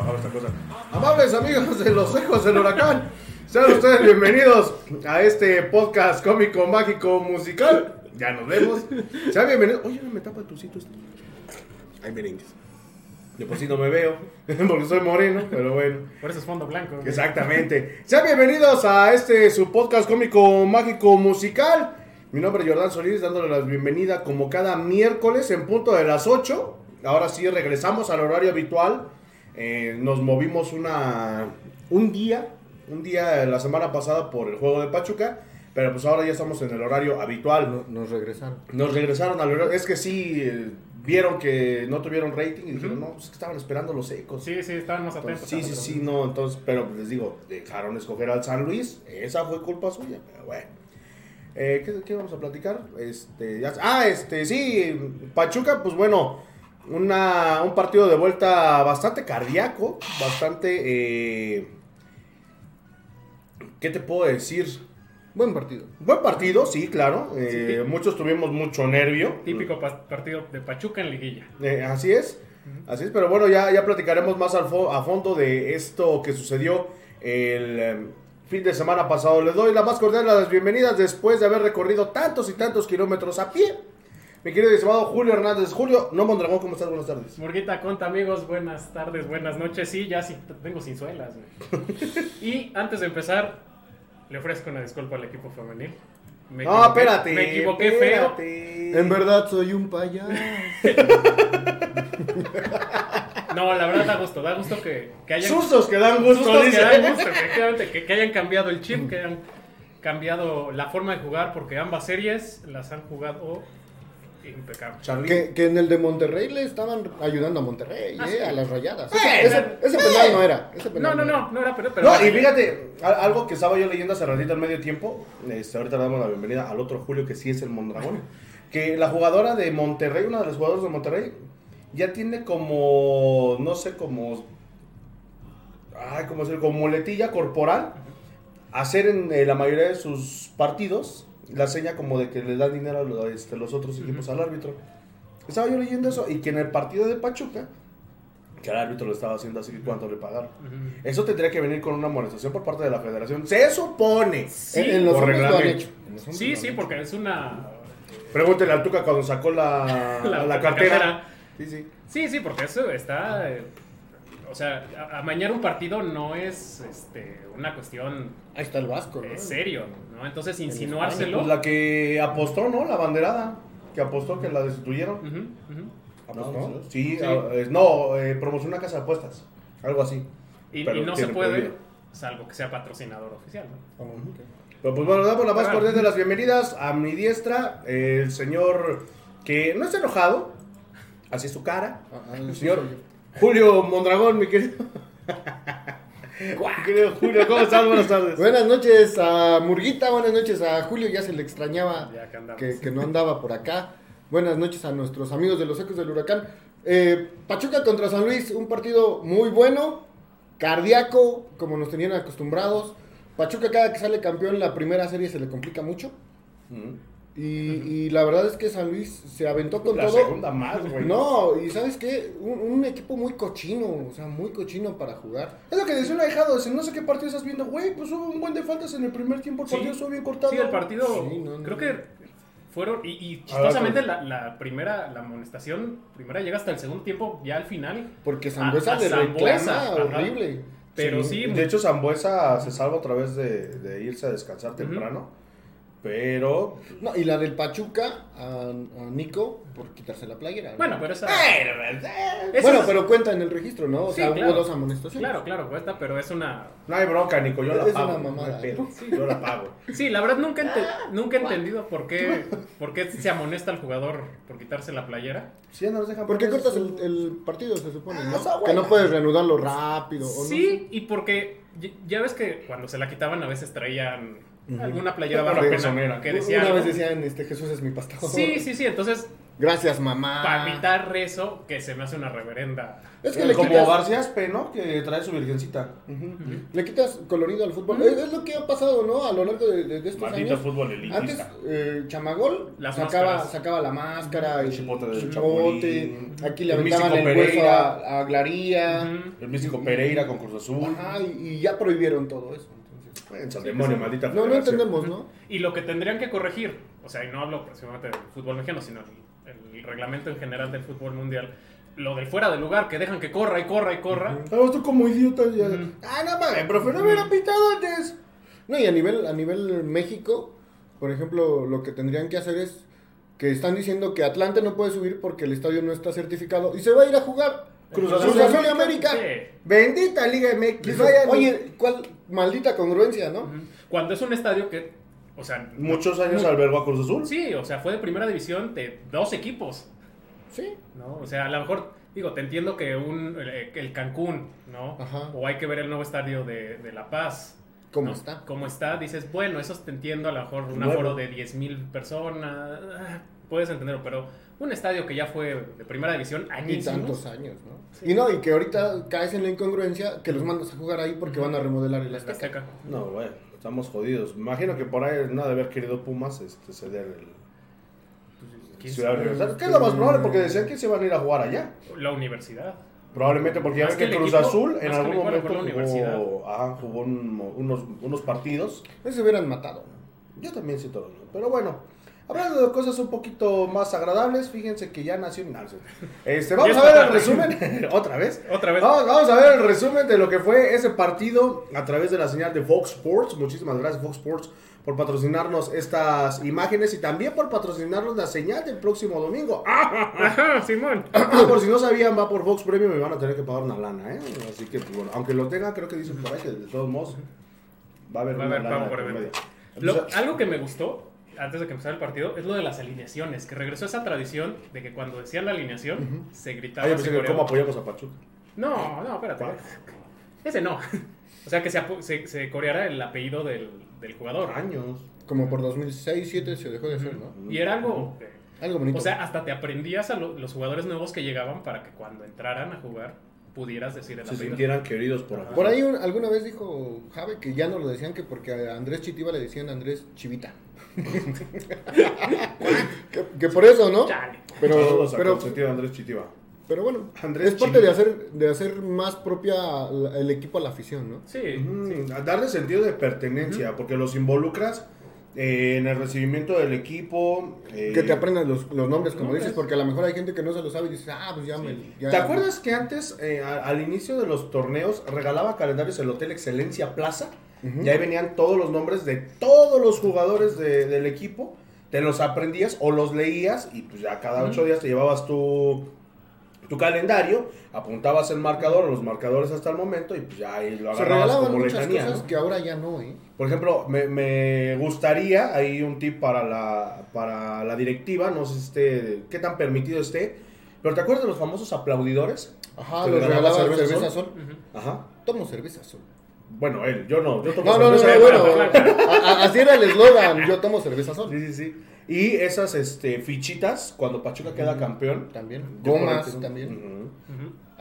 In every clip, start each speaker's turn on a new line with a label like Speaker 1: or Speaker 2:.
Speaker 1: para otra cosa.
Speaker 2: Amables amigos de los ojos del huracán, sean ustedes bienvenidos a este podcast cómico, mágico, musical. Ya nos vemos. Sean bienvenidos. Oye, me tapa el tucito esto.
Speaker 3: Hay merengues.
Speaker 2: De por sí no me veo, porque soy moreno, pero bueno.
Speaker 1: Por eso es fondo blanco. güey.
Speaker 2: Exactamente. Sean bienvenidos a este su podcast cómico, mágico, musical. Mi nombre es Jordán Solís, dándole la bienvenida como cada miércoles en punto de las 8. Ahora sí regresamos al horario habitual. Eh, nos movimos una un día, un día de la semana pasada por el juego de Pachuca, pero pues ahora ya estamos en el horario habitual.
Speaker 4: No- Nos regresaron.
Speaker 2: Nos regresaron al horario. Es que sí eh, vieron que no tuvieron rating y dijeron, no, pues es que estaban esperando los ecos.
Speaker 1: Sí, sí, estaban más atentos.
Speaker 2: Entonces, sí, sí, sí, no, entonces, pero pues les digo, dejaron escoger al San Luis, esa fue culpa suya, pero bueno. Eh, ¿qué, qué vamos a platicar? Este, ya- ah, este, sí, Pachuca, pues bueno, una, un partido de vuelta bastante cardíaco, bastante, eh, ¿qué te puedo decir?
Speaker 4: Buen partido.
Speaker 2: Buen partido, sí, claro, eh, muchos tuvimos mucho nervio.
Speaker 1: Típico pa- partido de Pachuca en liguilla.
Speaker 2: Eh, así es, así es, pero bueno, ya, ya platicaremos más al fo- a fondo de esto que sucedió el em, fin de semana pasado. Les doy la más cordial de las bienvenidas después de haber recorrido tantos y tantos kilómetros a pie. Mi querido y estimado Julio Hernández. Julio, no Mondragón, ¿cómo estás? Buenas tardes.
Speaker 1: Murguita, conta amigos, buenas tardes, buenas noches. Sí, ya sí, tengo sin suelas. güey. y antes de empezar, le ofrezco una disculpa al equipo femenil. Me
Speaker 2: No,
Speaker 1: equivoqué-
Speaker 2: espérate.
Speaker 1: Me equivoqué feo.
Speaker 2: espérate.
Speaker 4: En verdad soy un payaso.
Speaker 1: No, la verdad da gusto, da gusto que, que hayan...
Speaker 2: Sustos que dan gusto,
Speaker 1: Sustos que
Speaker 2: dice.
Speaker 1: dan gusto, efectivamente, que, que hayan cambiado el chip, que hayan cambiado la forma de jugar, porque ambas series las han jugado impecable.
Speaker 2: Charly.
Speaker 4: Que, que en el de Monterrey le estaban ayudando a Monterrey,
Speaker 1: Ah,
Speaker 4: eh,
Speaker 1: sí.
Speaker 4: a las rayadas.
Speaker 2: Eh,
Speaker 4: Ese, ese- ese penal no era. ese penal
Speaker 1: No, no,
Speaker 4: era.
Speaker 1: no, no era pero, pero
Speaker 2: No, y fíjate, a- algo que estaba yo leyendo hace ratito al medio tiempo, este, ahorita le damos la bienvenida al otro Julio que sí es el Mondragón, que la jugadora de Monterrey, una de las jugadoras de Monterrey, ya tiene como, no sé, como, ay, ¿cómo decir? Como muletilla corporal, hacer en eh, la mayoría de sus partidos la seña como de que le dan dinero a lo- este, los otros equipos al árbitro. Estaba yo leyendo eso y que en el partido de Pachuca, que al árbitro lo estaba haciendo así, ¿cuánto le pagaron?
Speaker 1: Ujú.
Speaker 2: Eso tendría que venir con una amonestación por parte de la federación. Se supone.
Speaker 1: Sí,
Speaker 4: En, en los
Speaker 2: por
Speaker 4: hombres lo han
Speaker 2: reglamento.
Speaker 4: hecho. En los hombres lo
Speaker 1: Sí,
Speaker 4: han
Speaker 1: sí,
Speaker 4: hecho.
Speaker 1: porque es una...
Speaker 2: Pregúntele al Tuca cuando sacó la, la, cartera. Sí, sí.
Speaker 1: Sí, sí, porque eso está... eh, o sea, a- amañar un partido no es este, una cuestión
Speaker 4: Ahí está el Vasco. ¿no?
Speaker 1: eh, serio, ¿no? Entonces, insinuárselo...
Speaker 2: Pues la que apostó, ¿no? La banderada. Que apostó que la destituyeron.
Speaker 1: Ujú, ujú.
Speaker 2: No,
Speaker 4: ¿no?
Speaker 2: no, Sí,
Speaker 1: Sí.
Speaker 2: ah, eh, no, eh, promocionó una casa de apuestas. Algo así.
Speaker 1: Y, y
Speaker 2: Pero
Speaker 1: no se
Speaker 2: tiene
Speaker 1: puede,
Speaker 2: prohibido.
Speaker 1: salvo que sea patrocinador oficial, ¿no?
Speaker 4: Ah,
Speaker 2: Pero pues bueno, damos la más
Speaker 1: Ah.
Speaker 2: cordial de las bienvenidas a mi diestra, el señor que no está enojado. Así es su cara.
Speaker 4: Ah, ah,
Speaker 2: Señor
Speaker 4: sí, soy yo.
Speaker 2: Julio Mondragón, mi querido. mi querido Julio, ¿cómo estás? Buenas tardes.
Speaker 4: Buenas noches a Murguita, buenas noches a Julio, ya se le extrañaba
Speaker 1: Ya que andamos.
Speaker 4: que, que no andaba por acá. Buenas noches a nuestros amigos de los Ecos del Huracán. Eh, Pachuca contra San Luis, un partido muy bueno, cardíaco, como nos tenían acostumbrados. Pachuca cada que sale campeón la primera serie se le complica mucho.
Speaker 2: Mm.
Speaker 4: Y, y la verdad es que San Luis se aventó con
Speaker 2: La
Speaker 4: todo.
Speaker 2: segunda más, güey.
Speaker 4: No, y sabes qué, un, un equipo muy cochino, o sea, muy cochino para jugar.
Speaker 2: Es lo que decía un ahijado, dice, no sé qué partido estás viendo, güey, pues hubo un buen de faltas en el primer tiempo, el
Speaker 1: Sí.
Speaker 2: partido estuvo bien cortado.
Speaker 1: Sí, el partido.
Speaker 4: Sí, no, no.
Speaker 1: creo que fueron. Y,
Speaker 2: Ah,
Speaker 1: y chistosamente, la, la primera, la amonestación, primera llega hasta el segundo tiempo, ya al final.
Speaker 4: Porque
Speaker 1: A-
Speaker 4: Zambuesa
Speaker 1: a
Speaker 4: le
Speaker 1: Sambuesa,
Speaker 4: reclama
Speaker 1: ajá.
Speaker 4: horrible.
Speaker 1: Pero sí,
Speaker 2: De hecho, Zambuesa se salva a través de, de irse a descansar temprano, pero...
Speaker 4: No, y la del Pachuca a, a Nico por quitarse la playera. ¿no?
Speaker 1: bueno, pero esa.
Speaker 2: No
Speaker 1: esa
Speaker 4: pues, eh. bueno,
Speaker 1: es-
Speaker 4: pero cuenta en el registro, ¿no? O
Speaker 1: Sí,
Speaker 4: sea,
Speaker 1: claro.
Speaker 4: hubo dos amonestaciones.
Speaker 1: Claro, claro, cuesta, pero es una.
Speaker 2: hay bronca, Nico, yo la
Speaker 4: Es
Speaker 2: pago.
Speaker 4: una
Speaker 2: no hay
Speaker 4: mamada.
Speaker 2: pedo, yo la pago.
Speaker 1: Sí, la verdad nunca, ente- nunca he entendido por qué, por qué se amonesta al jugador por quitarse la playera.
Speaker 2: Sí, no nos dejan
Speaker 4: ¿Por qué
Speaker 2: poner
Speaker 4: cortas
Speaker 2: su-
Speaker 4: el, el partido, se supone?
Speaker 2: Ah,
Speaker 4: ¿no?
Speaker 2: está
Speaker 4: Que
Speaker 2: buena.
Speaker 4: no puedes reanudarlo rápido. o no
Speaker 1: Sí, y porque ya- ya ves que cuando se la quitaban a veces traían alguna playera
Speaker 2: Una
Speaker 1: barra
Speaker 2: pezonera.
Speaker 1: pezonera que decía
Speaker 4: Una
Speaker 1: algo.
Speaker 4: vez decían, este, Jesús es mi pastor.
Speaker 1: Sí, sí, sí. Entonces,
Speaker 4: Gracias, mamá.
Speaker 1: para evitar eso, que se me hace una reverenda.
Speaker 4: Es que le
Speaker 2: Como
Speaker 4: quitas,
Speaker 2: García Aspe, ¿no? Que trae su virgencita.
Speaker 4: le quitas colorido al fútbol. Es, es lo que ha pasado, ¿no? A lo largo de, de- de estos
Speaker 5: Maldito
Speaker 4: años.
Speaker 5: fútbol
Speaker 4: Antes,
Speaker 5: elitista.
Speaker 4: eh, Chamagol
Speaker 1: Las
Speaker 4: sacaba,
Speaker 1: máscaras.
Speaker 4: sacaba la máscara, el
Speaker 2: chipote del
Speaker 4: chipote,
Speaker 2: Chapulín.
Speaker 4: aquí le
Speaker 2: El
Speaker 4: aventaban
Speaker 2: místico
Speaker 4: el hueso
Speaker 2: Pereira.
Speaker 4: a, a Glaría.
Speaker 1: Ujú.
Speaker 2: El místico Pereira con Cruz Azul.
Speaker 4: Ajá, y, y ya prohibieron todo eso. entonces.
Speaker 2: Piensa, demonio, maldita
Speaker 4: No, no
Speaker 2: federación.
Speaker 4: entendemos, ¿no?
Speaker 1: Y lo que tendrían que corregir, o sea, y no hablo aproximadamente del fútbol mexicano, sino el, el reglamento en general del fútbol mundial, lo del fuera de lugar, que dejan que corra y corra y corra.
Speaker 4: Ah,
Speaker 2: Estabas tú como idiota ya.
Speaker 1: Ujú.
Speaker 2: Ah, no mames, profe, no hubiera pitado antes.
Speaker 4: Eh, mm. No, y a nivel, a nivel México, por ejemplo, lo que tendrían que hacer es que están diciendo que Atlante no puede subir porque el estadio no está certificado y se va a ir a jugar
Speaker 2: Cruz
Speaker 4: Cruz
Speaker 2: Azul.
Speaker 4: Azul, y América.
Speaker 1: Sí.
Speaker 2: Bendita Liga MX, vayan.
Speaker 4: Oye, cuál maldita congruencia, ¿no?
Speaker 1: Ujú. Cuando es un estadio que, o sea,
Speaker 2: muchos años albergó a Cruz Azul.
Speaker 1: sí, o sea, fue de primera división de dos equipos,
Speaker 4: Sí.
Speaker 1: ¿no? O sea, a lo mejor, digo, te entiendo que un, eh, que el Cancún, ¿no?
Speaker 4: Ajá.
Speaker 1: O hay que ver el nuevo estadio de, de La Paz.
Speaker 4: ¿Cómo
Speaker 1: ¿no?
Speaker 4: está?
Speaker 1: ¿Cómo está? Dices, bueno, eso te entiendo, a lo mejor un
Speaker 2: Nuevo.
Speaker 1: aforo de 10.000 personas, ah, puedes entenderlo, pero un estadio que ya fue de primera división,
Speaker 4: Y
Speaker 1: añísimos.
Speaker 4: tantos años, ¿no? Y no, y que ahorita caes en la incongruencia que los mandas a jugar ahí porque van a remodelar el
Speaker 1: Hasta
Speaker 4: Azteca.
Speaker 1: acá.
Speaker 2: No, güey, estamos jodidos. Me imagino que por ahí no ha de haber querido Pumas este, ceder el
Speaker 1: ¿Quién
Speaker 2: Ciudad
Speaker 1: sabe?
Speaker 2: Universitaria. Que es lo más probable porque decían que se iban a ir a jugar allá.
Speaker 1: La universidad.
Speaker 2: Probablemente porque ya
Speaker 1: Más
Speaker 2: ven que
Speaker 1: que el
Speaker 2: Cruz
Speaker 1: equipo,
Speaker 2: Azul
Speaker 1: más
Speaker 2: en
Speaker 1: que
Speaker 2: algún
Speaker 1: el equipo, a lo
Speaker 2: momento
Speaker 1: mejor la
Speaker 2: jugó, ajá, jugó un- unos, unos partidos.
Speaker 4: Eso se hubieran matado.
Speaker 2: Yo también siento lo mismo. Pero bueno, hablando de cosas un poquito más agradables, fíjense que ya nació un No, Este, vamos
Speaker 1: Ya
Speaker 2: a
Speaker 1: está
Speaker 2: ver el
Speaker 1: tarde.
Speaker 2: resumen. Otra vez.
Speaker 1: Otra vez.
Speaker 2: Vamos, vamos a ver el resumen de lo que fue ese partido a través de la señal de Fox Sports. Muchísimas gracias, Fox Sports, por patrocinarnos estas imágenes y también por patrocinarnos la señal del próximo domingo. ¡Ah!
Speaker 1: Ajá, Simón.
Speaker 2: por si no sabían, va por Fox Premium y van a tener que pagar una lana, ¿eh? Así que, pues, bueno, aunque lo tengan, creo que dicen por ahí que de todos modos va a haber
Speaker 1: Va a
Speaker 2: una
Speaker 1: haber
Speaker 2: lana de
Speaker 1: pago por
Speaker 2: por
Speaker 1: evento.
Speaker 2: medio.
Speaker 1: Lo- algo que me gustó antes de que empezara el partido es lo de las alineaciones, que regresó esa tradición de que cuando decían la alineación se gritaba.
Speaker 2: Ah, yo
Speaker 1: se
Speaker 2: pensé que
Speaker 1: coreaba.
Speaker 2: cómo apoyamos a Pachuca.
Speaker 1: No, no, espérate.
Speaker 2: ¿Cuál?
Speaker 1: Ese no. O sea, que se, apo- se, se coreara el apellido del, del jugador.
Speaker 2: Años.
Speaker 4: Como por 2006, 2007 se dejó de hacer, ¿no?
Speaker 1: Y era algo. que-
Speaker 4: Algo bonito.
Speaker 1: O sea, hasta te aprendías a lo- los jugadores nuevos que llegaban para que cuando entraran a jugar pudieras decir el
Speaker 2: Se
Speaker 1: apellido.
Speaker 2: sintieran queridos por acá.
Speaker 4: Por ahí un- alguna vez dijo Jave que ya no lo decían que porque a Andrés Chitiba le decían Andrés Chivita. que, que por eso, ¿no?
Speaker 1: Chale.
Speaker 4: Pero,
Speaker 2: Saludos a
Speaker 4: pero,
Speaker 2: consentido Andrés Chitiva.
Speaker 4: pero bueno,
Speaker 2: Andrés
Speaker 4: es parte de
Speaker 2: Chivita.
Speaker 4: hacer, de hacer más propia la- el equipo a la afición, ¿no?
Speaker 1: Sí.
Speaker 2: Mm, a Darle sentido de pertenencia, porque los involucras eh, en el recibimiento del equipo. eh,
Speaker 4: Que te aprendan los, los nombres, como
Speaker 1: nombres.
Speaker 4: dices, porque a lo mejor hay gente que no se lo sabe y dice, ah, pues ya me... ya-
Speaker 2: ¿Te acuerdas que antes, eh, a- al inicio de los torneos, regalaba calendarios el Hotel Excelencia Plaza? Y ahí venían todos los nombres de todos los jugadores de- del equipo. Te los aprendías o los leías y pues ya cada ocho días te llevabas tu, tu calendario, apuntabas el marcador, los marcadores hasta el momento y pues ya ahí lo
Speaker 4: Se
Speaker 2: agarrabas
Speaker 4: regalaban
Speaker 2: como
Speaker 4: muchas
Speaker 2: letanía.
Speaker 4: cosas
Speaker 2: ¿no?
Speaker 4: que ahora ya no, ¿eh?
Speaker 2: Por ejemplo, me, me gustaría, hay un tip para la, para la directiva, no sé si esté- qué tan permitido esté, pero ¿te acuerdas de los famosos aplaudidores?
Speaker 4: Ajá,
Speaker 2: ¿Te
Speaker 4: los
Speaker 2: regalaban
Speaker 4: regalaban cerveza,
Speaker 2: cerveza
Speaker 4: sol.
Speaker 1: Ujú.
Speaker 2: Ajá.
Speaker 4: Tomo cerveza sol.
Speaker 2: Bueno, él, yo no, yo tomo
Speaker 4: No, no, no,
Speaker 2: cerveza
Speaker 4: no,
Speaker 2: de
Speaker 4: bueno.
Speaker 2: plata.
Speaker 4: a- a- así era el eslogan, yo tomo cerveza sol.
Speaker 2: Sí, sí, sí. Y esas este, fichitas, cuando Pachuca queda campeón.
Speaker 4: También.
Speaker 2: yo
Speaker 4: Gomas
Speaker 2: creo que-
Speaker 4: también. Ah,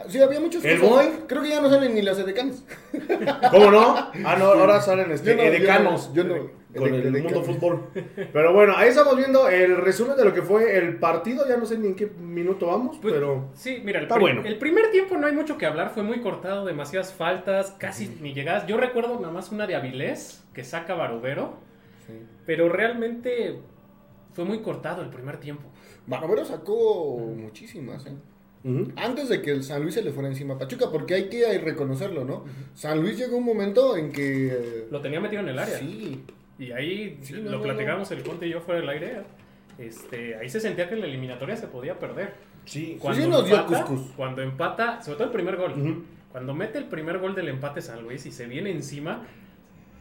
Speaker 1: Ujú.
Speaker 4: Sí, había muchos.
Speaker 2: El Boy.
Speaker 4: Creo que ya no salen ni las edecanes.
Speaker 2: Ujú. ¿Cómo no? Ah, no, ahora salen este,
Speaker 4: Yo no,
Speaker 2: edecanos.
Speaker 4: yo no, yo no.
Speaker 2: Con
Speaker 4: Ede-
Speaker 2: el mundo
Speaker 4: edecanos.
Speaker 2: fútbol. Pero bueno, ahí estamos viendo el resumen de lo que fue el partido. Ya no sé ni en qué minuto vamos,
Speaker 1: Pues,
Speaker 2: pero.
Speaker 1: Sí, mira, el,
Speaker 2: Está
Speaker 1: pri-
Speaker 2: bueno.
Speaker 1: el primer tiempo no hay mucho que hablar, fue muy cortado, demasiadas faltas, casi ni llegadas. Yo recuerdo nada más una de Avilés que saca Barovero,
Speaker 4: Sí.
Speaker 1: pero realmente fue muy cortado el primer tiempo.
Speaker 4: Barovero sacó muchísimas, ¿eh?
Speaker 2: Ujú.
Speaker 4: Antes de que el San Luis se le fuera encima a Pachuca, porque hay que reconocerlo, ¿no? San Luis llegó un momento en que. eh,
Speaker 1: Lo tenía metido en el área.
Speaker 4: Sí.
Speaker 1: Y ahí
Speaker 4: Sí, no,
Speaker 1: lo
Speaker 4: no,
Speaker 1: platicamos el Conte y yo fuera del aire. Este, ahí se sentía que la eliminatoria se podía perder.
Speaker 2: Sí.
Speaker 4: sí nos dio
Speaker 1: empata,
Speaker 4: cuscús.
Speaker 1: cuando empata, sobre todo el primer gol.
Speaker 2: Ujú.
Speaker 1: Cuando mete el primer gol del empate San Luis y se viene encima,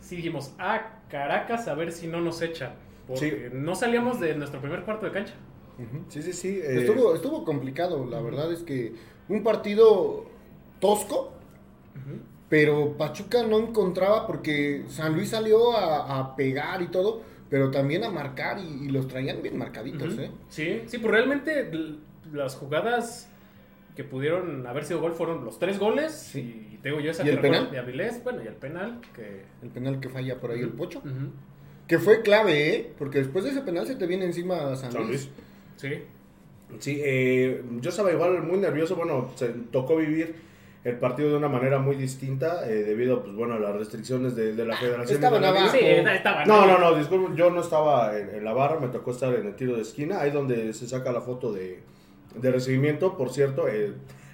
Speaker 1: sí dijimos, ah, Caracas, a ver si no nos echa. Porque no salíamos de nuestro primer cuarto de cancha.
Speaker 2: Sí, sí, sí. eh,
Speaker 4: Estuvo, estuvo complicado, la verdad es que un partido tosco, pero Pachuca no encontraba porque San Luis salió a, a pegar y todo, pero también a marcar y, y los traían bien marcaditos, ¿eh?
Speaker 1: Sí, sí, pues realmente l- las jugadas que pudieron haber sido gol fueron los tres goles.
Speaker 4: Sí.
Speaker 1: Y te digo yo esa
Speaker 4: ¿Y el
Speaker 1: que recuerdo
Speaker 4: penal?
Speaker 1: de Avilés, bueno, y el penal que...
Speaker 4: El penal que falla por ahí
Speaker 2: Mm.
Speaker 4: el Pocho,
Speaker 1: Ujú,
Speaker 4: que fue clave, ¿eh? Porque después de ese penal se te viene encima San
Speaker 2: San
Speaker 4: Luis.
Speaker 2: Luis.
Speaker 1: Sí.
Speaker 2: Sí, eh, yo estaba igual muy nervioso. Bueno, se tocó vivir el partido de una manera muy distinta eh, debido, pues bueno, a las restricciones de, de la Federación.
Speaker 4: estaban
Speaker 2: de la
Speaker 4: abajo.
Speaker 2: Liga.
Speaker 1: Sí, esta- estaba.
Speaker 2: No, no, no, disculpen, yo no estaba en, en la barra, me tocó estar en el tiro de esquina, ahí donde se saca la foto de, de recibimiento, por cierto, eh,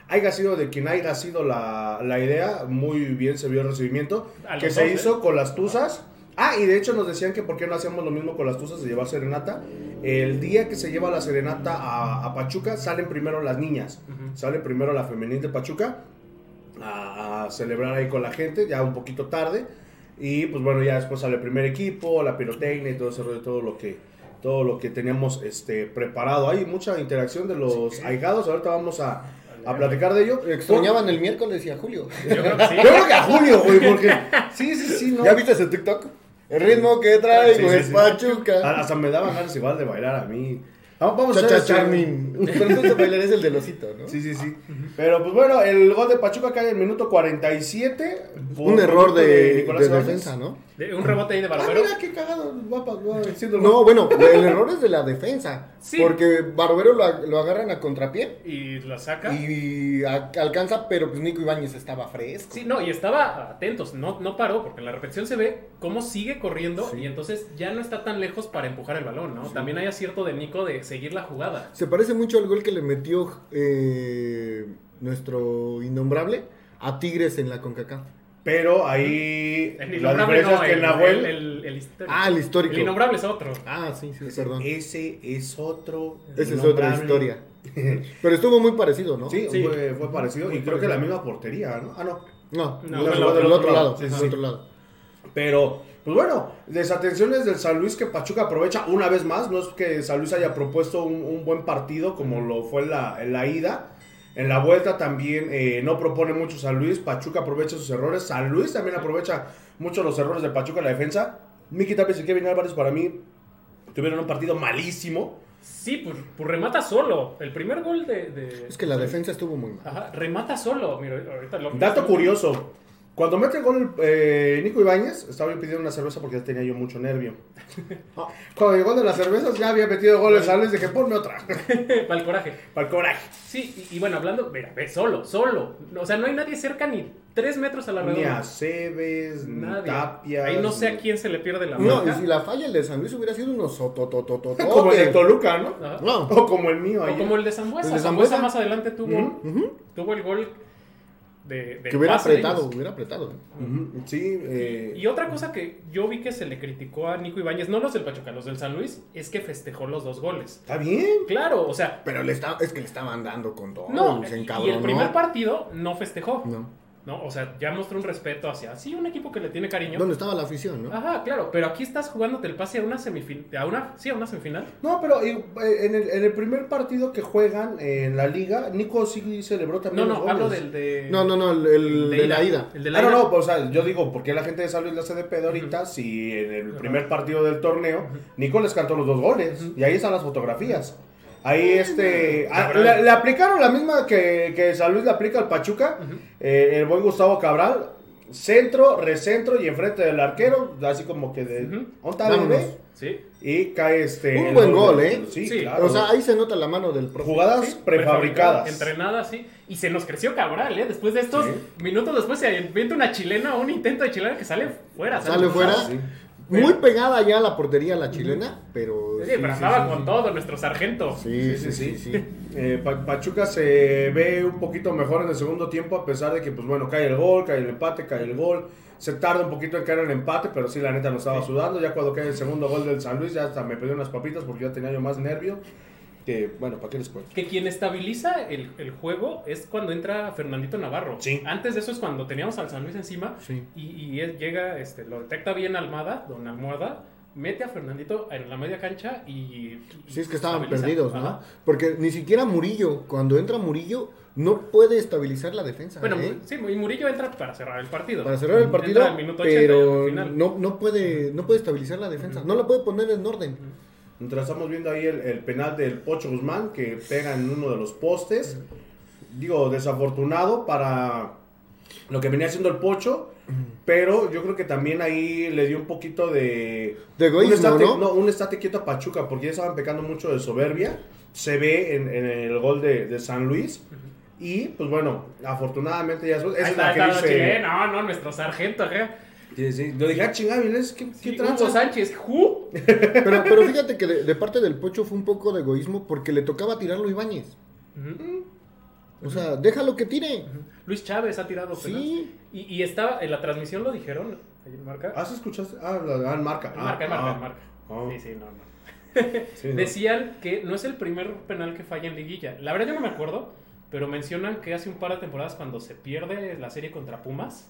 Speaker 2: haya sido de quien haya sido la, la idea, muy bien se vio el recibimiento,
Speaker 1: A los
Speaker 2: que se
Speaker 1: dos, eh?
Speaker 2: hizo con las tuzas. Ah, y de hecho nos decían que por qué no hacíamos lo mismo con las tuzas de llevar serenata. El día que se lleva la serenata a, a Pachuca, salen primero las niñas,
Speaker 1: Ujú.
Speaker 2: sale primero la femenil de Pachuca a, a celebrar ahí con la gente, ya un poquito tarde. Y pues bueno, ya después sale el primer equipo, la pirotecnia y todo ese rollo, todo lo que, todo lo que teníamos este, preparado. Hay mucha interacción de los aigados, ahorita vamos a, a platicar de ello.
Speaker 4: Extrañaban el miércoles y a Julio.
Speaker 1: Yo creo que sí.
Speaker 2: Yo creo que a Julio, güey, porque... Sí, sí, sí, no.
Speaker 4: ¿Ya viste ese TikTok? El ritmo que traigo
Speaker 2: Sí, sí,
Speaker 4: es
Speaker 2: sí. Ah,
Speaker 4: Pachuca.
Speaker 2: Hasta me daban ganas igual de bailar a mí. Ah, Vamos a
Speaker 4: Chacha
Speaker 2: hacer-
Speaker 4: Charmin. Pero entonces bailar es el del osito, ¿no?
Speaker 2: Sí, sí, sí. Pero pues bueno, el gol de Pachuca cae en el minuto 47. por
Speaker 4: Un error
Speaker 2: minuto
Speaker 4: de,
Speaker 2: Nicolás
Speaker 4: de
Speaker 2: Hernández.
Speaker 4: defensa, ¿no?
Speaker 1: De- un rebote ahí de
Speaker 2: Ah,
Speaker 1: Barbero.
Speaker 2: mira qué cagado, guapa, guapa, siendo el
Speaker 4: No,
Speaker 2: gol.
Speaker 4: bueno, el error es de la defensa.
Speaker 1: Sí.
Speaker 4: Porque Barbero lo, ag- lo agarran a contrapié
Speaker 1: Y la saca.
Speaker 4: y a- alcanza, pero pues Nico Ibáñez estaba fresco.
Speaker 1: Sí, no, y estaba atentos, no, no paró, porque en la repetición se ve cómo sigue corriendo y entonces ya no está tan lejos para empujar el balón, ¿no? También hay acierto de Nico de seguir la jugada.
Speaker 4: Se parece mucho al gol que le metió eh, nuestro innombrable a Tigres en la CONCACAF.
Speaker 2: Pero ahí
Speaker 1: El
Speaker 2: la
Speaker 1: innombrable
Speaker 2: diferencia
Speaker 1: no,
Speaker 2: es que
Speaker 1: el,
Speaker 2: Nahuel...
Speaker 1: el- el- el histórico.
Speaker 4: Ah, el histórico.
Speaker 1: El innombrable es otro.
Speaker 4: Ah, sí, sí, perdón.
Speaker 2: Ese es otro...
Speaker 4: Esa es otra
Speaker 2: innombrable.
Speaker 4: historia. Pero estuvo muy parecido, ¿no?
Speaker 2: Sí,
Speaker 1: Sí.
Speaker 2: Fue, fue parecido. y
Speaker 4: Muy
Speaker 2: creo que
Speaker 4: parecido.
Speaker 2: la misma portería, ¿no? Ah, no.
Speaker 4: No,
Speaker 1: No,
Speaker 4: del
Speaker 1: fue
Speaker 4: otro,
Speaker 1: la-
Speaker 4: del otro lado.
Speaker 2: Sí,
Speaker 4: del
Speaker 2: sí.
Speaker 4: otro lado.
Speaker 2: Pero, pues bueno, desatenciones del San Luis que Pachuca aprovecha una vez más. No es que San Luis haya propuesto un, un buen partido como lo fue en la, en la ida. En la vuelta también eh, no propone mucho San Luis. Pachuca aprovecha sus errores. San Luis también aprovecha mucho los errores de Pachuca en la defensa. Miki Tapia y Kevin Álvarez para mí tuvieron un partido malísimo.
Speaker 1: Sí, pues, pues remata solo. El primer gol de. de-
Speaker 4: Es que la defensa estuvo muy mal.
Speaker 1: Ajá, remata solo. Mira, ahorita lo-
Speaker 2: Dato curioso. Cuando mete el gol eh, Nico Ibáñez, estaba yo pidiendo una cerveza porque ya tenía yo mucho nervio.
Speaker 1: Ah.
Speaker 2: Cuando llegó de las cervezas ya había metido goles San Luis, dije, ponme otra.
Speaker 1: Para el coraje.
Speaker 2: Para el coraje.
Speaker 1: Sí, y, y bueno, hablando, mira, ve solo, solo. O sea, no hay nadie cerca ni tres metros a la
Speaker 2: Ni a
Speaker 1: redonda.
Speaker 2: Cebes, ni
Speaker 1: Nadie.
Speaker 2: Tapia.
Speaker 1: Ahí no sé a quién se le pierde la
Speaker 4: No,
Speaker 1: marca.
Speaker 4: y si la falla el de San Luis hubiera sido unos sotototototes.
Speaker 2: Como el de Toluca, ¿no?
Speaker 1: Ajá.
Speaker 4: No.
Speaker 2: O como el mío
Speaker 1: O
Speaker 2: ayer.
Speaker 1: como el de Zambuesa.
Speaker 4: El de
Speaker 1: Zambuesa
Speaker 4: Zambuesa.
Speaker 1: más adelante tuvo,
Speaker 4: Ujú.
Speaker 1: tuvo el gol de, del
Speaker 4: Que hubiera
Speaker 1: pase de
Speaker 4: apretado,
Speaker 1: ellos.
Speaker 4: hubiera apretado. ¿eh?
Speaker 2: Ujú, Sí, eh,
Speaker 1: Y otra cosa que yo vi que se le criticó a Nico Ibáñez, no los del Pachuca, los del San Luis, es que festejó los dos goles.
Speaker 2: está bien.
Speaker 1: Claro, o sea,
Speaker 4: Pero le está, es que le estaban dando con todo.
Speaker 1: no.
Speaker 4: se
Speaker 1: Y el
Speaker 4: encabronó.
Speaker 1: primer partido no festejó.
Speaker 4: No.
Speaker 1: No, o sea, ya mostró un respeto hacia sí, un equipo que le tiene cariño.
Speaker 4: ¿Dónde estaba la afición, no?
Speaker 1: Ajá, claro, pero aquí estás jugándote el pase a una semifinal, a una, sí, a una semifinal.
Speaker 2: No, pero eh, en el, en el primer partido que juegan en la liga, Nico sí celebró
Speaker 1: No,
Speaker 2: también los
Speaker 1: no,
Speaker 2: goles.
Speaker 1: hablo del de
Speaker 4: No, no, no, el, el
Speaker 1: de
Speaker 4: de la ida.
Speaker 1: El de la
Speaker 2: Ah, no,
Speaker 1: ida.
Speaker 2: no, pues, o sea, yo digo, ¿por qué la gente de San Luis la hace de pedo ahorita si en el primer partido del torneo Nico les cantó los dos goles? Y ahí están las fotografías. Ahí este... ah,
Speaker 1: Cabral.
Speaker 2: le, le aplicaron la misma que, que San Luis le aplica al Pachuca, eh, el buen Gustavo Cabral, centro, recentro y enfrente del arquero, así como que de...
Speaker 1: Ujú.
Speaker 2: "¿Onta, bebé?"
Speaker 4: Vámonos.
Speaker 1: Sí.
Speaker 2: Y cae este...
Speaker 4: Un
Speaker 2: el
Speaker 4: buen gol,
Speaker 2: de-
Speaker 4: ¿eh?
Speaker 2: Sí,
Speaker 1: Sí.
Speaker 2: claro.
Speaker 4: O sea, ahí se nota la mano del profe.
Speaker 2: Jugadas
Speaker 1: Sí,
Speaker 2: prefabricadas.
Speaker 1: Entrenadas, sí. Y se nos creció Cabral, ¿eh? Después de estos
Speaker 2: Sí.
Speaker 1: minutos, después se inventa una chilena, un intento de chilena que sale fuera.
Speaker 4: Sale fuera.
Speaker 2: sí.
Speaker 4: Muy pegada ya a la portería la chilena, pero.
Speaker 1: Sí,
Speaker 4: sí,
Speaker 1: pero
Speaker 4: sí,
Speaker 1: andaba
Speaker 4: sí,
Speaker 1: con
Speaker 4: sí.
Speaker 1: todo nuestro sargento.
Speaker 4: Sí, sí, sí, sí.
Speaker 2: Eh, Pa- Pachuca se ve un poquito mejor en el segundo tiempo, a pesar de que, pues bueno, cae el gol, cae el empate, cae el gol. Se tarda un poquito en caer el empate, pero sí, la neta, no estaba sudando. Ya cuando cae el segundo gol del San Luis, ya hasta me pedí unas papitas porque ya tenía yo más nervio. Que, bueno, ¿para qué les cuento?
Speaker 1: Que quien estabiliza el, el juego es cuando entra Fernandito Navarro.
Speaker 2: Sí.
Speaker 1: Antes de eso es cuando teníamos al San Luis encima.
Speaker 4: Sí.
Speaker 1: Y, y él llega, este, lo detecta bien Almada, don Almohada. mete a Fernandito en la media cancha y. y
Speaker 4: Sí, es que estaban
Speaker 1: estabiliza.
Speaker 4: perdidos, ¿no?
Speaker 1: Ajá.
Speaker 4: Porque ni siquiera Murillo, cuando entra Murillo, no puede estabilizar la defensa.
Speaker 1: Bueno,
Speaker 4: ¿eh?
Speaker 1: sí, y Murillo entra para cerrar el partido.
Speaker 4: Para cerrar el
Speaker 1: Entra
Speaker 4: partido,
Speaker 1: al minuto 80 y
Speaker 4: pero
Speaker 1: al final.
Speaker 4: no, no, puede, no puede estabilizar la defensa. No la puede poner en orden.
Speaker 2: Mientras estamos viendo ahí el, el penal del Pocho Guzmán que pega en uno de los postes. Digo, desafortunado para lo que venía haciendo el Pocho. Pero yo creo que también ahí le dio un poquito de.
Speaker 4: De egoísmo,
Speaker 2: un estate,
Speaker 4: ¿no?
Speaker 2: un estate quieto a Pachuca, porque ya estaban pecando mucho de soberbia. Se ve en, en el gol de, de San Luis. Y pues bueno, afortunadamente ya es,
Speaker 1: Ahí
Speaker 2: es
Speaker 1: está,
Speaker 2: la que
Speaker 1: está la
Speaker 2: dice.
Speaker 1: chilena. No, no, nuestro sargento acá.
Speaker 2: Sí, sí. Lo dije, ah, chingada, mira, es que ¿qué
Speaker 1: Sí,
Speaker 2: tranza?
Speaker 1: Hugo Sánchez, ¿ju?
Speaker 4: Pero, pero fíjate que de, de parte del Pocho fue un poco de egoísmo porque le tocaba tirarlo a Ibáñez. O sea, déjalo que tire.
Speaker 1: Luis Chávez ha tirado penas.
Speaker 4: Sí.
Speaker 1: Y, y estaba, en la transmisión lo dijeron. Ahí en marca.
Speaker 2: Ah, ¿sí escuchaste? Ah, la, ah, en marca.
Speaker 1: En
Speaker 2: Ah,
Speaker 1: marca, en marca,
Speaker 2: ah.
Speaker 1: en marca.
Speaker 2: ah.
Speaker 1: Sí, sí, no, no.
Speaker 2: Sí, ¿no?
Speaker 1: Decían que no es el primer penal que falla en liguilla. La verdad yo no me acuerdo, pero mencionan que hace un par de temporadas cuando se pierde la serie contra Pumas,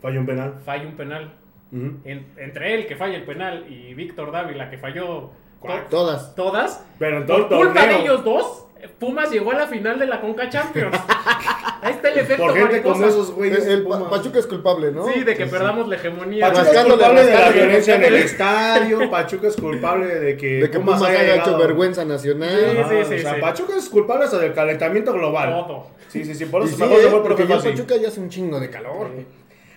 Speaker 2: Falló un penal.
Speaker 1: falla un penal.
Speaker 2: Ujú.
Speaker 1: En- entre él que falla el penal y Víctor Dávila que falló to-
Speaker 4: Todas.
Speaker 1: todas,
Speaker 2: Pero en todo
Speaker 1: por
Speaker 2: el
Speaker 1: culpa
Speaker 2: torneo,
Speaker 1: de ellos dos, Pumas llegó a la final de la Conca Champions. Ahí está el efecto
Speaker 2: por gente como
Speaker 1: mariposa.
Speaker 2: esos güeyes.
Speaker 4: El, el Pa-
Speaker 2: Puma.
Speaker 4: Pachuca es culpable, ¿no?
Speaker 1: Sí, de que perdamos la hegemonia.
Speaker 2: Pachuca es
Speaker 4: Rascándole,
Speaker 2: culpable de la
Speaker 4: rascándole.
Speaker 2: violencia en el estadio. Pachuca es culpable de que,
Speaker 4: De que Pumas
Speaker 2: haya
Speaker 4: haya hecho
Speaker 2: llegado.
Speaker 4: vergüenza nacional.
Speaker 2: Ajá,
Speaker 1: Sí, sí, sí,
Speaker 2: o sea,
Speaker 1: sí.
Speaker 2: Pachuca es culpable hasta del calentamiento global.
Speaker 1: Todo.
Speaker 2: Sí, sí, sí. Por
Speaker 4: Y
Speaker 2: eso
Speaker 4: sí,
Speaker 2: mejor
Speaker 4: ¿eh?
Speaker 2: se fue el
Speaker 4: porque
Speaker 2: profe
Speaker 4: ya
Speaker 2: Fassi.
Speaker 4: Pachuca ya hace un chingo de calor.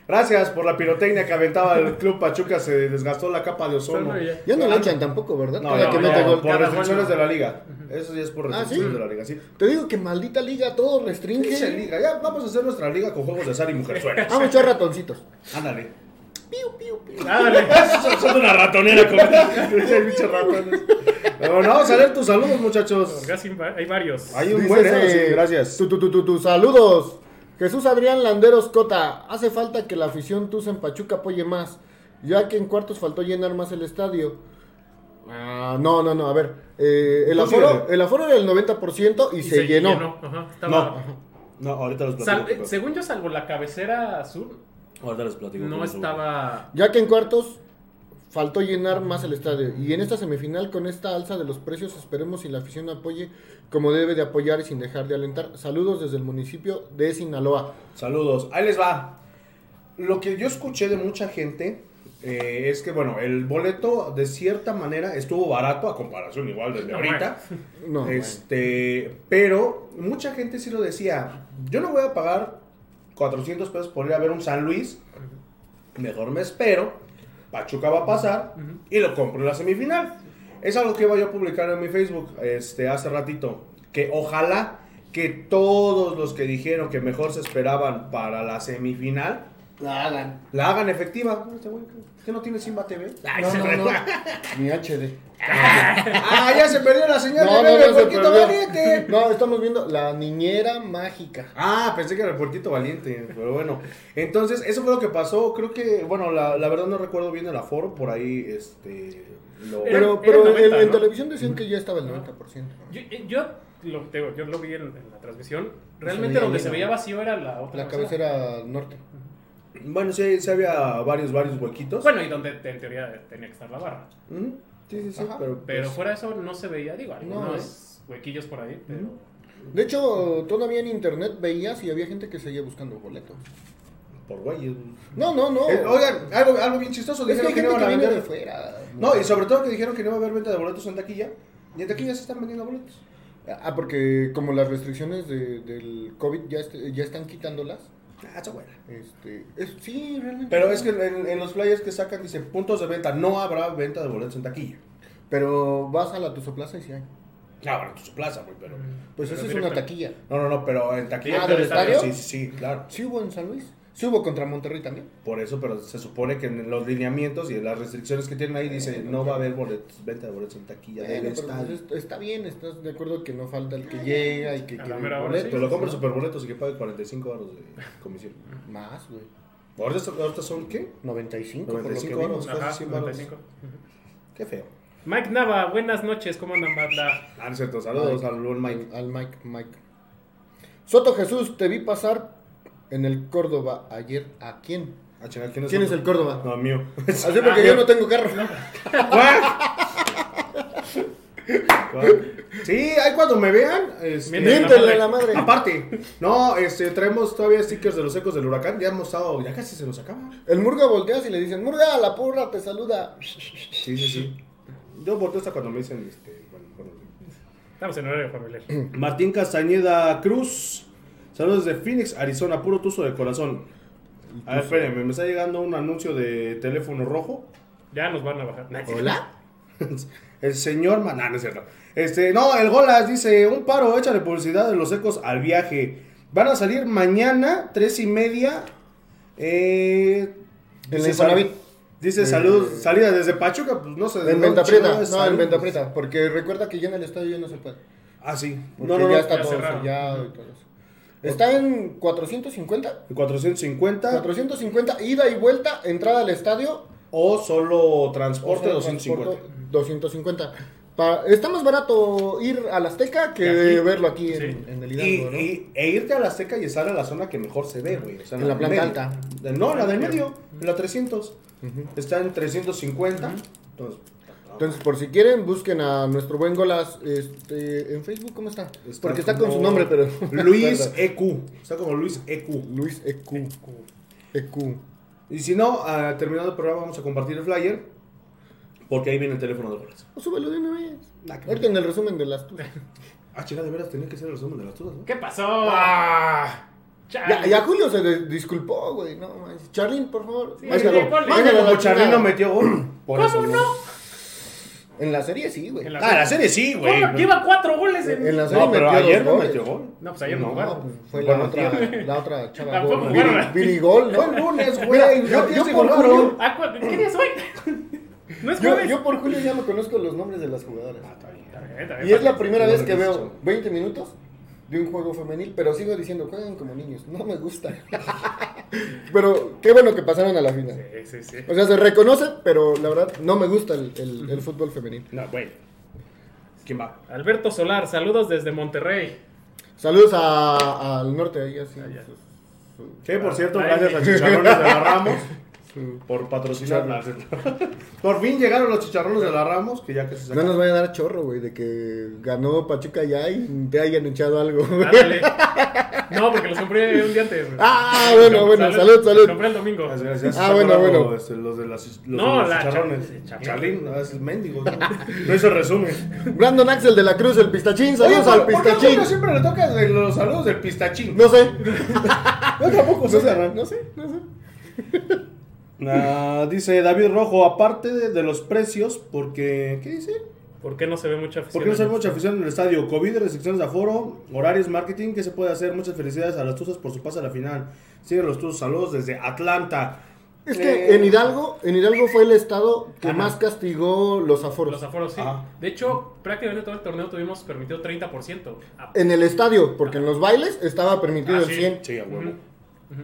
Speaker 2: Gracias por la pirotecnia que aventaba el club Pachuca. Se desgastó la capa de ozono.
Speaker 1: Solo ya.
Speaker 4: Ya no la echan tampoco, ¿verdad?
Speaker 2: No,
Speaker 4: Cada
Speaker 2: no,
Speaker 4: que
Speaker 2: no,
Speaker 4: mete gol.
Speaker 2: por
Speaker 1: cada
Speaker 2: restricciones
Speaker 1: gol no.
Speaker 2: de la liga. Eso ya es por
Speaker 4: Ah,
Speaker 2: restricciones
Speaker 4: ¿sí?
Speaker 2: de la liga, sí.
Speaker 4: Te digo que maldita liga, todo restringe.
Speaker 2: Pinche liga, ya vamos a hacer nuestra liga con juegos de azar y mujerzuelas.
Speaker 4: Vamos a echar ratoncitos.
Speaker 2: Ándale.
Speaker 1: Ah, dale.
Speaker 2: Son son una ratonera como el bicho ratón. Pero bueno, vamos a leer tus saludos, muchachos.
Speaker 1: Casi va- hay varios.
Speaker 2: Hay un
Speaker 4: Dice
Speaker 2: buen
Speaker 4: ese-
Speaker 2: eh, sí, gracias.
Speaker 4: Tu, tu, tu, tu, tu, saludos. Jesús Adrián Landeros Cota. Hace falta que la afición Tusa en Pachuca apoye más. Ya que en cuartos faltó llenar más el estadio. Ah, no, no, no. A ver. eh, el,
Speaker 2: Tú
Speaker 4: aforo,
Speaker 2: síguele.
Speaker 4: el aforo era el 90% y,
Speaker 1: Y
Speaker 4: se, llenó.
Speaker 1: Ajá, estaba-
Speaker 2: No, no, ahorita los platico.
Speaker 1: Sal- eh, según yo, salvo la cabecera azul,
Speaker 2: ahorita los platico.
Speaker 1: no estaba.
Speaker 4: Ya que en cuartos faltó llenar más el estadio. Y en esta semifinal, con esta alza de los precios, esperemos si la afición apoye como debe de apoyar y sin dejar de alentar. Saludos desde el municipio de Sinaloa.
Speaker 2: Saludos. Ahí les va. Lo que yo escuché de mucha gente eh, es que, bueno, el boleto de cierta manera estuvo barato a comparación igual desde
Speaker 1: No,
Speaker 2: ahorita.
Speaker 4: No, bueno.
Speaker 2: este, pero mucha gente sí lo decía. Yo no voy a pagar 400 pesos por ir a ver un San Luis. Mejor me espero. Pachuca va a pasar y lo compro en la semifinal. Es algo que iba yo a publicar en mi Facebook este, hace ratito. Que ojalá que todos los que dijeron que mejor se esperaban para la semifinal
Speaker 4: La hagan.
Speaker 2: la hagan efectiva. Este güey, ¿qué- ¿Qué no tiene Simba TV? Ay,
Speaker 4: No,
Speaker 2: se
Speaker 4: no,
Speaker 2: re-
Speaker 4: no. Ni HD.
Speaker 2: Ah, ya se perdió la señal de
Speaker 4: No, no,
Speaker 2: ver el
Speaker 4: no, se
Speaker 2: Puerquito
Speaker 4: perdió.
Speaker 2: Valiente.
Speaker 4: No, estamos viendo la niñera mágica.
Speaker 2: Ah, pensé que era el puertito valiente, pero bueno. Entonces, eso fue lo que pasó. Creo que, bueno, la, la verdad no recuerdo bien el aforo, por ahí, este... Lo...
Speaker 1: Era-
Speaker 4: Pero,
Speaker 1: era
Speaker 4: pero en-
Speaker 1: 90,
Speaker 4: en,
Speaker 1: ¿no?
Speaker 4: televisión decían que ya estaba el 90%.
Speaker 1: Yo, eh, yo lo, te digo, yo lo vi en, en la transmisión. Realmente
Speaker 4: veía
Speaker 1: donde
Speaker 4: lleno.
Speaker 1: se veía vacío era la otra
Speaker 4: La cabecera norte.
Speaker 2: Bueno, sí, sí había varios, varios huequitos.
Speaker 1: Bueno, y donde te- en teoría tenía que estar la barra.
Speaker 2: Ujú, Sí, sí, sí,
Speaker 4: Ajá.
Speaker 2: pero...
Speaker 1: Pero
Speaker 2: pues,
Speaker 1: fuera de eso no se veía, digo, algunos huequillos por ahí. Pero...
Speaker 4: De hecho, todavía en internet veías y había gente que seguía buscando boletos.
Speaker 2: Por güeyes.
Speaker 4: No, no, no.
Speaker 2: Eh, oigan, algo, algo bien chistoso.
Speaker 4: Oh. es que
Speaker 2: dijeron
Speaker 4: hay
Speaker 2: que no
Speaker 4: gente
Speaker 2: iban a
Speaker 4: que viene de
Speaker 2: vender-
Speaker 4: fuera.
Speaker 2: No, y sobre todo que dijeron que no iba a haber venta de boletos en taquilla. Y en taquilla se están vendiendo boletos.
Speaker 4: Ah, porque como las restricciones de- del COVID ya, est- ya están quitándolas.
Speaker 2: Ah, está buena.
Speaker 4: Este, es- sí, realmente.
Speaker 2: Pero es que en, en los flyers que sacan dice puntos de venta, no habrá venta de boletos en taquilla.
Speaker 4: Pero vas a la Tuzoplaza y sí hay.
Speaker 2: Ah, bueno, en su plaza, güey, pero...
Speaker 4: Pues
Speaker 1: Pero
Speaker 4: esa es una
Speaker 1: directo-
Speaker 4: taquilla.
Speaker 2: No, no, no, pero en taquilla.
Speaker 4: Ah, ¿del estadio?
Speaker 2: Sí, sí, sí, claro.
Speaker 4: Sí hubo en San Luis. Sí hubo contra Monterrey también.
Speaker 2: Por eso, pero se supone que en los lineamientos y en las restricciones que tienen ahí
Speaker 4: Eh,
Speaker 2: dice no va a haber boletos, venta de boletos en taquilla del
Speaker 4: Bueno, pero
Speaker 2: estadio.
Speaker 4: pues es- está bien, estás de acuerdo que no falta el que llega y que
Speaker 1: Ah, la
Speaker 4: quiere el
Speaker 1: mera hora
Speaker 4: boleto.
Speaker 2: Pero lo compra superboletos y que pague 45 euros de comisión.
Speaker 4: Más, güey.
Speaker 2: ¿Ahorita son, ahorita son qué?
Speaker 4: 95, por
Speaker 2: 95
Speaker 4: lo que
Speaker 2: euros.
Speaker 4: vimos.
Speaker 2: Pues
Speaker 1: Ajá,
Speaker 2: sí, vamos.
Speaker 1: 95.
Speaker 2: Qué feo.
Speaker 1: Mike Nava, buenas noches, ¿cómo andan, banda?
Speaker 2: Ah, no es cierto. Saludos al buen Mike.
Speaker 4: Al Mike, Mike. Soto Jesús, te vi pasar en el Córdoba ayer. ¿A quién?
Speaker 2: Ah, chinga, ¿quién es,
Speaker 4: ¿Quién es el Córdoba?
Speaker 2: No, mío.
Speaker 4: Así
Speaker 1: Ah,
Speaker 4: porque yo no tengo carro.
Speaker 2: ¿Cuál? Sí, ahí cuando me vean, este,
Speaker 1: Miéntele la
Speaker 4: Miéntele a la
Speaker 1: madre.
Speaker 4: madre.
Speaker 2: aparte, no, este, traemos todavía stickers de los ecos del huracán, ya hemos estado, ya casi se nos acaba.
Speaker 4: El Murga volteas y le dicen, Murga, la porra te saluda.
Speaker 2: Sí, sí, sí. Yo volteo hasta cuando me dicen, este, bueno, bueno.
Speaker 1: Estamos en horario familiar.
Speaker 2: Martín Castañeda Cruz, saludos desde Phoenix, Arizona, puro tuzo de corazón. A ver, espérenme, me está llegando un anuncio de teléfono rojo.
Speaker 1: Ya nos van a bajar.
Speaker 4: Hola.
Speaker 2: El señor Maná, no es cierto. Este, no, el Golas dice, un paro, échale publicidad de los ecos al viaje. Van a salir mañana, tres y media. Eh,
Speaker 4: En la
Speaker 2: dice,
Speaker 4: Infonavit.
Speaker 2: Dice saludos, salida desde Pachuca, pues no sé.
Speaker 4: En venta
Speaker 2: Chino,
Speaker 4: prieta.
Speaker 2: es
Speaker 4: No, en
Speaker 2: salud.
Speaker 4: venta prieta. Porque recuerda que ya en el estadio ya no se puede.
Speaker 2: Ah, sí.
Speaker 4: Porque
Speaker 2: No, no,
Speaker 4: ya
Speaker 2: no.
Speaker 4: está
Speaker 1: ya
Speaker 4: todo.
Speaker 1: cerraron.
Speaker 4: sellado y todo eso. Está en 450.
Speaker 2: 450
Speaker 4: 450 ida y vuelta, entrada al estadio.
Speaker 2: o solo transporte
Speaker 4: Transporte,
Speaker 2: 250.
Speaker 4: 250. Pa- está más barato ir al Azteca que
Speaker 1: Que aquí.
Speaker 4: verlo aquí en,
Speaker 1: Sí.
Speaker 4: en el
Speaker 2: Y,
Speaker 4: Hidalgo, ¿no?
Speaker 2: y- e irte a la Azteca y estar a la zona que mejor se ve, güey. O sea,
Speaker 4: En la
Speaker 2: del
Speaker 4: planta
Speaker 2: medio.
Speaker 4: alta.
Speaker 2: De- no, la del medio, en la 300. Está en 350. Entonces,
Speaker 4: Entonces, por si quieren, busquen a nuestro buen Golas este, en Facebook, ¿cómo está?
Speaker 2: Está
Speaker 4: Porque está con
Speaker 2: como
Speaker 4: su nombre, pero...
Speaker 2: Luis E EQ. Está como Luis EQ.
Speaker 4: Luis E EQ. EQ.
Speaker 2: Y si no, ah, terminado el programa, vamos a compartir el flyer. Porque ahí viene el teléfono de Golas.
Speaker 4: O Pues súbelo de una vez.
Speaker 2: Nah, que-
Speaker 4: Ahorita en el resumen de las tuyas.
Speaker 2: Ah, chica, de veras tenía que ser el resumen de las dudas, ¿no?
Speaker 1: ¿Qué pasó? Chale.
Speaker 4: Ah. Ya, ya Julio se de- disculpó, güey. No, manches. Charlín, por favor.
Speaker 1: Sí,
Speaker 4: márcalo.
Speaker 1: sí, ponle.
Speaker 4: Márcalo a la
Speaker 2: Como Charly no
Speaker 4: chingada.
Speaker 2: metió gol. Por eso no.
Speaker 4: En la serie sí, güey.
Speaker 1: En
Speaker 2: Ah, la serie sí, güey.
Speaker 1: ¿Cómo? Lleva cuatro goles en...
Speaker 4: En la serie
Speaker 2: No, pero
Speaker 4: metió
Speaker 2: ayer
Speaker 4: dos
Speaker 2: no
Speaker 4: goles.
Speaker 2: metió gol.
Speaker 1: No, pues ayer no
Speaker 4: No,
Speaker 1: jugaron.
Speaker 4: pues, fue
Speaker 2: Bueno,
Speaker 4: la otra, la otra chava.
Speaker 1: Tampoco
Speaker 4: gol,
Speaker 1: jugaron.
Speaker 4: Viri- Virigol, ¿no?
Speaker 2: Fue el lunes, güey.
Speaker 4: Mira,
Speaker 2: Ya
Speaker 4: yo,
Speaker 2: tienes
Speaker 4: yo
Speaker 2: que
Speaker 4: por
Speaker 2: jugar,
Speaker 4: Julio,
Speaker 1: Ah, cu- ¿Qué día es hoy? No es
Speaker 4: yo,
Speaker 1: jueves.
Speaker 4: yo por Julio ya me conozco los nombres de las jugadoras.
Speaker 1: Está bien, está bien.
Speaker 4: Y es la primera
Speaker 2: No
Speaker 4: vez
Speaker 2: lo
Speaker 4: que
Speaker 2: he visto.
Speaker 4: veo 20 minutos de un juego femenil, pero sigo diciendo, juegan como niños, no me gusta. pero qué bueno que pasaron a la final.
Speaker 1: Sí, sí, sí.
Speaker 4: O sea, se reconoce, pero la verdad no me gusta el, el- el fútbol femenil.
Speaker 2: No, güey. ¿Quién va?
Speaker 1: Alberto Solar, saludos desde Monterrey.
Speaker 4: Saludos a- al norte, ahí así.
Speaker 1: Allá.
Speaker 4: su- su-
Speaker 2: Que por cierto,
Speaker 1: Ay,
Speaker 2: gracias a
Speaker 1: sí.
Speaker 2: Chicharrones de la Ramos
Speaker 4: su-
Speaker 2: por patrocinar. Por fin llegaron los Chicharrones de la Ramos, que ya que se
Speaker 4: No
Speaker 2: sacaron.
Speaker 4: nos vaya a dar chorro, güey, de que ganó Pachuca ya y te hayan echado algo.
Speaker 1: Ándale. No, porque los compré un día antes. güey.
Speaker 4: ah, bueno, bueno, salud,
Speaker 1: Los
Speaker 4: salud.
Speaker 1: Compré el domingo.
Speaker 2: Las gracias,
Speaker 4: Ah,
Speaker 2: se
Speaker 4: bueno,
Speaker 2: acuerdan
Speaker 4: bueno.
Speaker 2: Los, los de las, los
Speaker 1: No,
Speaker 2: de los
Speaker 1: la
Speaker 2: chicharrones.
Speaker 1: Charlín.
Speaker 2: Charlín, no, es el mendigo. No, no hizo resumen.
Speaker 4: Brandon Axel de la Cruz, el pistachín, saludos
Speaker 2: Oye,
Speaker 4: al
Speaker 2: ¿por qué a
Speaker 4: pistachín.
Speaker 2: Julio siempre le toca de los saludos del pistachín.
Speaker 4: No sé,
Speaker 2: yo tampoco
Speaker 4: no sé, no sé, no sé.
Speaker 2: Ah, dice David Rojo, aparte de, de los precios, porque... ¿Qué dice?
Speaker 1: ¿Por qué no se ve mucha afición?
Speaker 2: ¿Por qué no se ve mucha afición en el estadio? COVID, restricciones de aforo, horarios, marketing, ¿qué se puede hacer? Muchas felicidades a las Tuzas por su pase a la final. Siguen los Tuzas, saludos desde Atlanta.
Speaker 4: Es
Speaker 2: Eh,
Speaker 4: que en Hidalgo, en Hidalgo fue el estado que más castigó los
Speaker 1: Los
Speaker 4: aforos.
Speaker 1: aforos, sí.
Speaker 2: Ah.
Speaker 1: De hecho, prácticamente todo el torneo tuvimos permitido 30%. Ah,
Speaker 4: En el estadio, porque en los bailes estaba permitido
Speaker 1: Ah,
Speaker 4: el
Speaker 1: sí.
Speaker 4: 100.
Speaker 2: Sí, a huevo.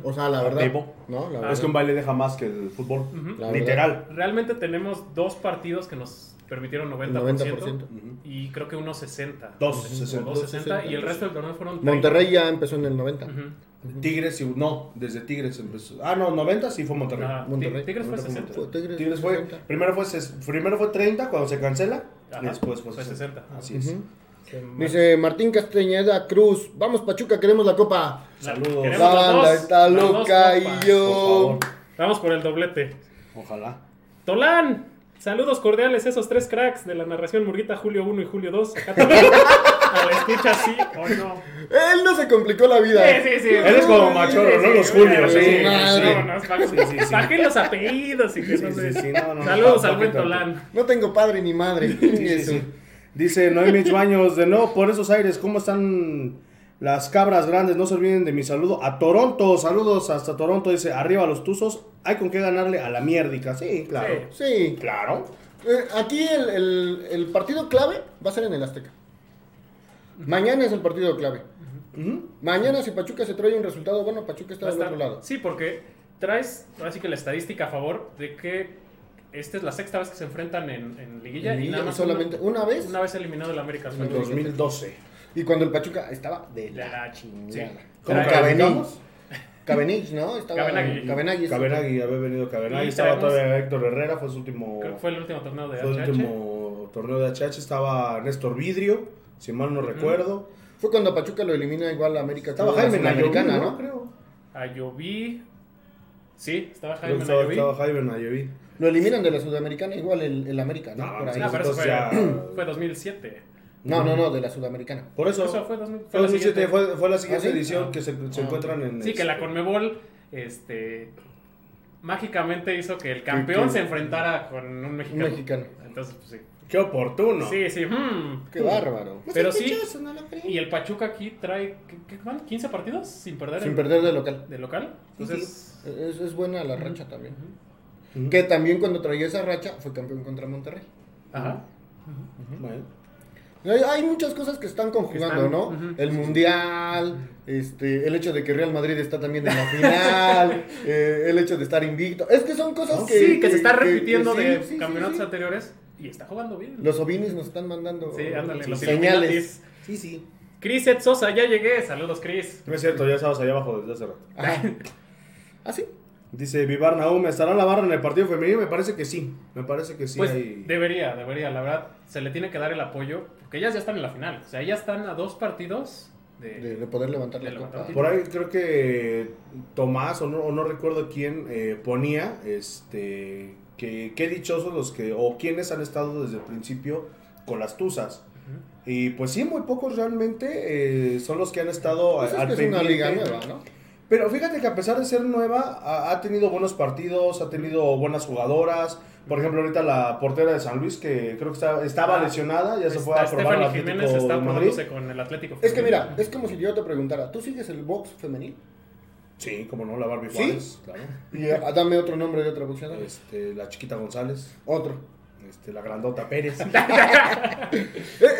Speaker 4: O sea, la verdad.
Speaker 2: Vivo.
Speaker 4: No,
Speaker 2: Es
Speaker 4: la
Speaker 2: que
Speaker 4: verdad.
Speaker 2: un baile deja más que el fútbol.
Speaker 4: La
Speaker 2: Literal.
Speaker 1: Realmente tenemos dos partidos que nos permitieron 90%.
Speaker 4: 90%.
Speaker 1: Y creo que unos 60.
Speaker 2: Dos,
Speaker 1: O
Speaker 2: 60.
Speaker 1: 260. Y el resto del torneo fueron 30.
Speaker 4: Monterrey ya empezó en el 90.
Speaker 1: Ujú.
Speaker 2: Tigres, y- no, desde Tigres empezó. Ah, no, 90 sí fue Monterrey.
Speaker 1: Ah,
Speaker 4: Monterrey.
Speaker 1: Tigres fue
Speaker 2: Monterrey,
Speaker 1: 60.
Speaker 4: Fue Tigres,
Speaker 2: Tigres fue,
Speaker 4: 60.
Speaker 2: primero fue, ses- primero fue 30 cuando se cancela,
Speaker 1: Ajá.
Speaker 2: y después fue
Speaker 1: Fue
Speaker 2: 60.
Speaker 1: 60.
Speaker 2: Así es.
Speaker 4: Ujú.
Speaker 1: Se mar-
Speaker 4: Dice Martín Castañeda Cruz, vamos Pachuca, queremos la copa.
Speaker 1: La-
Speaker 2: Saludos.
Speaker 1: queremos
Speaker 4: La
Speaker 1: las
Speaker 4: banda
Speaker 1: dos,
Speaker 4: está
Speaker 1: las dos
Speaker 4: loca
Speaker 1: copas.
Speaker 4: y yo.
Speaker 2: Por favor.
Speaker 1: Vamos por el doblete.
Speaker 2: Ojalá.
Speaker 1: Tolán, saludos cordiales a esos tres cracks de la narración Murguita Julio 1 y Julio 2. Acá también. a la escucha sí o no.
Speaker 4: Él no se complicó la vida.
Speaker 2: Él es como machorro, ¿no? Los Julios,
Speaker 1: Sí,
Speaker 2: sí,
Speaker 1: sí,
Speaker 4: madre.
Speaker 1: no, no, bajé- bajé los apellidos y que no
Speaker 2: Sí,
Speaker 1: sé.
Speaker 2: sí, sí, no, no,
Speaker 1: Saludos
Speaker 2: no,
Speaker 1: al
Speaker 2: no,
Speaker 1: buen
Speaker 2: no, no.
Speaker 1: Tolán.
Speaker 4: No tengo padre ni madre. Eso.
Speaker 2: Dice Noemich Baños, de nuevo por esos aires, ¿cómo están las cabras grandes? No se olviden de mi saludo a Toronto. Saludos hasta Toronto. Dice, arriba los tuzos, hay con qué ganarle a la mierdica. Sí, claro.
Speaker 4: Sí.
Speaker 2: Claro.
Speaker 4: Eh, aquí el, el- el partido clave va a ser en el Azteca. Mañana es el partido clave.
Speaker 2: Ujú.
Speaker 4: Mañana si Pachuca se trae un resultado bueno, Pachuca está
Speaker 1: Va a
Speaker 4: del
Speaker 1: estar-
Speaker 4: otro llado.
Speaker 1: Sí, porque traes ahora sí que la estadística a favor de que esta es la sexta vez que se enfrentan en, en liguilla,
Speaker 4: Y
Speaker 1: y nada más
Speaker 4: solamente
Speaker 1: una,
Speaker 4: una, vez.
Speaker 1: una vez eliminado el América.
Speaker 2: En 2012.
Speaker 4: Y cuando el Pachuca estaba de
Speaker 1: De
Speaker 4: la...
Speaker 1: la chingada.
Speaker 4: Con
Speaker 2: ¿Cómo
Speaker 1: Trae-
Speaker 2: que
Speaker 4: Cavani.
Speaker 2: aventamos?
Speaker 4: Cabenich, ¿no? Estaba-
Speaker 1: Cabenaghi.
Speaker 4: Cabenaghi, sí.
Speaker 2: Cabenagui, había venido Cabenagui.
Speaker 1: Y
Speaker 2: Estaba
Speaker 1: traemos-
Speaker 2: todavía Héctor Herrera, fue su último,
Speaker 1: Creo que fue el último torneo de
Speaker 2: fue el
Speaker 1: HH.
Speaker 2: último torneo de HH. Estaba Néstor Vidrio, si mal no recuerdo.
Speaker 4: Fue cuando a Pachuca lo elimina igual a América.
Speaker 2: Estaba
Speaker 4: Club de la
Speaker 2: Jaime Nayoví,
Speaker 4: Sudamericana,
Speaker 2: ¿no? Creo.
Speaker 1: Ayoví. Sí, estaba
Speaker 2: Creo que
Speaker 1: Jaime
Speaker 2: estaba,
Speaker 1: Ayoví.
Speaker 2: estaba Jaime Nayoví.
Speaker 4: Lo eliminan de la Sudamericana igual el, el América, ¿no?
Speaker 2: No,
Speaker 4: Por ahí.
Speaker 1: Ah, pero eso fue,
Speaker 2: Entonces ya-
Speaker 1: fue 2007.
Speaker 4: No, no, no, de la Sudamericana.
Speaker 2: Por eso,
Speaker 1: Eso fue 2000,
Speaker 2: fue,
Speaker 1: fue la
Speaker 2: 2007,
Speaker 1: siguiente.
Speaker 2: fue, fue la siguiente
Speaker 4: ¿Ah, sí?
Speaker 2: edición
Speaker 1: Ah.
Speaker 2: que se, se
Speaker 4: Ah.
Speaker 2: encuentran en...
Speaker 1: Sí, que la
Speaker 2: este,
Speaker 1: Conmebol, este, mágicamente hizo que el campeón
Speaker 4: que-
Speaker 1: se enfrentara con un mexicano.
Speaker 4: Un mexicano.
Speaker 1: Entonces, pues, sí.
Speaker 2: Qué oportuno.
Speaker 1: Sí, sí. hmm.
Speaker 4: Qué bárbaro.
Speaker 1: Pero sí. Y el Pachuca aquí trae, ¿qué, qué van? ¿15 partidos sin perder?
Speaker 4: Sin
Speaker 1: en-
Speaker 4: perder de local.
Speaker 1: De local. Entonces,
Speaker 4: Es, es buena la racha también.
Speaker 2: Ujú.
Speaker 4: Que también cuando traía esa racha fue campeón contra Monterrey.
Speaker 1: ajá.
Speaker 2: Bueno.
Speaker 4: Hay, hay muchas cosas que están conjugando,
Speaker 1: Están,
Speaker 4: ¿no?
Speaker 1: ujú.
Speaker 4: El mundial, este, el hecho de que Real Madrid está también en la final, eh, el hecho de estar invicto. Es que son cosas que.
Speaker 1: sí, que se está repitiendo
Speaker 4: que sí,
Speaker 1: de
Speaker 4: sí, sí,
Speaker 1: campeonatos
Speaker 4: sí.
Speaker 1: anteriores y está jugando bien.
Speaker 4: Los ovinis nos están mandando
Speaker 1: sí, ándale, los
Speaker 4: señales.
Speaker 1: Illuminatis.
Speaker 2: Sí, sí.
Speaker 1: Cris Ed Sosa, ya llegué. Saludos, Cris.
Speaker 2: No es cierto, ya estabas allá abajo desde hace rato.
Speaker 4: Ajá. ¿Ah, sí?
Speaker 2: Dice Vivar Nahum, ¿estará la barra en el partido femenino? Me parece que sí. Me parece que sí.
Speaker 1: Pues
Speaker 2: hay-
Speaker 1: debería, debería, la verdad, se le tiene que dar el apoyo, porque ellas ya están en la final. O sea, ellas están a dos partidos de...
Speaker 4: De, de poder levantar
Speaker 1: De
Speaker 4: la
Speaker 1: levantar
Speaker 4: copa.
Speaker 1: la
Speaker 2: Por ahí creo que Tomás, o no, o no recuerdo quién, eh, ponía este que qué dichosos los que, o quienes han estado desde el principio con las tuzas. Y pues sí, muy pocos realmente eh, son los que han estado
Speaker 4: Pues es
Speaker 2: al
Speaker 4: que es una
Speaker 2: pendiente.
Speaker 4: liga nueva, ¿no?
Speaker 2: Pero fíjate que a pesar de ser nueva, ha, ha tenido buenos partidos, ha tenido buenas jugadoras. Por ejemplo, ahorita la portera de San Luis, que creo que estaba, estaba
Speaker 1: Ah,
Speaker 2: lesionada, ya se fue
Speaker 1: Está
Speaker 2: a probar al Atlético
Speaker 1: Stephanie Jiménez está
Speaker 2: de Madrid.
Speaker 1: probándose con el Atlético.
Speaker 4: Es que
Speaker 1: Femenil.
Speaker 4: mira, es como si yo te preguntara, ¿tú sigues el box femenil?
Speaker 2: Sí, como no, la Barbie
Speaker 4: ¿Sí?
Speaker 2: Juárez, claro.
Speaker 4: Y ah, dame otro nombre de otra boxeadora.
Speaker 2: Este, la chiquita González,
Speaker 4: Otro.
Speaker 2: este, la grandota Pérez.
Speaker 4: Eh,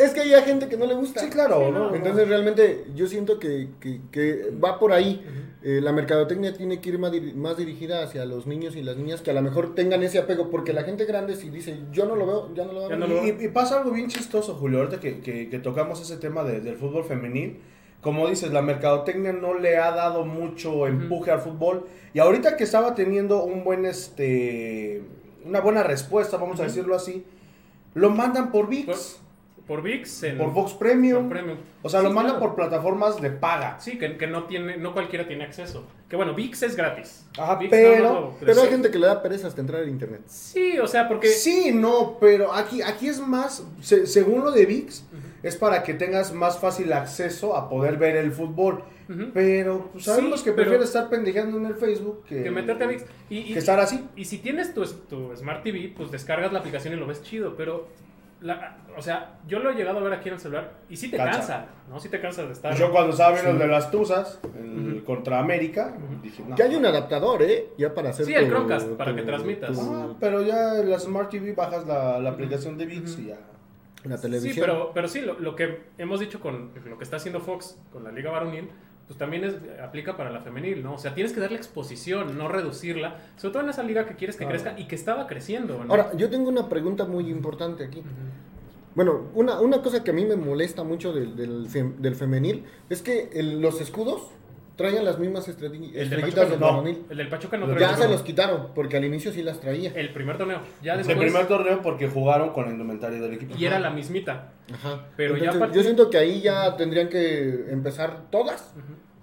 Speaker 4: Es que hay gente que no le gusta.
Speaker 2: Sí, claro, no, no.
Speaker 4: Entonces realmente yo siento que, que- que va por ahí. Eh, la mercadotecnia tiene que ir más, diri- más dirigida hacia los niños y las niñas que a lo mejor tengan ese apego, porque la gente grande si dice, yo no lo veo, ya no lo veo.
Speaker 1: Ya no lo veo.
Speaker 2: Y, y pasa algo bien chistoso, Julio, ahorita que, que- que tocamos ese tema de- del fútbol femenil. Como dices, la mercadotecnia no le ha dado mucho empuje al fútbol. Y ahorita que estaba teniendo un buen, este, una buena respuesta, vamos a decirlo así, lo mandan por VIX,
Speaker 1: Por VIX, en-
Speaker 2: por Vox
Speaker 1: por
Speaker 2: Premium.
Speaker 1: Premium.
Speaker 2: O sea, lo
Speaker 1: Sí,
Speaker 2: mandan
Speaker 1: claro.
Speaker 2: por plataformas de paga.
Speaker 1: Sí, que, que no tiene, no cualquiera tiene acceso. Que bueno, VIX es gratis.
Speaker 2: Ajá,
Speaker 1: ViX
Speaker 2: pero-
Speaker 1: nada más lo-
Speaker 4: Pero hay gente que le da pereza hasta entrar en internet.
Speaker 1: Sí, o sea, porque...
Speaker 2: Sí, no, pero aquí, aquí es más, se- según lo de VIX, es para que tengas más fácil acceso a poder ver el fútbol.
Speaker 1: Ujú.
Speaker 2: Pero pues, sabemos
Speaker 1: Sí,
Speaker 2: que
Speaker 1: pero-
Speaker 2: prefieres estar pendejeando en el Facebook que,
Speaker 1: Que meterte a VIX. Y, y-
Speaker 2: que estar así.
Speaker 1: y si tienes tu, tu Smart TV, pues descargas la aplicación y lo ves chido, pero... la- o sea, yo lo he llegado a ver aquí en el celular y sí te
Speaker 2: Cansa.
Speaker 1: cansa, ¿no? Sí te cansa de estar...
Speaker 2: Yo cuando estaba viendo el de las Tuzas, el contra América, dije, no.
Speaker 4: Que hay un adaptador, ¿eh? Ya para hacer
Speaker 1: Sí, el Chromecast, para que transmitas.
Speaker 2: Ah, pero ya en la Smart TV bajas la, la aplicación de VIX y ya.
Speaker 4: La
Speaker 1: Sí,
Speaker 4: televisión.
Speaker 1: pero, pero sí, lo, lo que hemos dicho con lo que está haciendo Fox con la Liga Varonil, pues también es, aplica para la femenil, ¿no? O sea, tienes que darle exposición, no reducirla, sobre todo en esa liga que quieres que
Speaker 2: Claro.
Speaker 1: crezca y que estaba creciendo, ¿no?
Speaker 4: Ahora, yo tengo una pregunta muy importante aquí. Bueno, una, una cosa que a mí me molesta mucho del, del, fem- del femenil es que el- los escudos traían las mismas estrelli-
Speaker 1: el del
Speaker 4: estrellitas
Speaker 1: Pachuca,
Speaker 4: del
Speaker 1: no,
Speaker 4: varonil.
Speaker 1: el del Pachuca no trae
Speaker 4: ya se
Speaker 1: ninguno.
Speaker 4: los quitaron, porque al inicio sí las traía.
Speaker 1: El primer torneo, ya
Speaker 2: El
Speaker 1: después,
Speaker 2: primer torneo porque jugaron con la indumentaria del equipo.
Speaker 1: y era la mismita.
Speaker 4: Ajá.
Speaker 1: Pero ya
Speaker 4: Entonces,
Speaker 1: a partir-
Speaker 4: Yo siento que ahí ya tendrían que empezar todas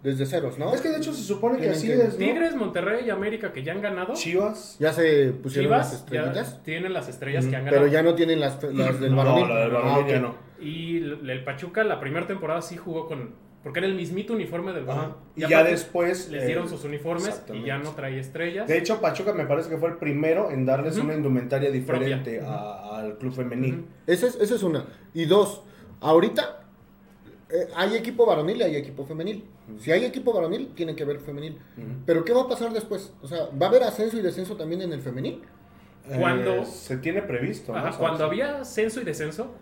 Speaker 4: desde ceros, ¿no?
Speaker 2: Es que de hecho se supone que
Speaker 4: Tienen
Speaker 2: así
Speaker 4: que-
Speaker 2: es, Pues ¿no?
Speaker 1: Tigres, Monterrey y América que ya han ganado,
Speaker 2: Chivas.
Speaker 4: ya se pusieron las
Speaker 1: Chivas
Speaker 4: estrellitas,
Speaker 1: ya tienen las estrellas que han ganado.
Speaker 4: pero ya no tienen las, las del
Speaker 2: No,
Speaker 4: varonil.
Speaker 2: la del
Speaker 4: Ah,
Speaker 2: Varonil ya
Speaker 4: ok.
Speaker 2: no.
Speaker 1: Y el el Pachuca la primera temporada sí jugó con... Porque era el mismito uniforme del
Speaker 2: Ajá.
Speaker 1: varonil.
Speaker 2: Y ya,
Speaker 1: aparte
Speaker 2: después.
Speaker 1: Les dieron
Speaker 2: eh,
Speaker 1: sus uniformes y
Speaker 2: exactamente.
Speaker 1: ya no traía estrellas.
Speaker 2: De hecho, Pachuca me parece que fue el primero en darles
Speaker 1: Ujú.
Speaker 2: una indumentaria diferente
Speaker 1: Propia.
Speaker 2: a- al club femenil.
Speaker 4: Esa es, esa es una. Y dos, ahorita eh, hay equipo varonil y hay equipo femenil. Si hay equipo varonil, tiene que haber femenil. Pero ¿qué va a pasar después? O sea, ¿va a haber ascenso y descenso también en el femenil?
Speaker 2: Eh,
Speaker 1: Cuando-
Speaker 2: se tiene previsto. ¿no?
Speaker 1: Ajá,
Speaker 2: O sea,
Speaker 1: cuando
Speaker 2: sí.
Speaker 1: había censo y descenso,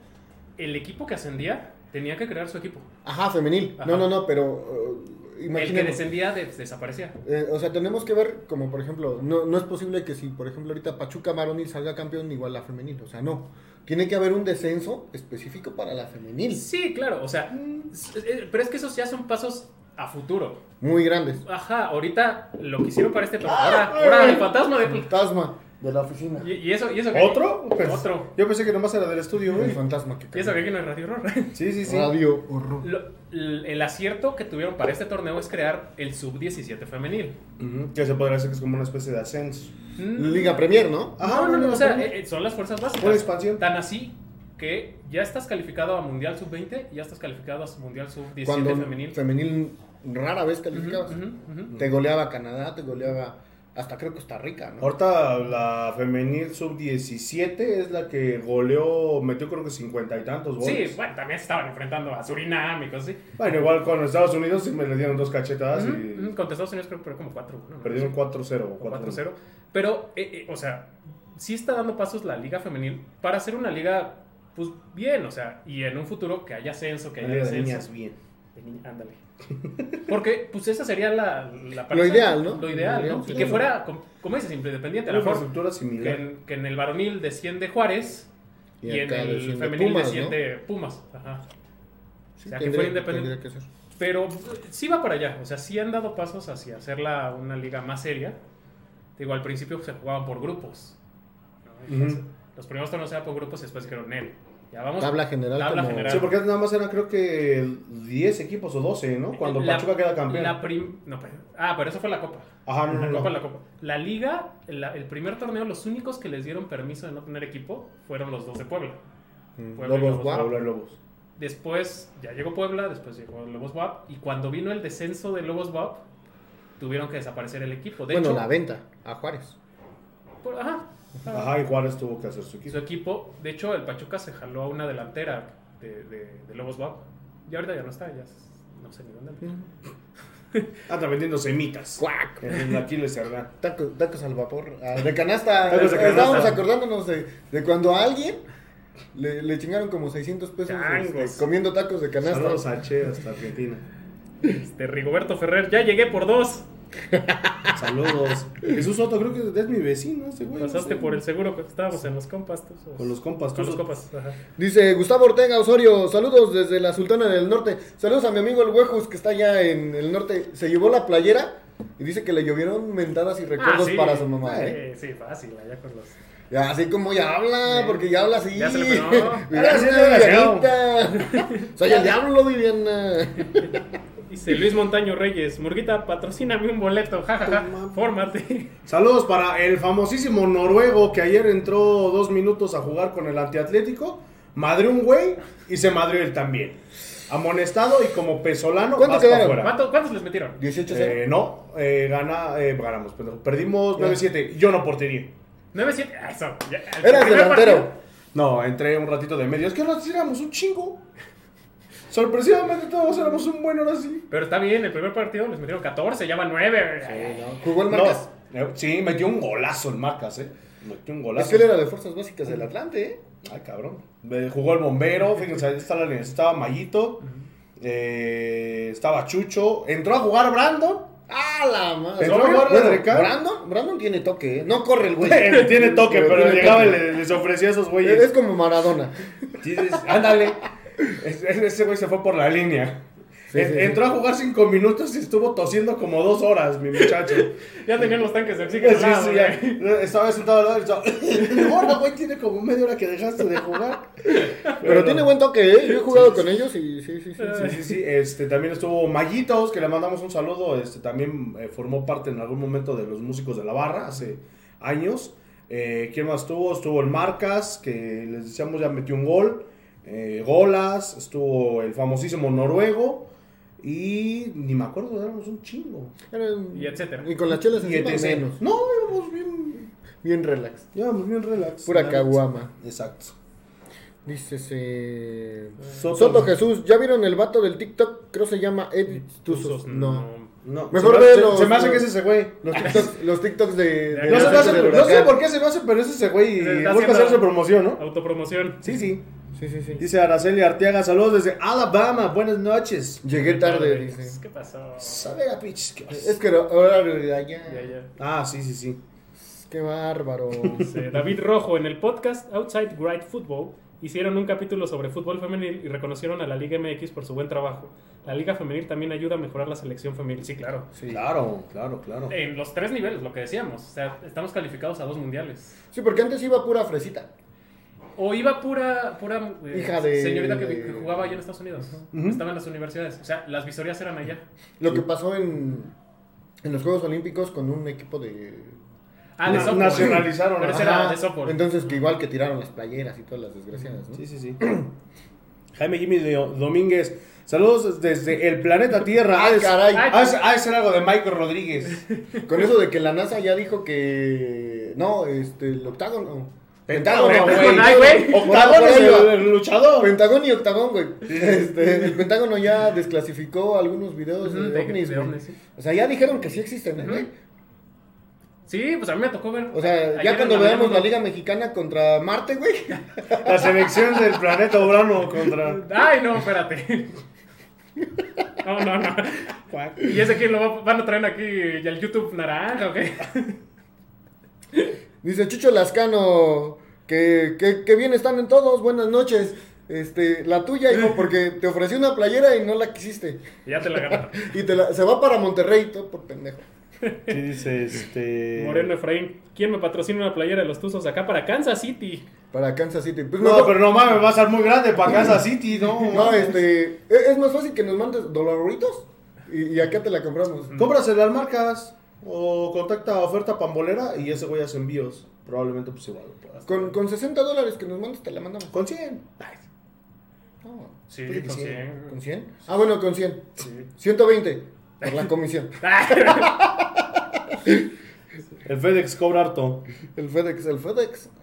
Speaker 1: el equipo que ascendía tenía que crear su equipo.
Speaker 4: Ajá, femenil.
Speaker 1: Ajá.
Speaker 4: No, no, no, pero eh,
Speaker 1: El que
Speaker 4: imaginemos.
Speaker 1: descendía de- desaparecía.
Speaker 4: Eh, o sea, tenemos que ver, como por ejemplo, no, no es posible que si, por ejemplo, ahorita Pachuca varonil salga campeón igual la femenil. O sea, no. Tiene que haber un descenso específico para la femenil.
Speaker 1: eh, Sí, claro, o sea, s- eh, pero es que esos ya son pasos a futuro.
Speaker 4: Muy grandes.
Speaker 1: Ajá, ahorita lo que hicieron para este partido. Ahora, ahora el fantasma de.
Speaker 4: Fantasma de la oficina.
Speaker 1: Y, y eso, y eso que-
Speaker 2: ¿Otro? Pues,
Speaker 1: Otro.
Speaker 2: Yo pensé que nomás era del estudio,
Speaker 4: El
Speaker 2: güey.
Speaker 4: fantasma que
Speaker 1: Y eso que aquí no es Radio Horror.
Speaker 2: Sí, sí, sí.
Speaker 4: Radio horror.
Speaker 1: Lo- l- el acierto que tuvieron para este torneo es crear el sub-17 femenil.
Speaker 2: Ujú, Que se podría decir que es como una especie de ascenso.
Speaker 1: Mm,
Speaker 4: Liga Premier, ¿no?
Speaker 2: Ajá,
Speaker 1: no, no, no,
Speaker 2: no,
Speaker 1: o sea,
Speaker 2: no.
Speaker 1: eh, eh, son las fuerzas básicas.
Speaker 2: Una expansión.
Speaker 1: Tan así que ya estás calificado a Mundial Sub-20, ya estás calificado a Mundial Sub-17
Speaker 4: Cuando
Speaker 1: femenil.
Speaker 4: femenil rara vez calificabas.
Speaker 1: Ujú, ujú.
Speaker 4: Te goleaba Canadá, te goleaba hasta creo Costa Rica, ¿no?
Speaker 2: Ahorita la femenil sub-17 es la que goleó, metió creo que cincuenta y tantos goles.
Speaker 1: Sí, bueno, también se estaban enfrentando a Surinam y cosas así.
Speaker 2: Bueno, igual con Estados Unidos sí me le dieron dos cachetadas
Speaker 1: Ujú,
Speaker 2: y
Speaker 1: ujú, Contra Estados Unidos creo que fueron como 4 1
Speaker 2: Ah, perdieron 4-0.
Speaker 1: 4-0. Pero, eh, eh, o sea, sí está dando pasos la liga femenil para hacer una liga, pues bien, o sea, y en un futuro que haya ascenso, que
Speaker 2: Una
Speaker 1: haya
Speaker 2: liga de
Speaker 1: descenso.
Speaker 2: niñas bien.
Speaker 1: De niña- ándale. Porque, pues esa sería la, la
Speaker 4: Lo ideal, ¿no?
Speaker 1: Lo ideal,
Speaker 4: Lo
Speaker 1: ¿no?
Speaker 4: ideal,
Speaker 1: Y
Speaker 4: sí.
Speaker 1: que fuera, com- como dices, independiente. A
Speaker 2: Una
Speaker 1: lo mejor
Speaker 2: infraestructura
Speaker 1: que
Speaker 2: similar.
Speaker 1: en, que en el varonil desciende Juárez y, en
Speaker 4: acá
Speaker 1: el
Speaker 4: decían de
Speaker 1: femenil
Speaker 4: Pumas, ¿no?
Speaker 1: desciende Pumas. Ajá.
Speaker 4: Sí,
Speaker 1: o sea, que
Speaker 4: tendría-
Speaker 1: fuera independiente.
Speaker 4: tendría que ser.
Speaker 1: Pero eh, sí va para allá. O sea, sí han dado pasos hacia hacerla una liga más seria. Digo, al principio se jugaban por grupos. ¿no? Entonces,
Speaker 2: Ujú.
Speaker 1: Los primeros torneos eran por grupos y después dijeron, Nel, ya vamos.
Speaker 4: Tabla general
Speaker 1: Tabla
Speaker 4: como-
Speaker 1: general.
Speaker 2: Sí, porque antes nada más eran creo que 10 equipos o 12, ¿no? Cuando
Speaker 1: La-
Speaker 2: Pachuca queda campeón.
Speaker 1: la prim- no, pero- ah, pero eso fue la Copa.
Speaker 2: Ajá, no,
Speaker 1: La
Speaker 2: no, no.
Speaker 1: Copa, la Copa. La Liga, la- el primer torneo, los únicos que les dieron permiso de no tener equipo fueron los dos de Puebla.
Speaker 4: Mm,
Speaker 1: Puebla y
Speaker 4: Lobos
Speaker 1: Lobos
Speaker 4: Guap.
Speaker 1: Guap.
Speaker 2: Puebla y Lobos.
Speaker 1: Después ya llegó Puebla, después llegó Lobos WAP. Y cuando vino el descenso de Lobos WAP, tuvieron que desaparecer el equipo. De
Speaker 4: bueno,
Speaker 1: hecho,
Speaker 4: la venta a Juárez.
Speaker 1: por- ajá, ajá.
Speaker 2: Ajá, y Juárez tuvo que hacer su
Speaker 1: Y su
Speaker 2: equipo.
Speaker 1: equipo, de hecho, el Pachuca se jaló a una delantera de, de- de Lobos WAP. Y ahorita ya no está, ya s- no sé ni dónde. anda.
Speaker 2: Anda vendiendo semitas.
Speaker 4: Cuac.
Speaker 2: En Aquiles Hernán.
Speaker 4: Taco- tacos al vapor, ah, de canasta.
Speaker 2: Tacos de canasta.
Speaker 4: Estábamos acordándonos de, de cuando a alguien le, le chingaron como 600 pesos
Speaker 2: Changos.
Speaker 4: este, comiendo tacos de canasta.
Speaker 2: Saludos a Che hasta Argentina.
Speaker 1: Este, Rigoberto Ferrer, ya llegué por dos.
Speaker 2: Saludos. Jesús Soto, creo que es mi vecino este güey. no
Speaker 1: Pasaste
Speaker 2: sé.
Speaker 1: por el seguro, que estábamos en los compas. tú sabes.
Speaker 2: Con los compas.
Speaker 1: Con
Speaker 2: tú
Speaker 1: los
Speaker 2: so-
Speaker 1: compas, ajá.
Speaker 4: Dice Gustavo Ortega Osorio, saludos desde la Sultana del Norte. Saludos a mi amigo el Huejus que está allá en el norte. Se llevó la playera y dice que le llovieron mentadas y recuerdos
Speaker 1: Ah, sí.
Speaker 4: para su mamá. ¿eh?
Speaker 1: Sí, sí, fácil, allá con los.
Speaker 4: Ya, así como ya habla,
Speaker 1: Sí.
Speaker 4: porque ya habla así.
Speaker 1: Ya se le pegó.
Speaker 4: Mira,
Speaker 2: Ahora Ah, sí,
Speaker 4: mira,
Speaker 2: desgraciado.
Speaker 4: Vivianita. Soy el diablo, Viviana.
Speaker 1: Dice Luis Montaño Reyes, Murguita, patrocíname un boleto, jajaja, fórmate.
Speaker 2: Saludos para el famosísimo noruego que ayer entró dos minutos a jugar con el antiatlético. Madrió un güey y se madrió él también. Amonestado y como pesolano
Speaker 4: ¿Cuánto
Speaker 2: vas pa'
Speaker 4: quedaron?
Speaker 2: afuera.
Speaker 1: ¿Cuánto- ¿Cuántos les metieron?
Speaker 4: 18
Speaker 2: Eh, no, eh, gana, eh, ganamos, pendejo. Perdimos
Speaker 4: Ya.
Speaker 2: 9-7. Yo no portería.
Speaker 1: 9-7. Ah, eso. ya, el
Speaker 4: Eras
Speaker 1: primer
Speaker 4: delantero.
Speaker 1: partido.
Speaker 2: No, entré un ratito de medio. Es que nosotros éramos un chingo. Sorpresivamente todos éramos un buen ahora sí.
Speaker 1: Pero está bien, el primer partido les metieron 14, ya van 9.
Speaker 4: ¿Jugó el
Speaker 2: No,
Speaker 4: Marcas?
Speaker 2: eh, sí, metió un golazo en marcas, eh. Metió un
Speaker 4: Es
Speaker 2: golazo.
Speaker 4: que él era de Fuerzas Básicas del Atlante, ¿eh?
Speaker 2: Ay, cabrón. Eh, Jugó el bombero, fíjense, ahí está la línea. Estaba Mayito, eh, estaba Chucho. Entró a jugar Brandon.
Speaker 4: ¡Ah, la madre!
Speaker 2: Entró
Speaker 4: Bueno,
Speaker 2: Warner de Cal.
Speaker 4: Brandon, Brandon tiene toque, ¿eh? No corre el güey.
Speaker 2: Tiene toque, pero,
Speaker 4: tiene
Speaker 2: llegaba y
Speaker 4: toque.
Speaker 2: le- les ofrecía a esos
Speaker 4: Es es
Speaker 2: güeyes.
Speaker 4: como Maradona.
Speaker 2: Sí, dices, ándale. Es- es- Ese güey se fue por la línea.
Speaker 4: Sí,
Speaker 2: En-
Speaker 4: sí, sí.
Speaker 2: Entró a jugar cinco minutos y estuvo tosiendo como dos horas, mi muchacho.
Speaker 1: Ya tenían los tanques de oxígeno.
Speaker 2: Sí,
Speaker 1: al lado, ¿eh?
Speaker 2: sí, ya.
Speaker 1: güey.
Speaker 2: Estaba sentado al lado y estaba... Ahora, güey, tiene como media hora que dejaste de jugar.
Speaker 4: Pero, tiene buen toque, ¿eh? Yo he jugado con ellos y sí, Eh. sí, sí. sí.
Speaker 2: Sí, sí, sí. Este, también estuvo Maguitos, que le mandamos un saludo. Este, también eh, formó parte en algún momento de los músicos de la barra hace años. Eh, ¿Quién más estuvo? Estuvo el Marcas, que les decíamos ya metió un gol. Eh, golas, estuvo el famosísimo Noruego. Y ni me acuerdo, éramos un chingo.
Speaker 4: Eran-
Speaker 1: Y etcétera.
Speaker 4: Y con las chelas
Speaker 2: Y
Speaker 4: encima,
Speaker 2: etc.
Speaker 4: menos.
Speaker 2: No, íbamos bien,
Speaker 4: Bien relax.
Speaker 2: íbamos bien relax.
Speaker 4: Pura
Speaker 2: Relax.
Speaker 4: caguama.
Speaker 2: Exacto.
Speaker 4: Dice ese...
Speaker 2: Soto.
Speaker 4: Soto Jesús, ¿ya vieron el vato del TikTok? Creo se llama Ed Tuzos.
Speaker 1: Tuzos,
Speaker 4: No.
Speaker 2: No,
Speaker 4: Mejor
Speaker 2: se me, hace-
Speaker 4: velo,
Speaker 2: se me hace
Speaker 4: Soto.
Speaker 2: que es ese güey.
Speaker 4: Los TikToks, los TikToks de... de
Speaker 2: No, se me
Speaker 4: Huracanes
Speaker 2: hace-
Speaker 4: del
Speaker 2: no sé
Speaker 4: Huracán.
Speaker 2: por qué se me hace, pero es ese güey.
Speaker 1: Se
Speaker 2: Y
Speaker 1: está
Speaker 2: busca
Speaker 1: haciendo-
Speaker 2: hacerse promoción, ¿no?
Speaker 1: Autopromoción.
Speaker 2: Sí, sí.
Speaker 4: Sí, sí, sí.
Speaker 2: Dice Araceli Arteaga, saludos desde Alabama, buenas noches.
Speaker 4: Llegué tarde, dice.
Speaker 1: ¿Qué pasó?
Speaker 2: Sabe a pitch, ¿qué pasa?
Speaker 4: Es que era horario de allá.
Speaker 1: Ya, ya.
Speaker 2: Ah, sí, sí, sí.
Speaker 4: Qué bárbaro.
Speaker 1: Este, Dice David Rojo en el podcast Outside Right Football. hicieron un capítulo sobre fútbol femenil y reconocieron a la Liga MX por su buen trabajo. La Liga Femenil también ayuda a mejorar la selección femenil, sí, claro.
Speaker 4: Sí.
Speaker 2: Claro, claro, claro.
Speaker 1: En los tres niveles, lo que decíamos. O sea, estamos calificados a dos mundiales.
Speaker 4: Sí, porque antes iba pura fresita.
Speaker 1: O iba pura, pura eh,
Speaker 4: Hija de-
Speaker 1: señorita que,
Speaker 4: de-
Speaker 1: que jugaba allá en Estados Unidos. Estaba en las universidades. O sea, las visorías eran allá.
Speaker 4: Lo que pasó en, en los Juegos Olímpicos con un equipo de...
Speaker 1: Ah, de
Speaker 2: Na-
Speaker 1: softball.
Speaker 2: nacionalizaron,
Speaker 1: Pero ese
Speaker 4: Ajá,
Speaker 1: era de softball.
Speaker 4: Entonces, que igual que tiraron las playeras y todas las desgraciadas, ¿no?
Speaker 2: Sí, sí, sí. Jaime Jimmy de- Domínguez. Saludos desde el planeta Tierra.
Speaker 4: Ah,
Speaker 2: es-
Speaker 4: caray.
Speaker 2: Ah, es, ah, es algo de Michael Rodríguez.
Speaker 4: Con eso de que la NASA ya dijo que... No, este, el octágono.
Speaker 2: Pentágono,
Speaker 1: güey.
Speaker 2: güey.
Speaker 1: Ay, güey.
Speaker 2: Octágono
Speaker 4: Por
Speaker 2: es
Speaker 4: ahí
Speaker 2: el,
Speaker 4: va.
Speaker 2: el luchador.
Speaker 4: Pentagón y octagón, güey. Este, el Pentágono ya desclasificó algunos videos
Speaker 1: Ujú,
Speaker 4: de
Speaker 1: de-
Speaker 4: ovnis,
Speaker 1: de
Speaker 4: güey.
Speaker 1: ovnis, sí.
Speaker 4: O sea, ya dijeron que sí existen, ¿eh, güey.
Speaker 1: Sí, pues a mí me tocó ver.
Speaker 4: O sea,
Speaker 1: Ayer
Speaker 4: ya
Speaker 1: en
Speaker 4: cuando
Speaker 1: la
Speaker 4: veamos la
Speaker 1: mañana-
Speaker 4: Liga Mexicana contra Marte, güey.
Speaker 2: La selección del planeta Urano contra.
Speaker 1: Ay, no, espérate. No, no, no. ¿Y ese quién lo va- van a traer aquí? ¿Y el YouTube naranja o qué?
Speaker 4: Dice Chucho Lascano, que, que, que bien están en todos, buenas noches. Este, la tuya, hijo, porque te ofrecí una playera y no la quisiste.
Speaker 1: Y ya te la ganaron.
Speaker 4: Y te la, se va para Monterrey, todo por pendejo.
Speaker 2: ¿Qué dice este?
Speaker 1: Moreno Efraín, ¿quién me patrocina una playera de los Tuzos acá para Kansas City?
Speaker 4: Para Kansas City. Pues
Speaker 2: No,
Speaker 4: mejor-
Speaker 2: pero no mames, va a ser muy grande para Kansas City, ¿no?
Speaker 4: No, este, es, es más fácil que nos mandes dolaritos y, y acá te la compramos.
Speaker 2: Cómprase las marcas o contacta a oferta pambolera y ese güey hace envíos. Probablemente pues igual. lo puedas.
Speaker 4: Con, con 60 dólares que nos mandes te la mandamos.
Speaker 2: Con 100.
Speaker 4: No,
Speaker 1: Sí,
Speaker 4: pues,
Speaker 1: con
Speaker 4: ¿con
Speaker 1: 100.
Speaker 4: ¿Con 100? Ah, bueno, con 100.
Speaker 1: Sí.
Speaker 4: 120 por la comisión.
Speaker 2: El FedEx cobra harto.
Speaker 4: El FedEx, el FedEx.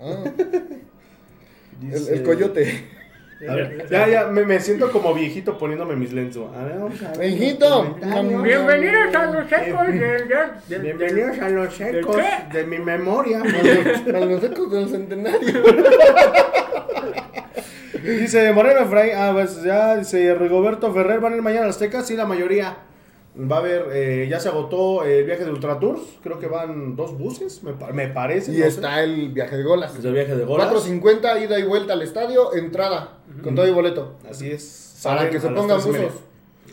Speaker 4: Ah, el,
Speaker 2: Dice-
Speaker 4: el coyote.
Speaker 2: A ver, ya, ya, me, me siento como viejito poniéndome mis lentes. güey. A ver, vamos a ver.
Speaker 4: Benjito.
Speaker 1: Bienvenidos a los ecos del... del-
Speaker 2: Bienvenidos a los ecos
Speaker 1: qué?
Speaker 2: de mi memoria.
Speaker 4: Para los ecos del centenario.
Speaker 2: dice Moreno Efraín. Ah, pues ya dice Rigoberto Ferrer. ¿Van a ir mañana a las Tecas? Sí, la mayoría. Va a haber, eh, ya se agotó el viaje de Ultratours. Creo que van dos buses, me, pa- me parece.
Speaker 4: Y
Speaker 2: no sé.
Speaker 4: está el viaje de golas.
Speaker 2: Es el viaje de golas.
Speaker 4: 4.50 ida y vuelta al estadio, entrada, con todo y boleto.
Speaker 2: Así es.
Speaker 4: Para
Speaker 2: Salen
Speaker 4: que se
Speaker 2: a las
Speaker 4: pongan
Speaker 2: tres y media.
Speaker 4: buzos.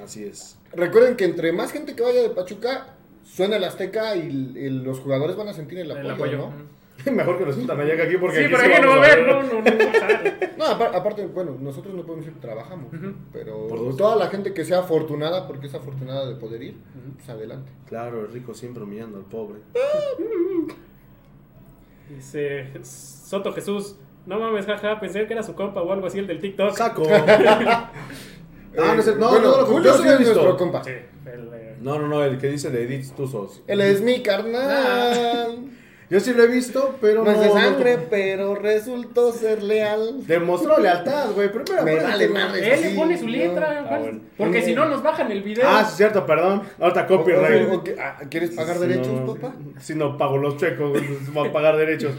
Speaker 2: Así es.
Speaker 4: Recuerden que entre más gente que vaya de Pachuca, suena el Azteca y, y los jugadores van a sentir el apoyo,
Speaker 1: El apoyo.
Speaker 4: ¿no?
Speaker 2: Mejor que resulta allá que aquí porque
Speaker 1: Sí,
Speaker 2: aquí
Speaker 1: pero
Speaker 2: sí
Speaker 1: aquí no va a
Speaker 2: vamos
Speaker 1: haber, no, no, no. va a estar.
Speaker 4: No, apar- aparte, bueno, nosotros no podemos ir, trabajamos, pero
Speaker 2: Por dos.
Speaker 4: toda la gente que sea afortunada, porque es afortunada de poder ir, pues adelante.
Speaker 2: Claro, el rico siempre humillando al pobre.
Speaker 1: Dice Soto Jesús, no mames, jaja, pensé que era su compa o algo así, el del TikTok.
Speaker 2: Saco. ah, no, es el- no,
Speaker 4: Eh, Bueno,
Speaker 2: no, no,
Speaker 4: Julio
Speaker 2: yo sí
Speaker 4: sí
Speaker 2: lo he
Speaker 4: es
Speaker 2: visto.
Speaker 4: nuestro compa.
Speaker 1: Sí, el... eh,
Speaker 2: No, no, no, el que dice de Edith Tuzos.
Speaker 4: Él es mi
Speaker 2: Ah.
Speaker 4: carnal.
Speaker 2: Yo sí lo he visto, pero no.
Speaker 4: No es de
Speaker 2: no-
Speaker 4: sangre, pero resultó ser leal.
Speaker 2: Demostró lealtad, güey. Primero,
Speaker 4: Me
Speaker 2: acuérdate,
Speaker 4: vale
Speaker 2: güey.
Speaker 4: madre.
Speaker 1: Él le
Speaker 4: Sí,
Speaker 1: pone su
Speaker 4: no.
Speaker 1: letra,
Speaker 2: Ah,
Speaker 1: ¿cuál?
Speaker 2: bueno.
Speaker 1: porque
Speaker 4: Mm.
Speaker 1: si no nos bajan el video.
Speaker 2: Ah, sí, cierto, perdón. Ahorita copyright.
Speaker 4: O- o- o que- ah, ¿Quieres pagar
Speaker 2: Si
Speaker 4: derechos,
Speaker 2: no-
Speaker 4: papá?
Speaker 2: Si no pago los checos, güey, entonces voy a pagar derechos.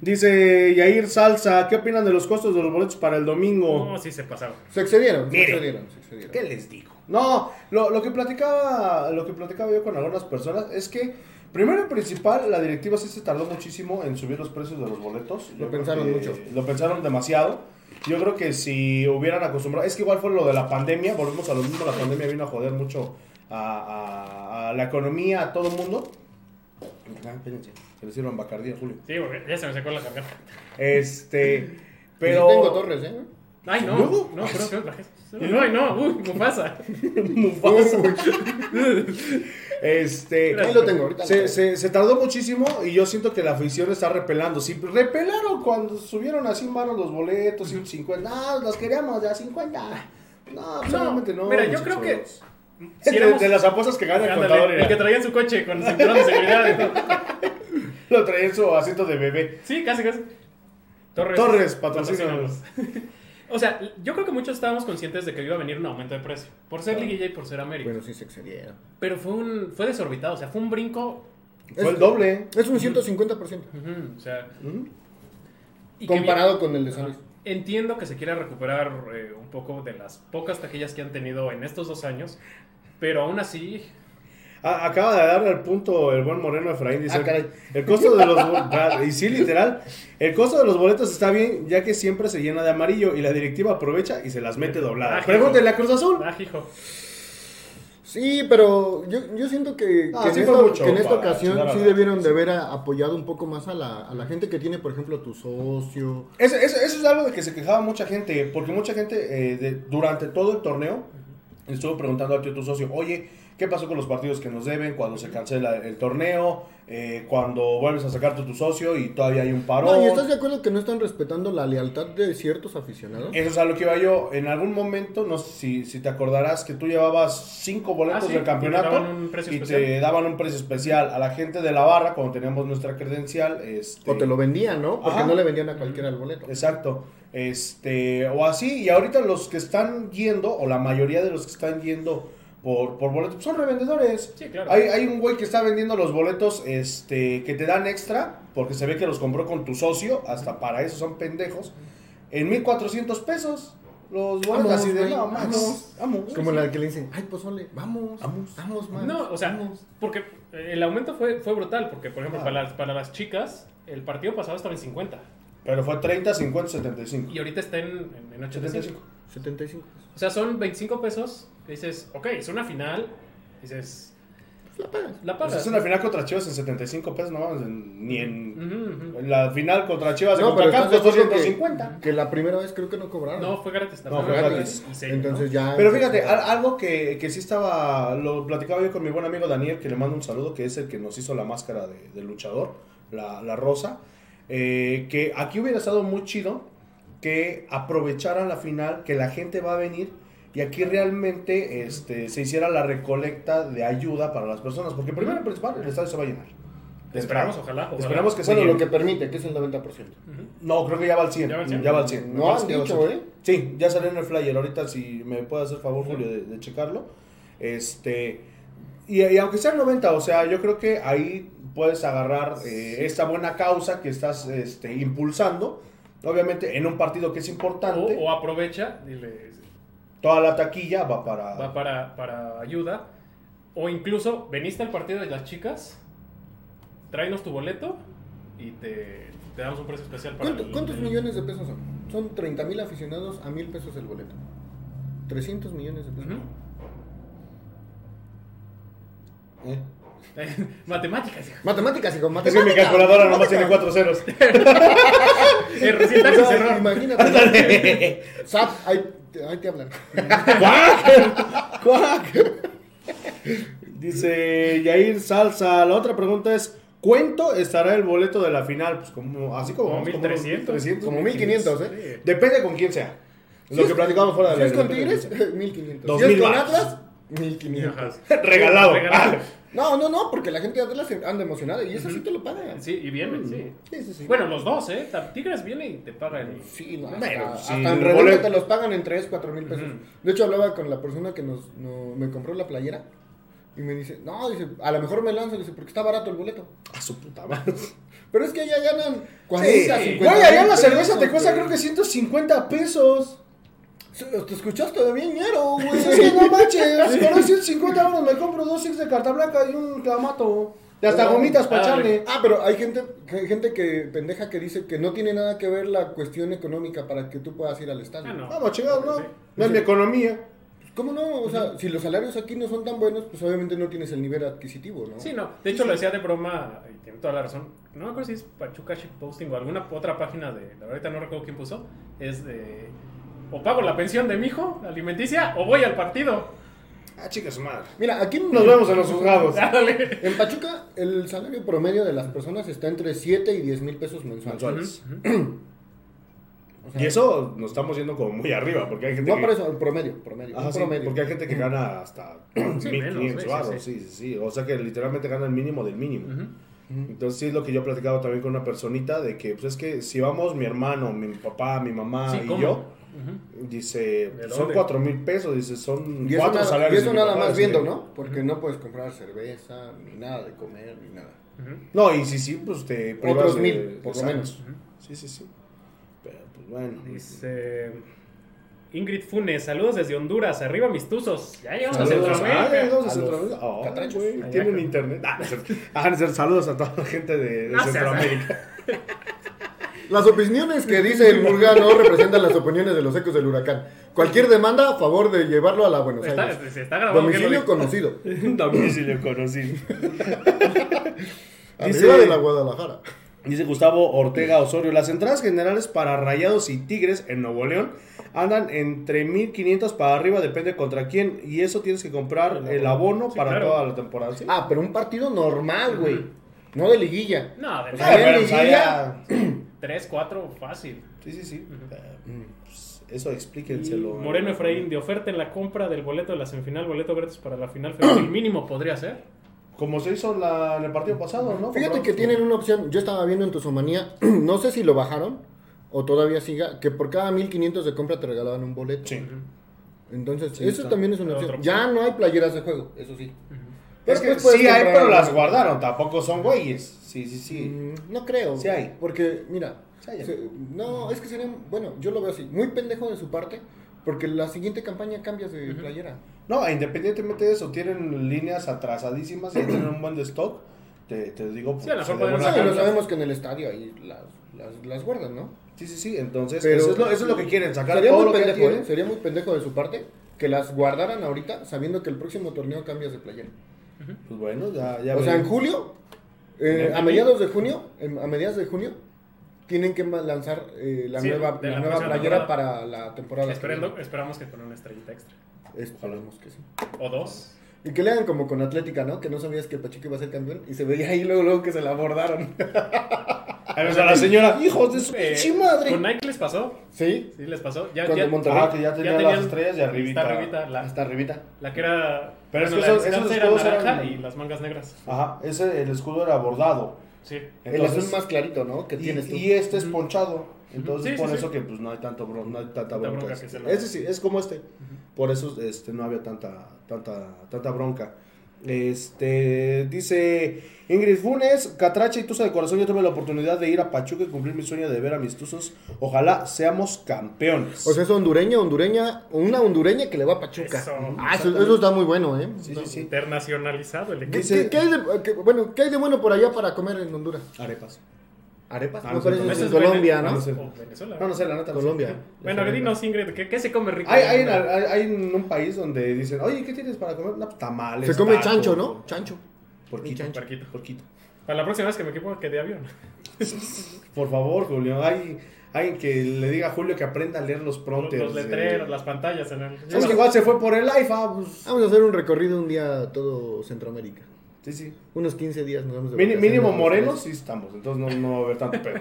Speaker 2: Dice Yair Salsa, ¿qué opinan de los costos de los boletos para el domingo?
Speaker 1: No, sí se pasaron.
Speaker 4: Se excedieron, se
Speaker 2: Mire.
Speaker 4: excedieron, se excedieron.
Speaker 2: ¿Qué les digo? No, lo, lo que platicaba lo que platicaba yo con algunas personas es que primero y principal la directiva sí se tardó muchísimo en subir los precios de los boletos.
Speaker 4: Lo
Speaker 2: creo
Speaker 4: pensaron
Speaker 2: que
Speaker 4: mucho.
Speaker 2: Lo pensaron demasiado. Yo creo que si hubieran acostumbrado, es que igual fue lo de la pandemia, volvemos a lo mismo, la pandemia vino a joder mucho a, a- a la economía, a todo el mundo. Ah, espérense, que le sirvan Bacardí a Julio.
Speaker 1: Sí, porque ya se me sacó la garganta.
Speaker 2: Este, pero...
Speaker 4: Pero... tengo torres, ¿eh?
Speaker 1: Ay, no.
Speaker 2: ¿Luego?
Speaker 1: No, creo que No, ay, no. Uy, Mufasa.
Speaker 2: Mufasa. este,
Speaker 4: Ahí lo tengo, ahorita.
Speaker 2: Se, se- se tardó muchísimo y yo siento que la afición está repelando. Si repelaron cuando subieron a 100 varos los boletos y un 50. No, los queríamos de a 50. No,
Speaker 1: No,
Speaker 2: solamente no.
Speaker 1: mira, yo
Speaker 2: muchachos.
Speaker 1: creo que
Speaker 2: Es
Speaker 1: si
Speaker 2: de-
Speaker 1: éramos-
Speaker 2: de, las apuestas que gana el
Speaker 1: Ándale,
Speaker 2: contador,
Speaker 1: el que
Speaker 2: mira.
Speaker 1: traía en su coche con cinturón de seguridad. y todo.
Speaker 2: lo traía en su asiento de bebé.
Speaker 1: Sí, casi, casi. Torres.
Speaker 2: Torres, patrocínanos.
Speaker 1: patrocínanos. O sea, yo creo que muchos estábamos conscientes de que iba a venir un aumento de precio. Por ser Liguilla y por ser América.
Speaker 4: Bueno, sí se excedieron.
Speaker 1: Pero fue un fue desorbitado. O sea, fue un brinco.
Speaker 2: Fue el doble.
Speaker 4: Es un 150%
Speaker 1: ujú, o sea,
Speaker 2: ¿Mm?
Speaker 1: y que
Speaker 4: comparado con el de San Luis.
Speaker 1: Entiendo que se quiera recuperar eh, un poco de las pocas taquillas que han tenido en estos dos años, pero aún así,
Speaker 2: A- Ah, acaba de dar el punto el buen Moreno Efraín. Dice,
Speaker 4: Ah, caray.
Speaker 2: el costo de los boletos, y sí, literal, el costo de los boletos está bien, ya que siempre se llena de amarillo y la directiva aprovecha y se las mete dobladas.
Speaker 1: Ah,
Speaker 2: Pregúntele a Cruz Azul.
Speaker 1: Ah, hijo.
Speaker 4: Sí, pero yo, yo siento que,
Speaker 2: Ah,
Speaker 4: que
Speaker 2: sí
Speaker 4: en,
Speaker 2: fue
Speaker 4: esta,
Speaker 2: mucho
Speaker 4: que en esta
Speaker 2: para
Speaker 4: ocasión
Speaker 2: chingar a
Speaker 4: sí
Speaker 2: la-
Speaker 4: debieron de haber a- apoyado un poco más a la, a la gente que tiene, por ejemplo, tu socio.
Speaker 2: Eso, eso- eso es algo de que se quejaba mucha gente, porque mucha gente eh, de- durante todo el torneo estuvo preguntando al tío tu socio, oye, ¿qué pasó con los partidos que nos deben? Cuando se cancela el torneo, Eh, cuando vuelves a sacar tu, tu socio y todavía hay un parón.
Speaker 4: No, ¿y estás de acuerdo que no están respetando la lealtad de ciertos aficionados?
Speaker 2: Eso es a lo que iba yo. En algún momento, no sé si, si te acordarás, que tú llevabas cinco boletos
Speaker 1: Ah, sí,
Speaker 2: del
Speaker 1: y te
Speaker 2: campeonato
Speaker 1: daban un precio
Speaker 2: y te
Speaker 1: especial.
Speaker 2: daban un precio especial a la gente de la barra cuando teníamos nuestra credencial. Este,
Speaker 4: O te lo vendían, ¿no? Porque
Speaker 2: Ajá.
Speaker 4: no le vendían a cualquiera el boleto.
Speaker 2: Exacto. Este, o así, y ahorita los que están yendo, o la mayoría de los que están yendo por, por boletos, son revendedores.
Speaker 1: Sí, claro.
Speaker 2: Hay, hay un güey que está vendiendo los boletos este, que te dan extra, porque se ve que los compró con tu socio, hasta para eso son pendejos, en 1400 pesos. Los boletos
Speaker 4: Vamos,
Speaker 2: así de,
Speaker 4: güey,
Speaker 2: no, más,
Speaker 4: vamos.
Speaker 2: vamos.
Speaker 4: Es como la que le dicen, ay, pozole, vamos,
Speaker 2: Vamos.
Speaker 4: vamos, vamos, man.
Speaker 1: No, o sea,
Speaker 4: vamos".
Speaker 1: porque eh, el aumento fue, fue brutal, porque por ejemplo,
Speaker 2: Ah.
Speaker 1: para, las, para las chicas, el partido pasado estaba en 50
Speaker 2: Pero fue 30, 50, 75.
Speaker 1: y ahorita está en, en, en 85.
Speaker 4: 75 pesos.
Speaker 1: O sea, son 25 pesos que dices, ok, es una final, dices,
Speaker 4: Pues la pagas.
Speaker 1: la
Speaker 2: Pues
Speaker 1: pagas.
Speaker 2: es una final contra Chivas en 75 pesos, no mames, en- ni en
Speaker 1: Ujú, ujú.
Speaker 2: La final contra Chivas de
Speaker 4: No, pero
Speaker 2: Concacaf
Speaker 4: estás de
Speaker 2: costó
Speaker 4: acuerdo que-
Speaker 2: 150.
Speaker 4: Que la primera vez creo que no cobraron.
Speaker 1: No, fue gratis. la
Speaker 2: No,
Speaker 1: primera
Speaker 2: fue
Speaker 1: vez
Speaker 2: gratis.
Speaker 1: y se-
Speaker 4: Entonces
Speaker 1: ¿no?
Speaker 4: ya.
Speaker 2: Pero fíjate, al- algo que, que sí estaba, lo platicaba yo con mi buen amigo Daniel, que le mando un saludo, que es el que nos hizo la máscara de, de luchador, la, la rosa, eh, que aquí hubiera estado muy chido que aprovecharan la final, que la gente va a venir y aquí realmente este, se hiciera la recolecta de ayuda para las personas, porque primero y principal el estadio se va a llenar.
Speaker 1: Esperamos, ojalá, ojalá.
Speaker 2: Esperamos que se
Speaker 4: Bueno,
Speaker 2: llene.
Speaker 4: lo que permite, que es el 90%.
Speaker 1: Ujú.
Speaker 2: No, creo que ya va al 100.
Speaker 1: Ya va al 100.
Speaker 2: Ya va al 100.
Speaker 4: No
Speaker 2: Me
Speaker 4: han
Speaker 2: parece que ya va al
Speaker 4: dicho,
Speaker 2: 100.
Speaker 4: ¿eh?
Speaker 2: Sí, ya salió en el flyer. Ahorita, si me puede hacer favor, Julio, de, de checarlo. Este. Y, y aunque sea el 90, o sea, yo creo que ahí puedes agarrar eh, esta buena causa que estás este, impulsando. Obviamente, en un partido que es
Speaker 1: O,
Speaker 2: importante,
Speaker 1: o aprovecha, dile,
Speaker 2: toda la taquilla va para.
Speaker 1: va para, para ayuda. O incluso, veniste al partido de las chicas, tráenos tu boleto y te, te damos un precio especial para
Speaker 4: ¿Cuánto-
Speaker 1: el-
Speaker 4: ¿Cuántos
Speaker 1: el-
Speaker 4: millones de pesos son? Son 30 mil aficionados a mil pesos el boleto. 300 millones de pesos.
Speaker 1: Ujú.
Speaker 2: ¿Eh?
Speaker 1: Eh, Matemáticas, hijo.
Speaker 4: Matemáticas, hijo,
Speaker 2: Es que
Speaker 4: matemáticas.
Speaker 2: mi calculadora nomás tiene cuatro ceros.
Speaker 1: Eh, recién taxi
Speaker 4: No,
Speaker 1: cerró.
Speaker 4: Imagínate. Zap, ahí, te- ahí te hablan.
Speaker 2: ¡Cuac! ¡Cuac! Dice Yair Salsa. La otra pregunta es: ¿Cuánto estará el boleto de la final? Pues como, así como.
Speaker 1: Como 1300.
Speaker 4: Como 1500, ¿eh?
Speaker 2: Depende con quién sea. Lo que platicamos fuera de
Speaker 4: Si
Speaker 2: la
Speaker 4: es con Tigres, 1500. Si es
Speaker 2: 2000
Speaker 4: con
Speaker 2: varos.
Speaker 4: Atlas, 1500.
Speaker 1: Ajá.
Speaker 2: Regalado.
Speaker 1: Regalado.
Speaker 4: No, no, no, porque la gente de Atlas anda emocionada y eso sí te lo pagan.
Speaker 1: Sí, y vienen, sí.
Speaker 4: sí, sí. sí.
Speaker 1: Bueno, los dos, ¿eh? Ta- Tigres viene y te paga el.
Speaker 4: Sí, no, hasta,
Speaker 2: Bueno,
Speaker 4: hasta
Speaker 2: sí,
Speaker 4: en
Speaker 2: el
Speaker 4: reventa
Speaker 2: boleto.
Speaker 4: te los pagan en 3, 4 mil pesos.
Speaker 1: Ujú.
Speaker 4: De hecho, hablaba con la persona que nos, no- me compró la playera y me dice, no, dice, a lo mejor me lanzo, dice, porque está barato el boleto.
Speaker 2: A su puta madre.
Speaker 4: Pero es que allá ganan 40,
Speaker 2: Sí.
Speaker 4: 50
Speaker 2: Güey, allá
Speaker 4: mil
Speaker 2: la cerveza te
Speaker 4: pesos,
Speaker 2: cuesta
Speaker 4: güey.
Speaker 2: creo que 150 pesos.
Speaker 4: Sí, Te escuchaste de bien, ñero, güey.
Speaker 2: Es que no manches. Por 150 euros me compro dos six de carta blanca y un clamato. Y hasta gomitas para
Speaker 1: Ah,
Speaker 2: echarle.
Speaker 4: Ah, pero hay gente, hay gente que pendeja que dice que no tiene nada que ver la cuestión económica para que tú puedas ir al estadio.
Speaker 1: Ah, no.
Speaker 2: Vamos, chingados, ¿no?
Speaker 1: Sí.
Speaker 2: No es mi economía.
Speaker 4: ¿Cómo no? O sea, si los salarios aquí no son tan buenos, pues obviamente no tienes el nivel adquisitivo, ¿no?
Speaker 1: Sí, no. De hecho, lo decía de broma, y tiene toda la razón. No me acuerdo si es Pachuca Chic Posting o alguna otra página de. La verdad, no recuerdo quién puso. Es de. O pago la pensión de mi hijo, la alimenticia, o voy al partido.
Speaker 2: Ah, chicas, madre.
Speaker 4: Mira, aquí
Speaker 2: Nos vemos en los juzgados.
Speaker 1: Dale.
Speaker 4: En Pachuca, el salario promedio de las personas está entre 7 y 10 mil pesos mensuales.
Speaker 2: Mensual.
Speaker 1: Ujú,
Speaker 4: O sea,
Speaker 2: Y eso nos estamos yendo como muy arriba, porque hay gente
Speaker 4: No
Speaker 2: que...
Speaker 4: por eso, el promedio, promedio.
Speaker 2: Ajá,
Speaker 4: un
Speaker 2: Ah, sí,
Speaker 4: promedio.
Speaker 2: porque hay gente que gana hasta
Speaker 1: Sí,
Speaker 2: 1500
Speaker 1: menos,
Speaker 2: baros, sí sí
Speaker 1: sí,
Speaker 2: sí, O sea que literalmente gana el mínimo del mínimo.
Speaker 1: ujú.
Speaker 2: Entonces sí es lo que yo he platicado también con una personita de que pues es que si vamos mi hermano, mi papá, mi mamá
Speaker 1: Sí,
Speaker 2: Ah, y
Speaker 1: ¿cómo?
Speaker 2: yo,
Speaker 1: Ujú.
Speaker 2: dice, pues,
Speaker 1: ¿De
Speaker 2: son
Speaker 1: dónde?
Speaker 2: cuatro mil pesos, dice, son
Speaker 4: Y eso,
Speaker 2: cuatro
Speaker 4: nada,
Speaker 2: salarios.
Speaker 4: y eso
Speaker 2: de mi
Speaker 4: nada
Speaker 2: papá,
Speaker 4: más
Speaker 2: dice.
Speaker 4: viendo, ¿no? Porque no puedes comprar cerveza, ni nada de comer, ni nada.
Speaker 1: Ujú.
Speaker 2: No, y sí, sí, pues te privas
Speaker 4: Otros
Speaker 2: de-
Speaker 4: mil, por lo
Speaker 2: exacto.
Speaker 4: menos.
Speaker 1: Ujú.
Speaker 2: Sí, sí, sí. Pero pues bueno.
Speaker 1: Dice. Ingrid Funes, saludos desde Honduras, arriba mis tuzos. Ya llegamos a
Speaker 2: Saludos Ah,
Speaker 1: Centroamérica.
Speaker 2: a-
Speaker 1: No,
Speaker 2: a Centroamérica.
Speaker 3: los
Speaker 2: Ay,
Speaker 3: catrachos.
Speaker 2: güey,
Speaker 1: Allá,
Speaker 2: Tienen
Speaker 1: cabrón.
Speaker 2: internet. Ah, no es cierto. Ah, no es cierto. saludos a toda la gente de, de
Speaker 1: seas-
Speaker 2: Centroamérica.
Speaker 4: Las opiniones que dice el vulgar no representan las opiniones de los ecos del huracán. Cualquier demanda a favor de llevarlo a la Buenos Aires.
Speaker 1: Está, se está grabando. que lo
Speaker 4: Domicilio
Speaker 1: di-
Speaker 4: conocido.
Speaker 2: También sí lo conocí.
Speaker 4: Dice de la Guadalajara.
Speaker 2: Dice Gustavo Ortega Osorio, las entradas generales para Rayados y Tigres en Nuevo León andan entre 1500 para arriba, depende contra quién, y eso tienes que comprar el abono
Speaker 1: Sí,
Speaker 2: para
Speaker 1: claro.
Speaker 2: toda la temporada. ¿sí?
Speaker 4: Ah, pero un partido normal, güey. No de liguilla.
Speaker 1: No, de
Speaker 2: O
Speaker 4: Pues,
Speaker 2: sea,
Speaker 4: a ver,
Speaker 2: pero, o sea,
Speaker 4: liguilla.
Speaker 2: ya-
Speaker 1: 3, 4, fácil.
Speaker 2: Sí, sí, sí.
Speaker 1: Ujú.
Speaker 2: Eh, pues, Eso
Speaker 1: Y
Speaker 2: explíquenselo.
Speaker 1: Moreno Efraín, de oferta en la compra del boleto de la semifinal, boleto gratis para la final femenil mínimo podría ser.
Speaker 2: Como se hizo la- en el partido pasado, ¿no?
Speaker 4: Fíjate
Speaker 2: Compró-
Speaker 4: que tienen una opción. Yo estaba viendo en tu somanía, no sé si lo bajaron o todavía siga, que por cada 1500 de compra te regalaban un boleto.
Speaker 2: Sí.
Speaker 4: Entonces,
Speaker 2: Sí,
Speaker 4: eso
Speaker 2: está.
Speaker 4: también es una
Speaker 1: Otra
Speaker 4: opción.
Speaker 1: opción.
Speaker 4: Ya no hay playeras de juego, eso sí.
Speaker 2: Es que
Speaker 4: pues, puedes
Speaker 2: sí hay,
Speaker 4: comprar
Speaker 2: pero
Speaker 4: algo.
Speaker 2: las guardaron, tampoco son güeyes. Sí, sí, sí.
Speaker 4: Mm, No creo.
Speaker 2: Sí hay.
Speaker 4: Porque, mira,
Speaker 2: Sí hay.
Speaker 4: se- no, es que sería, bueno, yo lo veo así, muy pendejo de su parte, porque la siguiente campaña cambias de playera.
Speaker 2: No, e independientemente de eso, tienen líneas atrasadísimas y ya tienen un buen de stock. Te, te digo,
Speaker 1: Sí, a lo
Speaker 2: porque se
Speaker 1: mejor
Speaker 2: deben
Speaker 1: podemos
Speaker 2: sacar
Speaker 4: Sí, lo
Speaker 1: sacarlas.
Speaker 2: las-
Speaker 4: sabemos que en el estadio ahí las, las, las guardan, ¿no?
Speaker 2: Sí, sí, sí, entonces
Speaker 4: Pero-
Speaker 2: eso, es lo, eso es lo que quieren, sacar
Speaker 4: Sería
Speaker 2: todo
Speaker 4: muy,
Speaker 2: lo que
Speaker 4: pendejo,
Speaker 2: tienen.
Speaker 4: ¿eh? Sería muy pendejo de su parte que las guardaran ahorita sabiendo que el próximo torneo cambias de playera.
Speaker 2: Pues bueno, ya, ya
Speaker 4: eh. o sea, en
Speaker 2: veremos.
Speaker 4: julio, eh,
Speaker 2: Ya
Speaker 4: a mediados de junio, en- a mediados de junio, tienen que ma- lanzar eh, la
Speaker 1: Sí,
Speaker 4: nueva,
Speaker 1: de
Speaker 4: la
Speaker 1: la
Speaker 4: nueva
Speaker 1: próxima
Speaker 4: playera
Speaker 1: temporada.
Speaker 4: para la temporada.
Speaker 1: Esperando, esperamos que con una estrellita extra.
Speaker 4: Esperamos que sí.
Speaker 1: O dos.
Speaker 4: Y que le hagan como con Atlética, ¿no? Que no sabías que Pachuca iba a ser campeón y se veía ahí luego, luego que se la abordaron.
Speaker 2: Ahí ves Ah, pues a la señora, hijos de su
Speaker 1: Eh,
Speaker 2: pinche madre.
Speaker 1: Con Nike les pasó.
Speaker 4: ¿Sí?
Speaker 1: Sí, les pasó. Ya,
Speaker 4: Con
Speaker 1: ya,
Speaker 4: el Monterrey.
Speaker 2: Ah, que ya tenía
Speaker 1: tenían-
Speaker 2: las estrellas y arribita.
Speaker 1: Está arribita la,
Speaker 4: Hasta arribita.
Speaker 1: la que era.
Speaker 2: Pero es
Speaker 1: bueno,
Speaker 2: que
Speaker 1: la
Speaker 2: esos-
Speaker 1: distancia
Speaker 2: esos
Speaker 1: era
Speaker 2: escudos
Speaker 1: naranja
Speaker 2: eran-
Speaker 1: y las mangas negras.
Speaker 2: Ajá, ese, el escudo era bordado.
Speaker 1: Sí.
Speaker 4: el
Speaker 2: Entonces,
Speaker 4: azul más clarito, ¿no? Que
Speaker 2: y,
Speaker 4: tienes tú.
Speaker 2: y este es ponchado. Entonces,
Speaker 1: Sí, sí,
Speaker 2: por
Speaker 1: sí.
Speaker 2: eso que pues no hay tanto bron- no hay tanta
Speaker 1: Tanta
Speaker 2: bronca.
Speaker 1: bronca que
Speaker 2: este.
Speaker 1: se la-
Speaker 2: Ese sí, es como este. Por eso este, no había tanta, tanta, tanta bronca. Este, dice Ingrid Funes, Catracha y Tusa de Corazón, yo tuve la oportunidad de ir a Pachuca y cumplir mi sueño de ver a mis Tuzos. Ojalá seamos campeones.
Speaker 4: O sea, es hondureña, hondureña, una hondureña que le va a Pachuca.
Speaker 1: Eso,
Speaker 4: ah, eso, eso está muy bueno, ¿eh?
Speaker 2: sí, sí, sí.
Speaker 1: Internacionalizado el
Speaker 4: ¿Qué,
Speaker 1: equipo.
Speaker 2: Dice-
Speaker 4: qué- qué hay de, qué- bueno, ¿qué hay de bueno por allá para comer en Honduras?
Speaker 2: Arepas.
Speaker 4: Arepas,
Speaker 2: Ah,
Speaker 4: no
Speaker 2: no,
Speaker 4: parece
Speaker 2: no,
Speaker 4: en
Speaker 2: eso
Speaker 1: es
Speaker 4: Colombia,
Speaker 1: Vene-
Speaker 4: ¿no?
Speaker 2: sé.
Speaker 1: O Venezuela.
Speaker 2: No, no sé, la neta. no sé.
Speaker 4: Colombia.
Speaker 1: Bueno, eh, que dinos, Ingrid, ¿qué, qué se come rico?
Speaker 2: Hay, hay, una- hay- hay un país donde dicen, oye, ¿qué tienes para comer? No, pues, tamales.
Speaker 4: Se come
Speaker 2: tacos,
Speaker 4: chancho, ¿no? Chancho.
Speaker 2: Porquito,
Speaker 4: chancho.
Speaker 2: porquito, porquito.
Speaker 1: Para la próxima vez que me equivoque que de avión.
Speaker 2: Por favor, Julio, hay alguien que le diga a Julio que aprenda a leer los
Speaker 1: Los,
Speaker 2: prompters.
Speaker 1: letreros,
Speaker 2: eh.
Speaker 1: las pantallas. En el...
Speaker 2: Es que igual se fue por el live, ah, pues.
Speaker 4: Vamos a hacer un recorrido un día a todo Centroamérica.
Speaker 2: Sí, sí.
Speaker 4: Unos 15 días nos vamos de
Speaker 2: Mini-
Speaker 4: vacaciones
Speaker 2: mínimo
Speaker 4: los
Speaker 2: morenos
Speaker 4: tres.
Speaker 2: sí estamos, entonces no, no va a haber tanto pedo.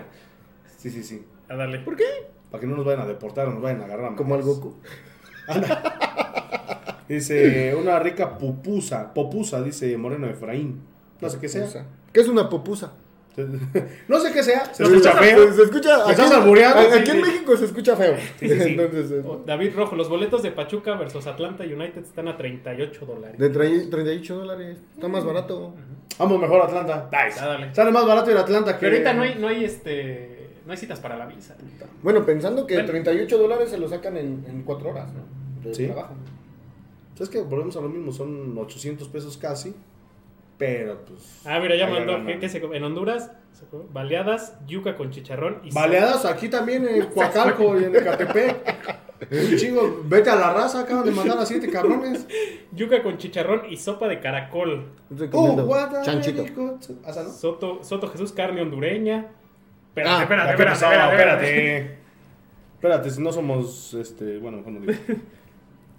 Speaker 2: Sí, sí, sí.
Speaker 1: Ah, dale.
Speaker 4: ¿Por qué?
Speaker 2: Para que no nos vayan a deportar o nos vayan a agarrar. a
Speaker 4: Como al
Speaker 2: madres.
Speaker 4: Goku.
Speaker 2: Dice, una rica pupusa, popusa, dice Moreno Efraín. No sé qué sea.
Speaker 4: ¿Qué es una popusa?
Speaker 2: No sé qué sea. Se
Speaker 1: Sí,
Speaker 2: escucha
Speaker 1: sí,
Speaker 2: feo.
Speaker 4: Se, se escucha.
Speaker 2: ¿Me
Speaker 4: aquí-
Speaker 2: estás albureando?
Speaker 4: Aquí,
Speaker 2: Sí,
Speaker 4: en
Speaker 2: sí.
Speaker 4: México se escucha feo.
Speaker 2: Sí, sí, sí.
Speaker 4: Entonces, eh,
Speaker 1: O- David Rojo, los boletos de Pachuca versus Atlanta United están a 38 dólares.
Speaker 4: de tre- 38 dólares. Está más barato.
Speaker 2: Vamos mejor a Atlanta.
Speaker 1: Ah, dale.
Speaker 2: Sale más barato ir a Atlanta que.
Speaker 1: Pero ahorita no hay, no hay este. No hay citas para la visa.
Speaker 4: Bueno, pensando que
Speaker 1: Bueno.
Speaker 4: 38 dólares se lo sacan en, en 4 horas, ¿no? De
Speaker 2: Sí.
Speaker 4: trabajo.
Speaker 2: Es que volvemos a lo mismo, son 800 pesos casi. Pero pues.
Speaker 1: Ah, mira, ya
Speaker 2: ahí
Speaker 1: mandó.
Speaker 2: ganan.
Speaker 1: ¿qué- qué se come? En Honduras, se come baleadas, yuca con chicharrón y
Speaker 2: Baleadas aquí también en Coacalco y en Ecatepec. Un chingo, vete a la raza, acaban de mandar a siete cabrones.
Speaker 1: Yuca con chicharrón y sopa de caracol.
Speaker 4: Estoy
Speaker 2: Uh,
Speaker 4: comiendo
Speaker 2: what a
Speaker 4: chanchito.
Speaker 2: México. O sea, ¿no?
Speaker 1: Soto, Soto Jesús, carne hondureña. Espérate,
Speaker 4: Ah,
Speaker 1: espérate,
Speaker 2: ¿A qué pasó?
Speaker 1: espérate, espérate, espérate.
Speaker 2: Espérate. Espérate, si no somos, este, bueno, mejor no digo.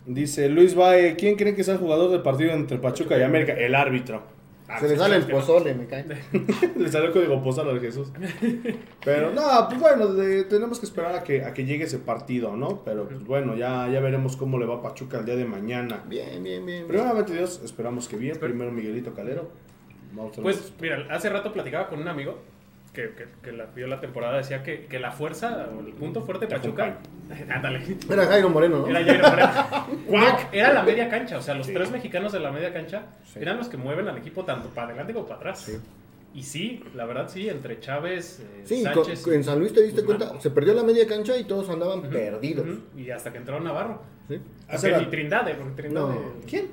Speaker 2: Dice Luis Bae, ¿quién cree que sea el jugador del partido entre Pachuca y América? El árbitro.
Speaker 4: Se le sale el pozole, me cae.
Speaker 2: Le salió el código postal al Jesús. Pero no, pues bueno, de- tenemos que esperar a que, a que llegue ese partido, ¿no? Pero pues bueno, ya, ya veremos cómo le va a Pachuca el día de mañana.
Speaker 4: Bien, bien, bien.
Speaker 2: Primeramente Dios, esperamos que bien.
Speaker 1: Espero.
Speaker 2: Primero Miguelito Calero. Vamos a ver.
Speaker 1: Pues mira, hace rato platicaba con un amigo que, que- que la, vio la temporada, decía que, que la fuerza o el punto fuerte de
Speaker 2: Te
Speaker 1: Pachuca. Ándale.
Speaker 4: Era Jairo Moreno, ¿no?
Speaker 1: Era Jairo Moreno. ¡Cuac! Era la media cancha, o sea, los tres mexicanos de la media cancha eran los que mueven al equipo tanto para adelante como para atrás. Y sí, la verdad sí, entre Chávez, eh,
Speaker 4: Sí, co-
Speaker 1: Sánchez.
Speaker 4: en San Luis te diste
Speaker 1: Guzmán.
Speaker 4: cuenta, se perdió la media cancha y todos andaban
Speaker 1: Ujú,
Speaker 4: perdidos.
Speaker 1: ujú, Y hasta que entró Navarro.
Speaker 4: ¿sí?
Speaker 2: Hace
Speaker 1: Aunque
Speaker 2: la-
Speaker 1: ni Trindade, porque Trindade.
Speaker 4: No.
Speaker 2: ¿Quién?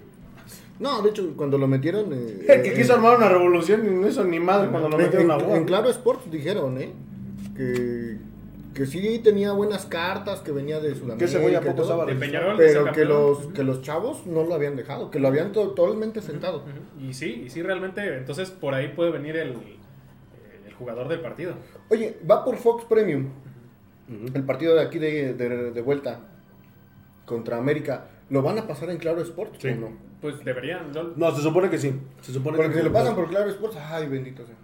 Speaker 4: No, de hecho, cuando lo metieron. eh,
Speaker 2: El que
Speaker 4: eh,
Speaker 2: quiso armar una revolución y no hizo ni madre cuando lo
Speaker 4: en-
Speaker 2: metieron a
Speaker 4: en,
Speaker 2: la
Speaker 4: en Claro Sports dijeron, ¿eh? Que, que sí tenía buenas cartas, que venía de Sudamérica.
Speaker 2: Que ese güey a
Speaker 4: y
Speaker 2: poco
Speaker 4: todo,
Speaker 2: estaba
Speaker 1: De Peñarol,
Speaker 4: Pero
Speaker 1: es
Speaker 4: que
Speaker 1: el campeón.
Speaker 4: los, que los chavos no lo habían dejado, que lo habían to- totalmente sentado.
Speaker 1: Ujú, Y sí, y sí, realmente. Entonces por ahí puede venir el, eh, el jugador del partido.
Speaker 4: Oye, va por Fox Premium. El partido de aquí de, de- de vuelta contra América. ¿Lo van a pasar en Claro Sports
Speaker 2: Sí.
Speaker 4: o no?
Speaker 1: Pues deberían. yo-
Speaker 2: No, se supone que sí. Se supone
Speaker 4: Porque
Speaker 2: que
Speaker 4: si lo pasan por Claro Sports, ay, bendito sea.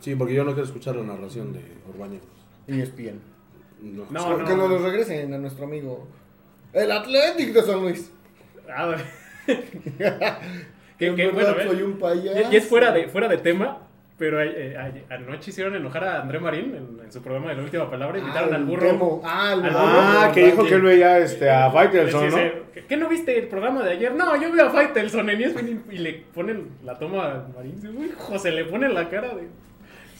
Speaker 2: Sí, porque yo no quiero escuchar la narración de Orbañanos.
Speaker 4: Y ESPN.
Speaker 2: No.
Speaker 1: No.
Speaker 4: que nos los regresen a nuestro amigo. El Athletic de San Luis.
Speaker 1: Ah, vale. Que- que,
Speaker 4: En
Speaker 1: bueno,
Speaker 4: verdad,
Speaker 1: ¿eh?
Speaker 4: soy un payaso.
Speaker 1: Y, y es fuera de, fuera de tema, pero eh, eh, anoche hicieron enojar a André Marín en, en su programa de La Última Palabra, invitaron
Speaker 4: Ah,
Speaker 1: al
Speaker 4: el
Speaker 1: burro.
Speaker 4: Temo. Ah, el
Speaker 1: al
Speaker 4: burro.
Speaker 2: Ah, que dijo que él veía este, a Faitelson,
Speaker 1: Decía,
Speaker 2: ¿no?
Speaker 1: eh, ¿Qué, qué no viste el programa de ayer? No, yo vi a Faitelson en ESPN y, y le ponen la toma a Marín. Uy, José, le ponen la cara de...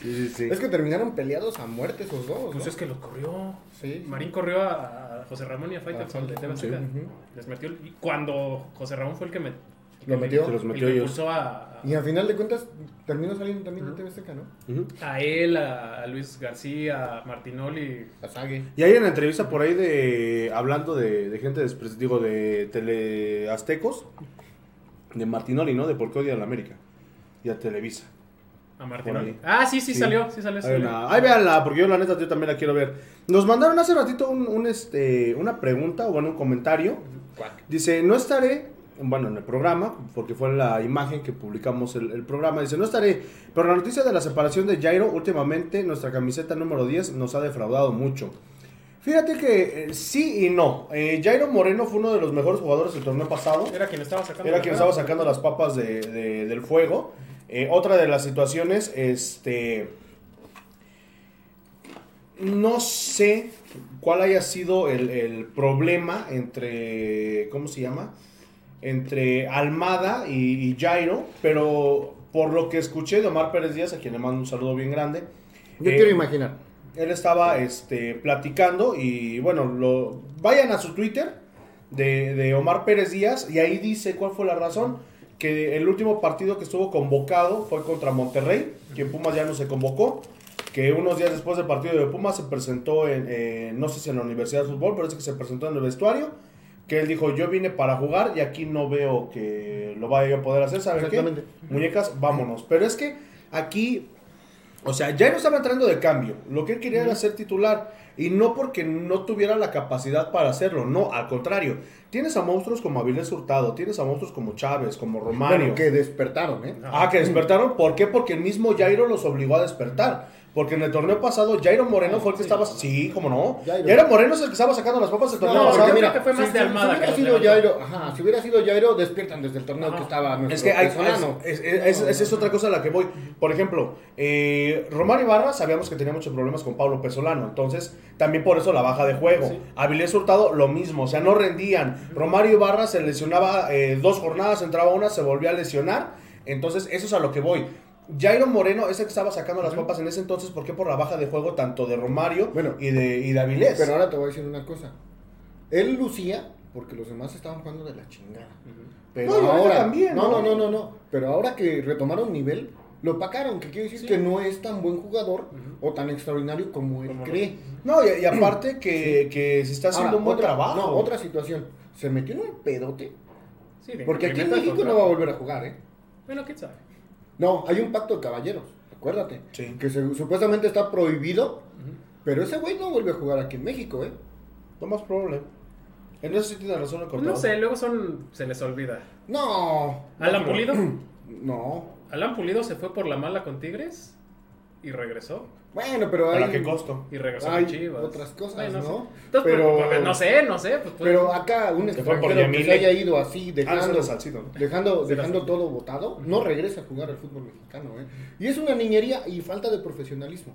Speaker 2: Sí, sí, sí.
Speaker 4: Es que terminaron peleados a muerte esos dos.
Speaker 1: Pues
Speaker 4: ¿no?
Speaker 1: es que lo corrió.
Speaker 4: Sí, sí.
Speaker 1: Marín corrió a, a José Ramón y a Faitelson
Speaker 4: Ajá,
Speaker 1: de TV
Speaker 4: sí,
Speaker 1: Azteca.
Speaker 4: ujú.
Speaker 1: Les metió... el- Y cuando José Ramón fue el que me... el
Speaker 4: Lo
Speaker 1: que
Speaker 4: metió.
Speaker 1: el
Speaker 4: Se
Speaker 2: los
Speaker 1: que
Speaker 2: metió ellos.
Speaker 1: impulsó a- a-
Speaker 4: Y al final de cuentas, terminó saliendo también de TV Azteca, ¿no?
Speaker 2: Ujú.
Speaker 1: a él, a, a Luis García, a Martinoli.
Speaker 4: La sague.
Speaker 2: Y hay una entrevista por ahí de. Hablando de, de gente, despre- digo, de teleaztecos. De Martinoli, ¿no? De por qué odia a la América. Y a Televisa.
Speaker 1: A
Speaker 2: Por
Speaker 1: Martinoli.
Speaker 2: ahí.
Speaker 1: Ah, sí, sí,
Speaker 2: Sí.
Speaker 1: salió, sí salió. sí
Speaker 2: Hay
Speaker 1: salió.
Speaker 2: una- Ay, véanla, porque yo la neta yo también la quiero ver. Nos mandaron hace ratito un, un, este, una pregunta o bueno, un comentario. Dice, no estaré, bueno, en el programa, porque fue en la imagen que publicamos el, el programa. Dice, no estaré, pero la noticia de la separación de Jairo, últimamente nuestra camiseta número 10 nos ha defraudado mucho. Fíjate que eh, sí y no. Eh, Jairo Moreno fue uno de los mejores jugadores del torneo pasado.
Speaker 1: Era quien estaba sacando.
Speaker 2: Era
Speaker 1: la
Speaker 2: quien
Speaker 1: cara.
Speaker 2: estaba sacando las papas de- de- del fuego. Eh, otra de las situaciones, este. No sé cuál haya sido el, el problema entre. ¿Cómo se llama? Entre Almada y, y Jairo, pero por lo que escuché de Omar Pérez Díaz, a quien le mando un saludo bien grande.
Speaker 4: Yo
Speaker 2: eh,
Speaker 4: quiero imaginar.
Speaker 2: él estaba este, platicando y bueno, lo, vayan a su Twitter de, de Omar Pérez Díaz y ahí dice cuál fue la razón, que el último partido que estuvo convocado fue contra Monterrey, que en Pumas ya no se convocó, que unos días después del partido de Pumas se presentó en, eh, no sé si en la Universidad de Fútbol, pero es que se presentó en el vestuario, que él dijo, yo vine para jugar y aquí no veo que lo vaya yo a poder hacer, ¿saben qué?
Speaker 4: Exactamente.
Speaker 2: Muñecas, vámonos. Pero es que aquí o sea, ya no estaba entrando de cambio. Lo que él quería era ser titular. Y no porque no tuviera la capacidad para hacerlo. No, al contrario. Tienes a monstruos como Avilés Hurtado. Tienes a monstruos como Chávez, como Romario.
Speaker 4: Bueno, que despertaron, ¿eh?
Speaker 2: Ah, que despertaron. ¿Por qué? Porque el mismo Jairo los obligó a despertar. Porque en el torneo pasado, Jairo Moreno fue el que estaba. Sí, cómo no.
Speaker 4: Jairo.
Speaker 2: Jairo, Moreno es el que estaba sacando las papas del torneo
Speaker 1: No,
Speaker 2: pasado.
Speaker 1: porque mira, creo que este fue más de Almada que
Speaker 4: Si hubiera
Speaker 1: los
Speaker 4: sido
Speaker 1: levantó.
Speaker 4: Jairo, ajá, si hubiera sido Jairo, despiertan desde el torneo
Speaker 1: Ajá.
Speaker 4: que estaba nuestro
Speaker 2: Es que hay,
Speaker 4: Solano.
Speaker 2: es, es- es- es- es otra cosa a la que voy. Por ejemplo, eh, Román Ibarra sabíamos que tenía muchos problemas con Pablo Pesolano. Entonces, también por eso la baja de juego. Avilés Hurtado, lo mismo. O sea, no rendían. Romario Ibarra se lesionaba eh, dos jornadas, entraba una, se volvía a lesionar. Entonces, eso es a lo que voy. Jairo Moreno es el que estaba sacando las papas en ese entonces. ¿Por qué? Por la baja de juego tanto de Romario
Speaker 4: Bueno.
Speaker 2: y de, y de Avilés.
Speaker 4: Pero ahora te voy a decir una cosa. Él lucía porque los demás estaban jugando de la chingada. Pero
Speaker 2: No, y ahorita
Speaker 4: ahora
Speaker 2: también,
Speaker 4: no, no,
Speaker 2: ¿no?
Speaker 4: no, no, no. Pero ahora que retomaron nivel, lo pacaron, que quiere decir que no es tan buen jugador o tan extraordinario como él
Speaker 1: Como
Speaker 4: cree.
Speaker 2: No, y, y aparte que, que se está haciendo
Speaker 4: Ahora,
Speaker 2: un buen
Speaker 4: otra-
Speaker 2: trabajo.
Speaker 4: No, otra situación. Se metió en un pedote.
Speaker 1: Sí, de
Speaker 4: Porque aquí en
Speaker 1: incremento de
Speaker 4: México no
Speaker 1: contrato.
Speaker 4: va a volver a jugar, ¿eh?
Speaker 1: Bueno, quién sabe.
Speaker 4: No, hay un pacto de caballeros, acuérdate.
Speaker 2: Sí.
Speaker 4: Que se- supuestamente está prohibido, pero ese güey no vuelve a jugar aquí en México, ¿eh?
Speaker 2: Lo más probable. En eso sí tiene razón el
Speaker 1: Pues
Speaker 2: cortador.
Speaker 1: no sé, luego son. Se les olvida.
Speaker 4: No.
Speaker 1: Alan Pulido.
Speaker 4: No.
Speaker 1: Alan Pulido se fue por la mala con Tigres y regresó.
Speaker 4: Bueno, pero hay...
Speaker 2: ¿Para qué costo?
Speaker 1: Y regresó
Speaker 4: Hay
Speaker 1: con Chivas.
Speaker 4: otras cosas,
Speaker 1: Ay,
Speaker 4: ¿no?
Speaker 1: Entonces,
Speaker 4: Pero-
Speaker 1: pues, pues, no sé, no sé. Pues, pues,
Speaker 4: Pero acá un
Speaker 2: Se fue por ¿eh?
Speaker 4: extranjero que
Speaker 2: Yamile.
Speaker 4: se haya ido así,
Speaker 2: Ah, eso
Speaker 4: dejando,
Speaker 2: era Salcido, ¿no?
Speaker 4: dejando,
Speaker 1: Sí,
Speaker 4: dejando todo botado, no regresa a jugar al fútbol mexicano, ¿eh? Y es una niñería y falta de profesionalismo.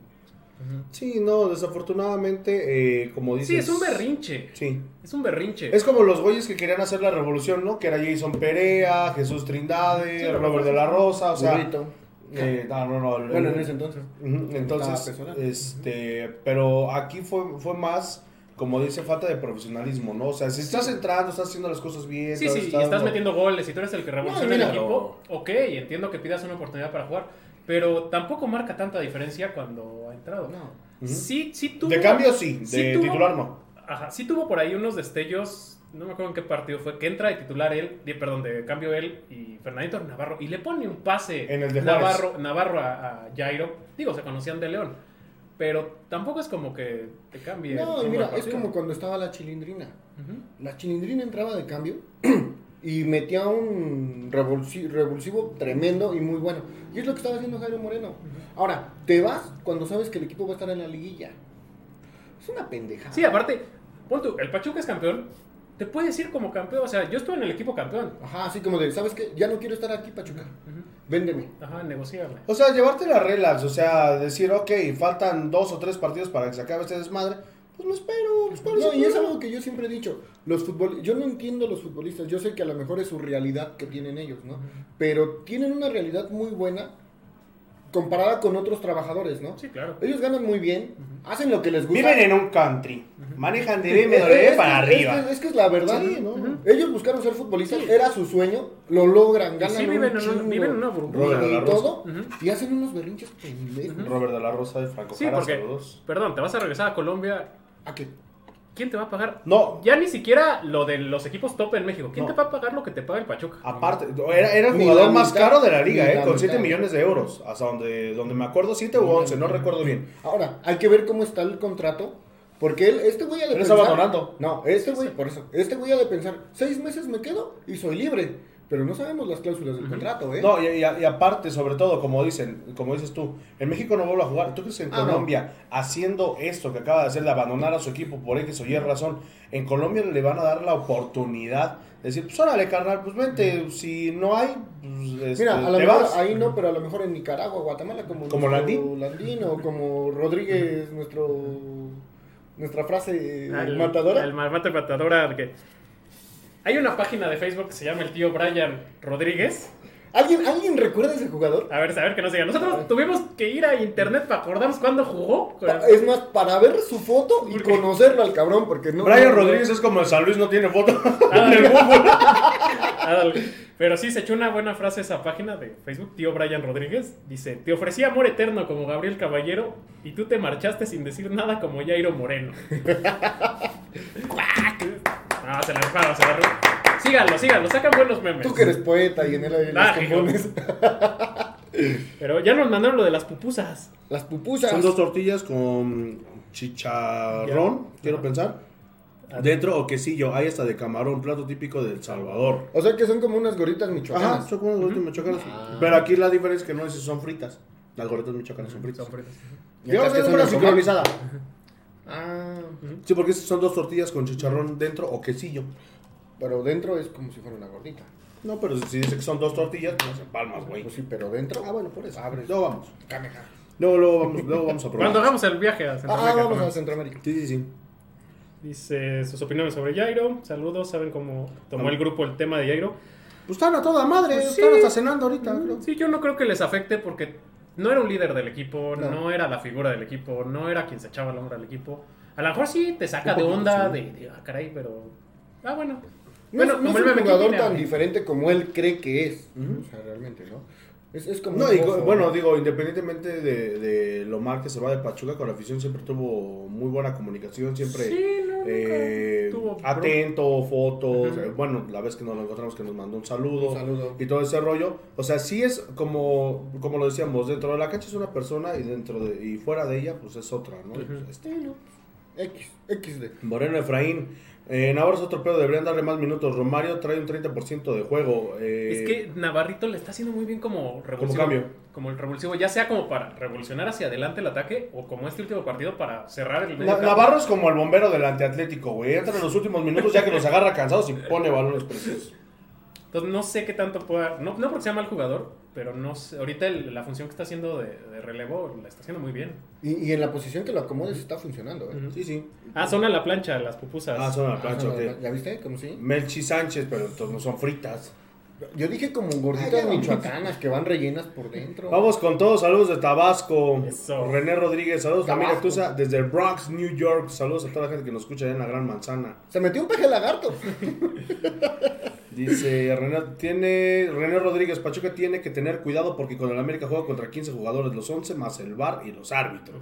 Speaker 2: Sí, no, desafortunadamente, eh, como dices...
Speaker 1: sí, es un berrinche.
Speaker 2: Sí.
Speaker 1: Es un berrinche.
Speaker 2: Es como los güeyes que querían hacer la revolución, ¿no? Que era Jason Perea, Jesús Trindade,
Speaker 1: Sí, pero
Speaker 2: Robert
Speaker 1: fue-
Speaker 2: de la Rosa, o sea...
Speaker 4: Burrito.
Speaker 2: Eh, no, no, no. el-
Speaker 4: Bueno, en ese entonces.
Speaker 2: Ujú, Entonces,
Speaker 4: persona.
Speaker 2: este, pero aquí fue, fue más, como dice, falta de profesionalismo, ¿no? O sea, si estás entrando, estás haciendo las cosas bien.
Speaker 1: Sí,
Speaker 2: estás-
Speaker 1: sí, y
Speaker 2: estás-
Speaker 1: estás metiendo goles y tú eres el que revoluciona
Speaker 4: No,
Speaker 1: el
Speaker 4: mira,
Speaker 1: equipo. Ok, entiendo que pidas una oportunidad para jugar, pero tampoco marca tanta diferencia cuando ha entrado.
Speaker 4: No.
Speaker 2: Ujú.
Speaker 1: Sí, sí tuvo.
Speaker 2: De cambio, sí, de
Speaker 1: sí tuvo-
Speaker 2: titular no.
Speaker 1: Ajá, sí tuvo por ahí unos destellos, no me acuerdo en qué partido fue, que entra de titular él, de- perdón, de cambio él y Fernandito Navarro, y le pone un pase
Speaker 2: En el de Juárez.
Speaker 1: Navarro, Navarro a, a Jairo. Digo, se conocían de León, pero tampoco es como que te cambie. el
Speaker 4: No, y
Speaker 1: ritmo
Speaker 4: mira,
Speaker 1: del
Speaker 4: es
Speaker 1: partido.
Speaker 4: como cuando estaba la chilindrina.
Speaker 1: Ujú.
Speaker 4: La chilindrina entraba de cambio y metía un revulsi- revulsivo tremendo y muy bueno. Y es lo que estaba haciendo Jairo Moreno. Ahora, te vas cuando sabes que el equipo va a estar en la liguilla. Es una pendeja.
Speaker 1: Sí, aparte, pon tú, el Pachuca es campeón, te puedes ir como campeón. O sea, yo estuve en el equipo campeón.
Speaker 4: Ajá, así como de, ¿sabes qué? Ya no quiero estar aquí, Pachuca.
Speaker 1: Ujú.
Speaker 4: Véndeme.
Speaker 1: Ajá, negociarle.
Speaker 2: O sea, llevarte la relax, o sea, decir, ok, faltan dos o tres partidos para que se acabe este desmadre, pues lo espero, pues, ¿cuál es
Speaker 4: No,
Speaker 2: el
Speaker 4: y es
Speaker 2: problema?
Speaker 4: algo que yo siempre he dicho. Los futbol... Yo no entiendo los futbolistas. Yo sé que a lo mejor es su realidad que tienen ellos, ¿no? Pero tienen una realidad muy buena comparada con otros trabajadores, ¿no?
Speaker 1: Sí, claro.
Speaker 4: Ellos ganan muy bien, hacen lo que les gusta.
Speaker 2: Viven en un country, manejan de
Speaker 4: Es
Speaker 2: BMW
Speaker 4: que-
Speaker 2: para
Speaker 4: es
Speaker 2: arriba.
Speaker 4: que- Es que es la verdad.
Speaker 2: Sí, ¿no?
Speaker 4: Ujú. Ellos buscaron ser futbolistas, era su sueño, lo logran, ganan
Speaker 1: sí,
Speaker 4: un
Speaker 1: viven en un-
Speaker 4: chingo
Speaker 1: viven en una burbuja.
Speaker 4: de
Speaker 2: Robert La Rosa.
Speaker 4: todo,
Speaker 1: Ujú.
Speaker 4: y hacen unos berrinches pendejos.
Speaker 2: Robert de la Rosa de Franco
Speaker 1: Sí,
Speaker 2: Jara,
Speaker 1: porque,
Speaker 2: saludos.
Speaker 1: perdón, te vas a regresar a Colombia.
Speaker 4: ¿A qué?
Speaker 1: ¿Quién te va a pagar?
Speaker 2: No,
Speaker 1: Ya ni siquiera lo de los equipos top en México. ¿Quién
Speaker 2: No.
Speaker 1: te va a pagar lo que te paga el Pachuca?
Speaker 4: Ah,
Speaker 2: Aparte, era, era el
Speaker 4: Ni
Speaker 2: jugador
Speaker 4: la
Speaker 2: más
Speaker 4: mitad,
Speaker 2: caro de la liga,
Speaker 4: ni
Speaker 2: eh,
Speaker 4: la
Speaker 2: con
Speaker 4: mitad.
Speaker 2: 7 millones de euros. Hasta donde, donde me acuerdo, 7 u 11, no recuerdo bien.
Speaker 4: Ahora, hay que ver cómo está el contrato. Porque él, este güey ha de
Speaker 2: Pero
Speaker 4: pensar.
Speaker 2: estaba donando.
Speaker 4: No, este güey, por eso. Este güey ha de pensar, seis meses me quedo y soy libre. Pero no sabemos las cláusulas del contrato, ¿eh?
Speaker 2: No, y, y- y aparte, sobre todo, como dicen, como dices tú, en México no vuelvo a jugar. ¿Tú crees que en
Speaker 4: Ah, no.
Speaker 2: Colombia, haciendo esto que acaba de hacer, de abandonar a su equipo por X o Y razón, en Colombia le van a dar la oportunidad de decir, pues órale, carnal, pues vente, si no hay, pues, este,
Speaker 4: Mm. Mira, a lo
Speaker 2: te
Speaker 4: mejor
Speaker 2: vas.
Speaker 4: ahí no, pero a lo mejor en Nicaragua, Guatemala, como,
Speaker 2: ¿Como
Speaker 4: nuestro Landín o como Rodríguez, nuestro nuestra frase eh,
Speaker 1: Al-
Speaker 4: matadora.
Speaker 1: Al ma- mate matadora. al que- Hay una página de Facebook que se llama el tío Brian Rodríguez.
Speaker 4: ¿Alguien, ¿Alguien recuerda ese jugador?
Speaker 1: A ver, a ver que no siga. Nosotros tuvimos que ir a internet para acordarnos cuándo jugó.
Speaker 4: Pa- Es más, para ver su foto y
Speaker 1: Porque-
Speaker 4: conocerlo al cabrón, porque no.
Speaker 2: Brian
Speaker 4: no-
Speaker 2: Rodríguez es como el San Luis, no tiene foto.
Speaker 1: Ándale. Ándale. Pero sí, se echó una buena frase esa página de Facebook, tío Brian Rodríguez. Dice, te ofrecí amor eterno como Gabriel Caballero y tú te marchaste sin decir nada como Jairo Moreno. Cuac. no, Ah, se la rifaron, se la rifaron. Síganlo, síganlo, sacan buenos memes.
Speaker 4: Tú que eres poeta y en él hay las
Speaker 1: Ah, hijo.
Speaker 4: compones.
Speaker 1: Pero ya nos mandaron lo de las pupusas.
Speaker 4: Las pupusas.
Speaker 2: Son dos tortillas con chicharrón,
Speaker 1: Ya.
Speaker 2: quiero pensar. Dentro o quesillo, hay hasta de camarón, plato típico del Salvador.
Speaker 4: O sea que son como unas gorritas
Speaker 2: Ajá,
Speaker 4: michoacanas.
Speaker 2: son como las gorditas michoacanas. Pero aquí la diferencia es que no es si son fritas. Las gorditas michoacanas son fritas.
Speaker 4: Y
Speaker 2: Y vamos
Speaker 4: acá
Speaker 2: a hacer
Speaker 4: que son
Speaker 2: una
Speaker 4: de comal.
Speaker 2: sincronizada.
Speaker 4: Ah,
Speaker 2: Sí, porque son dos tortillas con chicharrón dentro o quesillo.
Speaker 4: pero dentro es como si fuera una gordita.
Speaker 2: No, pero si dice que son dos tortillas, pues hacen palmas, güey.
Speaker 4: Pues sí, pero dentro.
Speaker 2: Ah, bueno, por eso.
Speaker 4: Abres.
Speaker 2: Luego vamos.
Speaker 4: Cameja.
Speaker 2: Luego, luego vamos, luego vamos a probar.
Speaker 1: Cuando hagamos el viaje a
Speaker 4: Ah,
Speaker 1: Centroamérica.
Speaker 4: vamos a
Speaker 1: comemos.
Speaker 4: Centroamérica.
Speaker 2: Sí, sí, sí.
Speaker 1: Dice sus opiniones sobre Jairo. Saludos, saben cómo tomó el grupo el tema de Jairo.
Speaker 2: Pues están a toda madre, están hasta cenando ahorita, creo.
Speaker 1: Sí, yo no creo que les afecte porque no era un líder del equipo, no,
Speaker 4: No.
Speaker 1: era la figura del equipo, no era quien se echaba la hombro al equipo. A lo mejor sí te saca de onda, de, de, ah, caray, pero. Ah, bueno.
Speaker 4: No, es- no
Speaker 1: como
Speaker 4: es
Speaker 1: el
Speaker 4: un
Speaker 1: meme que
Speaker 4: jugador
Speaker 1: tiene,
Speaker 4: tan
Speaker 1: güey.
Speaker 4: diferente como él cree que es. O sea, realmente, ¿no? Es, es como.
Speaker 2: No,
Speaker 4: un
Speaker 2: y co-
Speaker 4: ojo,
Speaker 2: bueno,
Speaker 4: ¿no?
Speaker 2: digo, independientemente de, de lo mal que se va de Pachuca, con la afición siempre tuvo muy buena comunicación, siempre
Speaker 1: Sí, no, nunca
Speaker 2: eh,
Speaker 1: tuvo bro-
Speaker 2: atento, fotos,
Speaker 1: Ujú.
Speaker 2: eh, bueno, la vez que nos lo encontramos que nos mandó un saludo,
Speaker 4: Un saludo.
Speaker 2: y todo ese rollo. O sea, sí es como, como lo decíamos, dentro de la cancha es una persona y dentro de, y fuera de ella, pues es otra, ¿no?
Speaker 1: Ujú.
Speaker 2: Este,
Speaker 4: Sí, no. X, XD.
Speaker 2: Moreno Efraín, eh, Navarro es otro pedo, deberían darle más minutos. Romario trae un 30% de juego. eh,
Speaker 1: Es que Navarrito le está haciendo muy bien como revulsivo.
Speaker 2: cambio.
Speaker 1: como el revulsivo, ya sea como para revolucionar hacia adelante el ataque o como este último partido para cerrar el medio
Speaker 2: Na-
Speaker 1: campo.
Speaker 2: Navarro es como el bombero del antiatlético, güey. Entra en los últimos minutos ya que los agarra cansados y pone balones preciosos.
Speaker 1: Entonces no sé qué tanto pueda. No, no porque sea mal jugador, pero no sé. Ahorita el- la función que está haciendo de, de relevo la está haciendo muy bien.
Speaker 4: Y, y en la posición que lo acomodes está funcionando, ¿eh?
Speaker 1: Ujú.
Speaker 2: Sí, sí.
Speaker 1: Ah, son a la plancha las pupusas.
Speaker 2: Ah, son al
Speaker 4: Ah,
Speaker 2: plancho,
Speaker 4: no,
Speaker 2: ok.
Speaker 4: ¿Ya viste? Como si.
Speaker 2: Melchi Sánchez, pero entonces no son fritas.
Speaker 4: Yo dije como gorditas michoacanas que van rellenas por dentro.
Speaker 2: Vamos con todos, saludos de Tabasco.
Speaker 1: Eso.
Speaker 2: René Rodríguez, saludos familia
Speaker 4: Tabasco.
Speaker 2: Tusa desde el Bronx, New York. Saludos a toda la gente que nos escucha allá en la Gran Manzana.
Speaker 4: Se metió un peje lagarto.
Speaker 2: Dice René, tiene, René Rodríguez, Pachuca tiene que tener cuidado porque con el América juega contra 15 jugadores, los 11 más el VAR y los árbitros.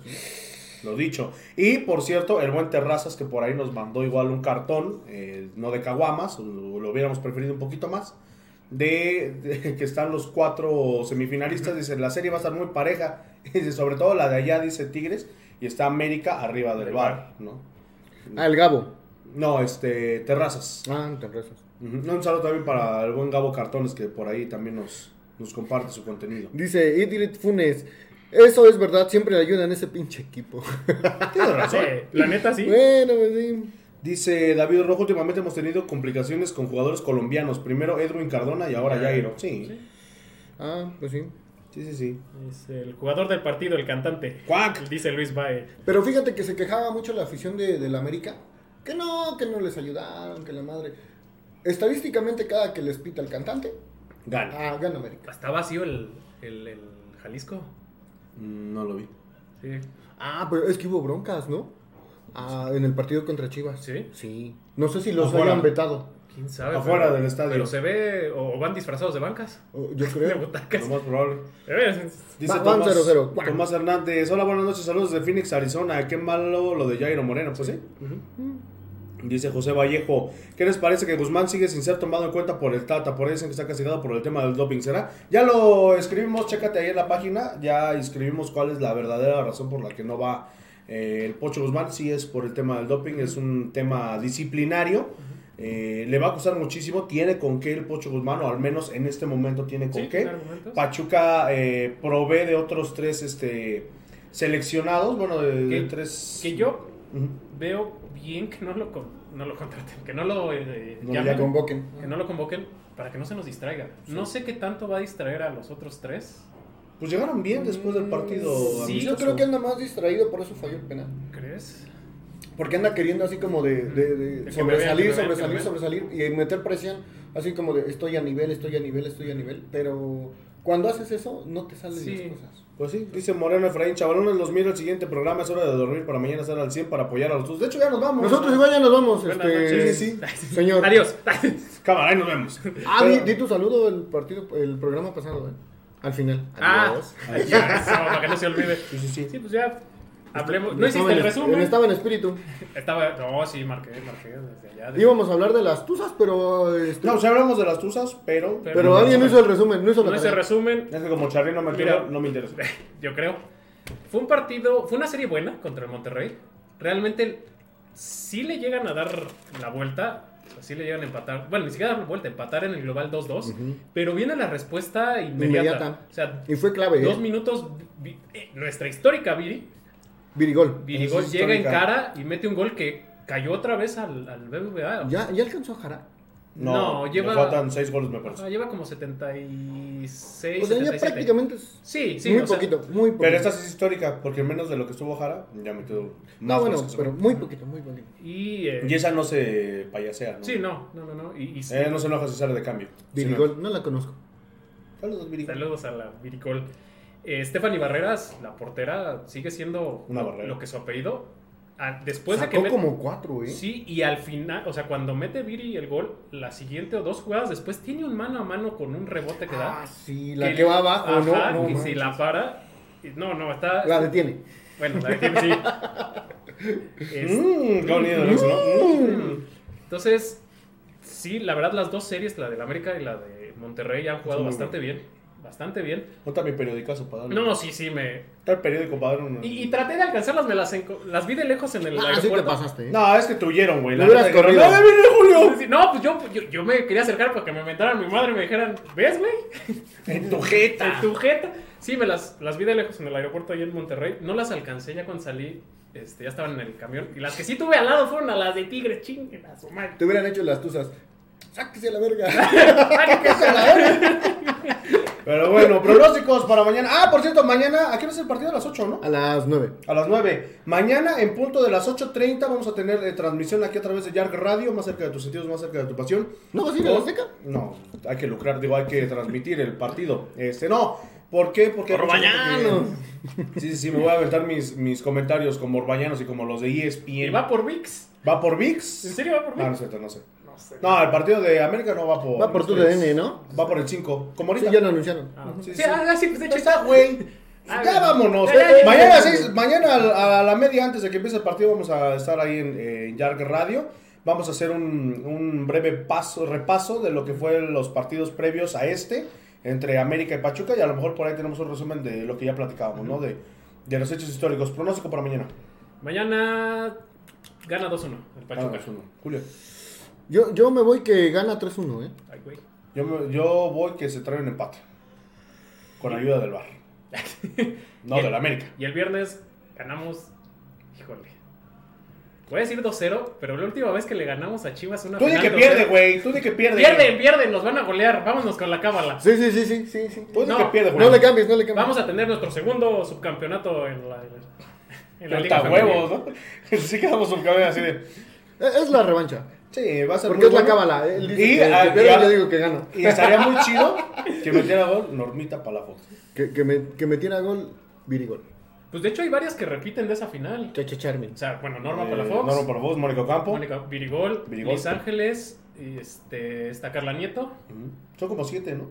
Speaker 2: Lo dicho. Y por cierto, el buen Terrazas que por ahí nos mandó igual un cartón, eh, no de caguamas, lo, lo hubiéramos preferido un poquito más, de, de que están los cuatro semifinalistas. Dice, la serie va a estar muy pareja, dice, sobre todo la de allá, dice Tigres, y está América arriba del VAR, ¿no?
Speaker 4: ah, el Gabo.
Speaker 2: No, este, Terrazas.
Speaker 4: Ah, no te rezas.
Speaker 2: Ujú. No, Un saludo también para el buen Gabo Cartones que por ahí también nos, nos comparte su contenido.
Speaker 4: Dice Idilit Funes. Eso es verdad, siempre le ayudan a ese pinche equipo.
Speaker 2: Tiene razón.
Speaker 1: Sí, la neta sí.
Speaker 4: Bueno, pues sí.
Speaker 2: Dice David Rojo, últimamente hemos tenido complicaciones con jugadores colombianos. Primero Edwin Cardona y ahora Jairo. Sí,
Speaker 4: Ah, pues sí.
Speaker 2: sí, sí, sí.
Speaker 1: Es el jugador del partido, el cantante.
Speaker 2: ¡Cuac!
Speaker 1: Dice Luis Bae.
Speaker 4: Pero fíjate que se quejaba mucho la afición de, de la América. Que no, que no les ayudaron, que la madre. Estadísticamente, cada que les pita el cantante,
Speaker 2: Gana.
Speaker 4: ah, gana América.
Speaker 1: Está vacío el, el, el Jalisco.
Speaker 2: Mm, No lo vi.
Speaker 1: Sí.
Speaker 4: Ah, pero es que hubo broncas, ¿no? Ah, en el partido contra Chivas.
Speaker 1: ¿Sí?
Speaker 4: Sí. No sé si los
Speaker 2: Afuera.
Speaker 4: hayan vetado.
Speaker 1: ¿Quién sabe?
Speaker 2: Afuera
Speaker 1: pero-
Speaker 2: del estadio.
Speaker 1: Pero se ve, o, o van disfrazados de bancas.
Speaker 4: Oh, Yo
Speaker 1: De
Speaker 4: creo.
Speaker 1: butacas.
Speaker 2: Lo más probable.
Speaker 1: Eh,
Speaker 2: Dice
Speaker 4: Va- van
Speaker 2: Tomás,
Speaker 4: 0-0. Cuac.
Speaker 2: Tomás Hernández. Hola, buenas noches. Saludos de Phoenix, Arizona. Qué malo lo de Jairo Moreno. Pues sí. Dice José Vallejo, ¿qué les parece que Guzmán sigue sin ser tomado en cuenta por el Tata? Por ahí dicen que está castigado por el tema del doping, ¿será? Ya lo escribimos, chécate ahí en la página, ya escribimos cuál es la verdadera razón por la que no va eh, el Pocho Guzmán, si es por el tema del doping, es un tema disciplinario, eh, le va a costar muchísimo, tiene con qué el Pocho Guzmán, o al menos en este momento tiene con
Speaker 1: Sí,
Speaker 2: qué.
Speaker 1: tiene argumentos.
Speaker 2: Pachuca eh, provee de otros tres este, seleccionados, bueno, de, de
Speaker 1: Que-
Speaker 2: tres...
Speaker 1: Que yo
Speaker 2: Ujú.
Speaker 1: veo bien que no lo, con- no lo contraten, que no lo eh,
Speaker 2: No,
Speaker 1: llamen,
Speaker 4: Ya convoquen.
Speaker 1: que no lo convoquen para que no se nos distraiga. No sé qué tanto va a distraer a los otros tres.
Speaker 2: Pues llegaron bien después del partido.
Speaker 1: Mm, Sí,
Speaker 4: Yo
Speaker 2: amistoso.
Speaker 4: creo que anda más distraído, por eso falló el penal.
Speaker 1: ¿Crees?
Speaker 4: Porque anda queriendo así como de, de- de
Speaker 1: que
Speaker 4: sobresalir,
Speaker 1: me vean, que me vean, que
Speaker 4: sobresalir,
Speaker 1: me
Speaker 4: sobresalir y meter presión, así como de estoy a nivel, estoy a nivel, estoy a nivel. Pero cuando haces eso, no te salen
Speaker 1: Sí.
Speaker 4: las cosas.
Speaker 2: Pues sí, dice Moreno Efraín, chavalones, los miro el siguiente programa, es hora de dormir para mañana estar al 100 para apoyar a los tuyos. De hecho, ya nos vamos.
Speaker 4: Nosotros igual ya nos vamos,
Speaker 1: Buenas
Speaker 4: este,
Speaker 1: noches.
Speaker 2: sí,
Speaker 4: señor.
Speaker 1: Adiós.
Speaker 2: Cámara, ahí nos vemos.
Speaker 4: Ah,
Speaker 2: Pero-
Speaker 4: di, di tu saludo el partido, el programa pasado, ¿eh? Al final.
Speaker 1: Ah,
Speaker 4: Adiós.
Speaker 1: eso, para que no se olvide.
Speaker 2: Sí, sí, sí.
Speaker 1: Sí, pues ya. Hablemos. No
Speaker 4: Estaba
Speaker 1: hiciste
Speaker 4: en
Speaker 1: el
Speaker 4: es-
Speaker 1: resumen.
Speaker 4: Estaba en espíritu.
Speaker 1: Estaba. No, sí, marqué, marqué desde allá. desde-
Speaker 4: Íbamos a hablar de las tuzas, pero. este,
Speaker 2: No, o sea, hablamos de las tuzas, pero...
Speaker 1: Pero-
Speaker 4: pero alguien no hizo el resumen, no hizo la
Speaker 1: No hice
Speaker 4: tarea.
Speaker 1: resumen,
Speaker 2: Es que como Charly no me
Speaker 1: Mira.
Speaker 2: quiero, no me interesa.
Speaker 1: yo creo. Fue un partido, fue una serie buena contra el Monterrey. Realmente sí le llegan a dar la vuelta, sí le llegan a empatar. Bueno, ni siquiera dar la vuelta, empatar en el global 2-2, pero viene la respuesta inmediata.
Speaker 4: Inmediata.
Speaker 1: O sea,
Speaker 4: Y fue clave,
Speaker 1: dos
Speaker 4: ¿eh?
Speaker 1: minutos, vi- eh, nuestra histórica Viri,
Speaker 4: Virigol.
Speaker 1: Virigol
Speaker 2: Es
Speaker 1: llega en
Speaker 2: histórica.
Speaker 1: cara y mete un gol que cayó otra vez al, al BBVA.
Speaker 4: ¿Ya, ya alcanzó a Jara.
Speaker 1: No,
Speaker 2: le
Speaker 1: lleva-
Speaker 2: faltan 6 goles, me
Speaker 1: Ah,
Speaker 2: parece.
Speaker 1: lleva como 76,
Speaker 4: O sea, Pues ya
Speaker 1: 77.
Speaker 4: prácticamente es
Speaker 1: Sí, sí,
Speaker 4: muy
Speaker 1: o sea,
Speaker 4: poquito, muy poquito.
Speaker 2: Pero esta sí es histórica, porque menos de lo que estuvo Jara, ya me quedo...
Speaker 4: No, bueno,
Speaker 2: fresco.
Speaker 4: pero muy poquito, muy poquito.
Speaker 1: Y, eh,
Speaker 2: Y esa no se payasea, ¿no?
Speaker 1: Sí, no, no, no, no.
Speaker 4: Eh.
Speaker 1: Y, y-
Speaker 2: Ella Eh, no se enoja si sale de cambio.
Speaker 4: Virigol, no la conozco.
Speaker 2: Sí, no. Saludos, Virigol.
Speaker 1: Saludos a la Viricol. Eh, Stephanie Barreras, la portera, sigue siendo
Speaker 2: Una barrera.
Speaker 1: lo que su apellido. Ah, después
Speaker 4: Sacó
Speaker 1: de que met-
Speaker 4: como cuatro, ¿eh?
Speaker 1: Sí, y al final, o sea, cuando mete Viri el gol, la siguiente o dos jugadas después tiene un mano a mano con un rebote que da.
Speaker 4: Ah, sí, la que, va abajo,
Speaker 1: Ajá,
Speaker 4: ¿no? no
Speaker 1: y si
Speaker 4: manches.
Speaker 1: la para. y- No, no, está.
Speaker 4: La detiene.
Speaker 1: Bueno, la detiene, sí. Es-
Speaker 4: Mm.
Speaker 2: Mmm, qué bonito, ¿no? Mm.
Speaker 1: Entonces, sí, la verdad, las dos series, la del América y la de Monterrey, han jugado
Speaker 2: Muy
Speaker 1: bastante bien. Bastante bien.
Speaker 2: Nota mi periodicazo para darle.
Speaker 1: No, sí, sí, me.
Speaker 2: Está el periódico para darle una-
Speaker 1: Y, y traté de alcanzarlas, me las, enco- las vi de lejos en el
Speaker 4: Ah, sí te
Speaker 1: aeropuerto.
Speaker 4: pasaste, ¿eh?
Speaker 2: No, es que te huyeron, güey.
Speaker 4: Lo hubieras
Speaker 2: neta,
Speaker 4: corrido.
Speaker 2: ¡Ay, viene Julio!
Speaker 1: Sí, No, pues yo, yo, yo me quería acercar para que me inventaran mi madre y me dijeran, ¿ves, güey?
Speaker 2: En tu jeta.
Speaker 1: En tu jeta. Sí, me las, las vi de lejos en el aeropuerto ahí en Monterrey. No las alcancé ya cuando salí. Este, ya estaban en el camión. Y las que sí tuve al lado fueron a las de Tigres, chinguen a su madre.
Speaker 4: Te hubieran hecho las tuzas. Sáquese a la verga.
Speaker 1: Ay, qué-
Speaker 2: Pero bueno, pronósticos para mañana. Ah, por cierto, mañana, ¿a qué hora es el partido? A las 8, ¿no?
Speaker 4: A las 9.
Speaker 2: A las 9. Mañana, en punto de las 8.30, vamos a tener eh, transmisión aquí a través de Yark Radio, más cerca de tus sentidos, más cerca de tu pasión.
Speaker 4: ¿No vas a ir a la Azteca?
Speaker 2: No, hay que lucrar, digo, hay que transmitir el partido. Este, no. ¿Por qué? Porque... hay mucha
Speaker 4: Orbañanos.
Speaker 2: gente que- Sí, sí, sí, me voy a aventar mis, mis comentarios como Orbañanos y como los de E ESPN.
Speaker 1: Y va por VIX.
Speaker 2: ¿Va por
Speaker 1: ¿En
Speaker 2: VIX? Ah,
Speaker 1: serio va por
Speaker 2: No, no es
Speaker 1: VIX?
Speaker 2: cierto, no sé.
Speaker 1: No sé.
Speaker 2: No, el partido de América no va por...
Speaker 4: Va por tu DN, ¿no?
Speaker 2: Va por el 5. Como
Speaker 4: Sí,
Speaker 2: ahorita.
Speaker 4: ya lo anunciaron.
Speaker 1: Ah,
Speaker 2: Sí,
Speaker 1: sí,
Speaker 2: sí.
Speaker 1: ah, sí, pues de hecho
Speaker 2: está, güey.
Speaker 1: Ah,
Speaker 2: Ya
Speaker 1: bueno.
Speaker 2: vámonos. eh.
Speaker 1: Ya, ya, ya,
Speaker 2: mañana
Speaker 1: ya,
Speaker 2: a
Speaker 1: ya.
Speaker 2: seis- mañana a la- a la media antes de que empiece el partido vamos a estar ahí en, eh, en Yarg Radio. Vamos a hacer un, un breve paso, repaso de lo que fue los partidos previos a este entre América y Pachuca y a lo mejor por ahí tenemos un resumen de lo que ya platicábamos, ¿no? De, de los hechos históricos. Pronóstico para mañana.
Speaker 1: Mañana gana 2-1 el Pachuca.
Speaker 2: Ah, es uno. Julio.
Speaker 4: Yo, yo me voy que gana 3-1, ¿eh?
Speaker 1: Ay, güey.
Speaker 2: Yo, me- yo voy que se trae un empate. Con ayuda del bar. No,
Speaker 1: Bien.
Speaker 2: del América.
Speaker 1: Y el viernes ganamos. Híjole. Voy a decir 2-0, pero la última vez que le ganamos a Chivas una
Speaker 2: Tú di
Speaker 1: final
Speaker 2: que
Speaker 1: 2-0.
Speaker 2: pierde, güey. Tú di que pierde.
Speaker 1: Pierden, pierden, nos van a golear. Vámonos con la cábala.
Speaker 4: Sí, sí, sí, sí, sí. sí.
Speaker 2: Tú di
Speaker 1: No,
Speaker 2: que pierde, güey.
Speaker 4: Pues, No le cambies, no le cambies.
Speaker 1: Vamos a tener nuestro segundo subcampeonato en la, en la Liga
Speaker 2: Falta
Speaker 1: Femenil.
Speaker 2: huevos, ¿no? Sí quedamos un cabello así de...
Speaker 4: Eh, Es es la revancha.
Speaker 2: Sí, va a ser
Speaker 4: Porque es la cábala. Él dice que,
Speaker 2: ah,
Speaker 4: que pierde,
Speaker 2: ya-
Speaker 4: yo digo que gano.
Speaker 2: Y estaría muy chido que metiera gol Normita Palafox.
Speaker 4: Que, que, me, que me tira gol, Virigol.
Speaker 1: Pues de hecho hay varias que repiten de esa final.
Speaker 4: Chacha
Speaker 1: O
Speaker 4: Charmin.
Speaker 1: sea, bueno, Norma
Speaker 2: Eh,
Speaker 1: Palafox,
Speaker 2: Norma Palafox, Mónica Campo.
Speaker 1: Mónica Virigol,
Speaker 2: Virigol.
Speaker 1: Luis Ángeles, y este, está Carla Nieto
Speaker 2: Son como siete, ¿no?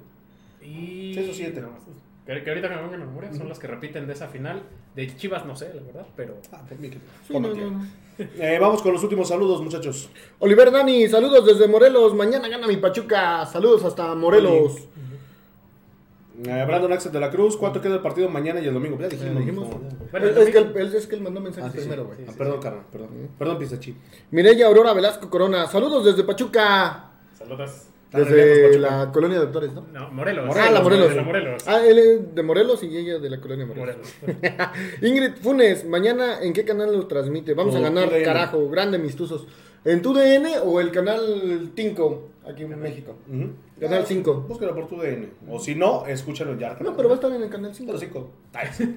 Speaker 1: y...
Speaker 2: Sí, esos siete.
Speaker 1: no, que, que ahorita que me venga a la memoria son las que repiten de esa final. De Chivas no sé, la verdad, pero...
Speaker 2: Ah, pues mira.
Speaker 4: Sí, no, no, no.
Speaker 2: Eh, vamos con los últimos saludos, muchachos.
Speaker 4: Oliver Dani, saludos desde Morelos. Mañana gana mi Pachuca. Saludos hasta Morelos.
Speaker 2: Eh, Brandon Axel de la Cruz, ¿cuánto queda el partido mañana y el domingo? Ya dijimos.
Speaker 4: Eh, dijimos.
Speaker 2: ¿no?
Speaker 1: Bueno,
Speaker 4: es, es que él, él- es que él mandó mensaje
Speaker 2: Ah, sí,
Speaker 4: primero,
Speaker 2: sí.
Speaker 4: güey.
Speaker 2: Ah, perdón, carnal, perdón. Perdón, Pistachi.
Speaker 4: Mireya Aurora Velasco Corona, saludos desde Pachuca.
Speaker 1: Saludos.
Speaker 2: Está
Speaker 4: Desde
Speaker 2: lejos, Pachuca.
Speaker 4: la colonia de doctores, ¿no?
Speaker 1: No, Morelos.
Speaker 4: ah, la Morelos.
Speaker 1: De la Morelos.
Speaker 4: Ah, él es de Morelos y ella de la colonia de Morelos.
Speaker 1: Morelos.
Speaker 4: Ingrid Funes, mañana en qué canal lo transmite? Vamos a
Speaker 2: Por
Speaker 4: ganar,
Speaker 2: TUDN.
Speaker 4: carajo, grande mis tuzos. ¿En tu DN o el canal Tinco aquí en México?
Speaker 2: Ujú.
Speaker 4: Canal cinco.
Speaker 2: Búsquelo por tu DN. O si no, escúchalo en Yarka.
Speaker 4: No, pero va a estar en el canal 5.
Speaker 1: Pues
Speaker 2: Pero cinco. Ay, sí.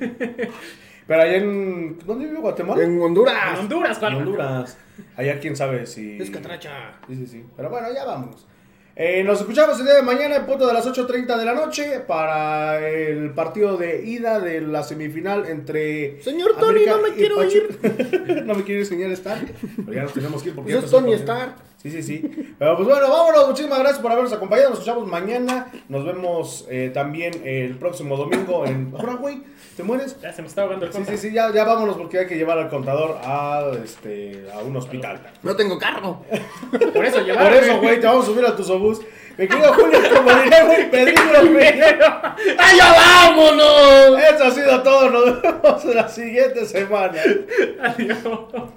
Speaker 2: Pero allá en. ¿Dónde vive Guatemala?
Speaker 4: En Honduras.
Speaker 1: En Honduras,
Speaker 2: En
Speaker 1: ¿cuál?
Speaker 2: Honduras. Allá quién sabe si.
Speaker 4: Es catracha.
Speaker 2: Sí, sí, sí. Pero bueno, ya vamos. Eh, nos escuchamos el día de mañana en punto de las 8.30 de la noche para el partido de ida de la semifinal entre...
Speaker 4: Señor Tony, no me
Speaker 2: y
Speaker 4: quiero
Speaker 2: Pachuca. no me quiero ir, señor Stark. Pero ya nos tenemos que ir porque...
Speaker 4: Pues
Speaker 2: ya
Speaker 4: es
Speaker 2: pasó
Speaker 4: Tony
Speaker 2: el partido.
Speaker 4: Stark.
Speaker 2: Sí, sí, sí. Pero pues bueno, vámonos. Muchísimas gracias por habernos acompañado. Nos escuchamos mañana. Nos vemos eh, también el próximo domingo en... Ahora, güey, ¿te mueres?
Speaker 1: Ya se me está ahogando el
Speaker 2: Sí,
Speaker 1: compa.
Speaker 2: sí, sí, ya, ya vámonos porque hay que llevar al contador a, este, a un hospital.
Speaker 4: No tengo carro.
Speaker 1: Por eso
Speaker 2: Por
Speaker 1: llevaron.
Speaker 2: eso, güey, te vamos a subir a tu sobús. Me querido Julio, como diría, güey, Pedrillo, güey.
Speaker 4: ¡Ay, ya vámonos!
Speaker 2: Eso ha sido todo. Nos vemos la siguiente semana.
Speaker 1: Adiós.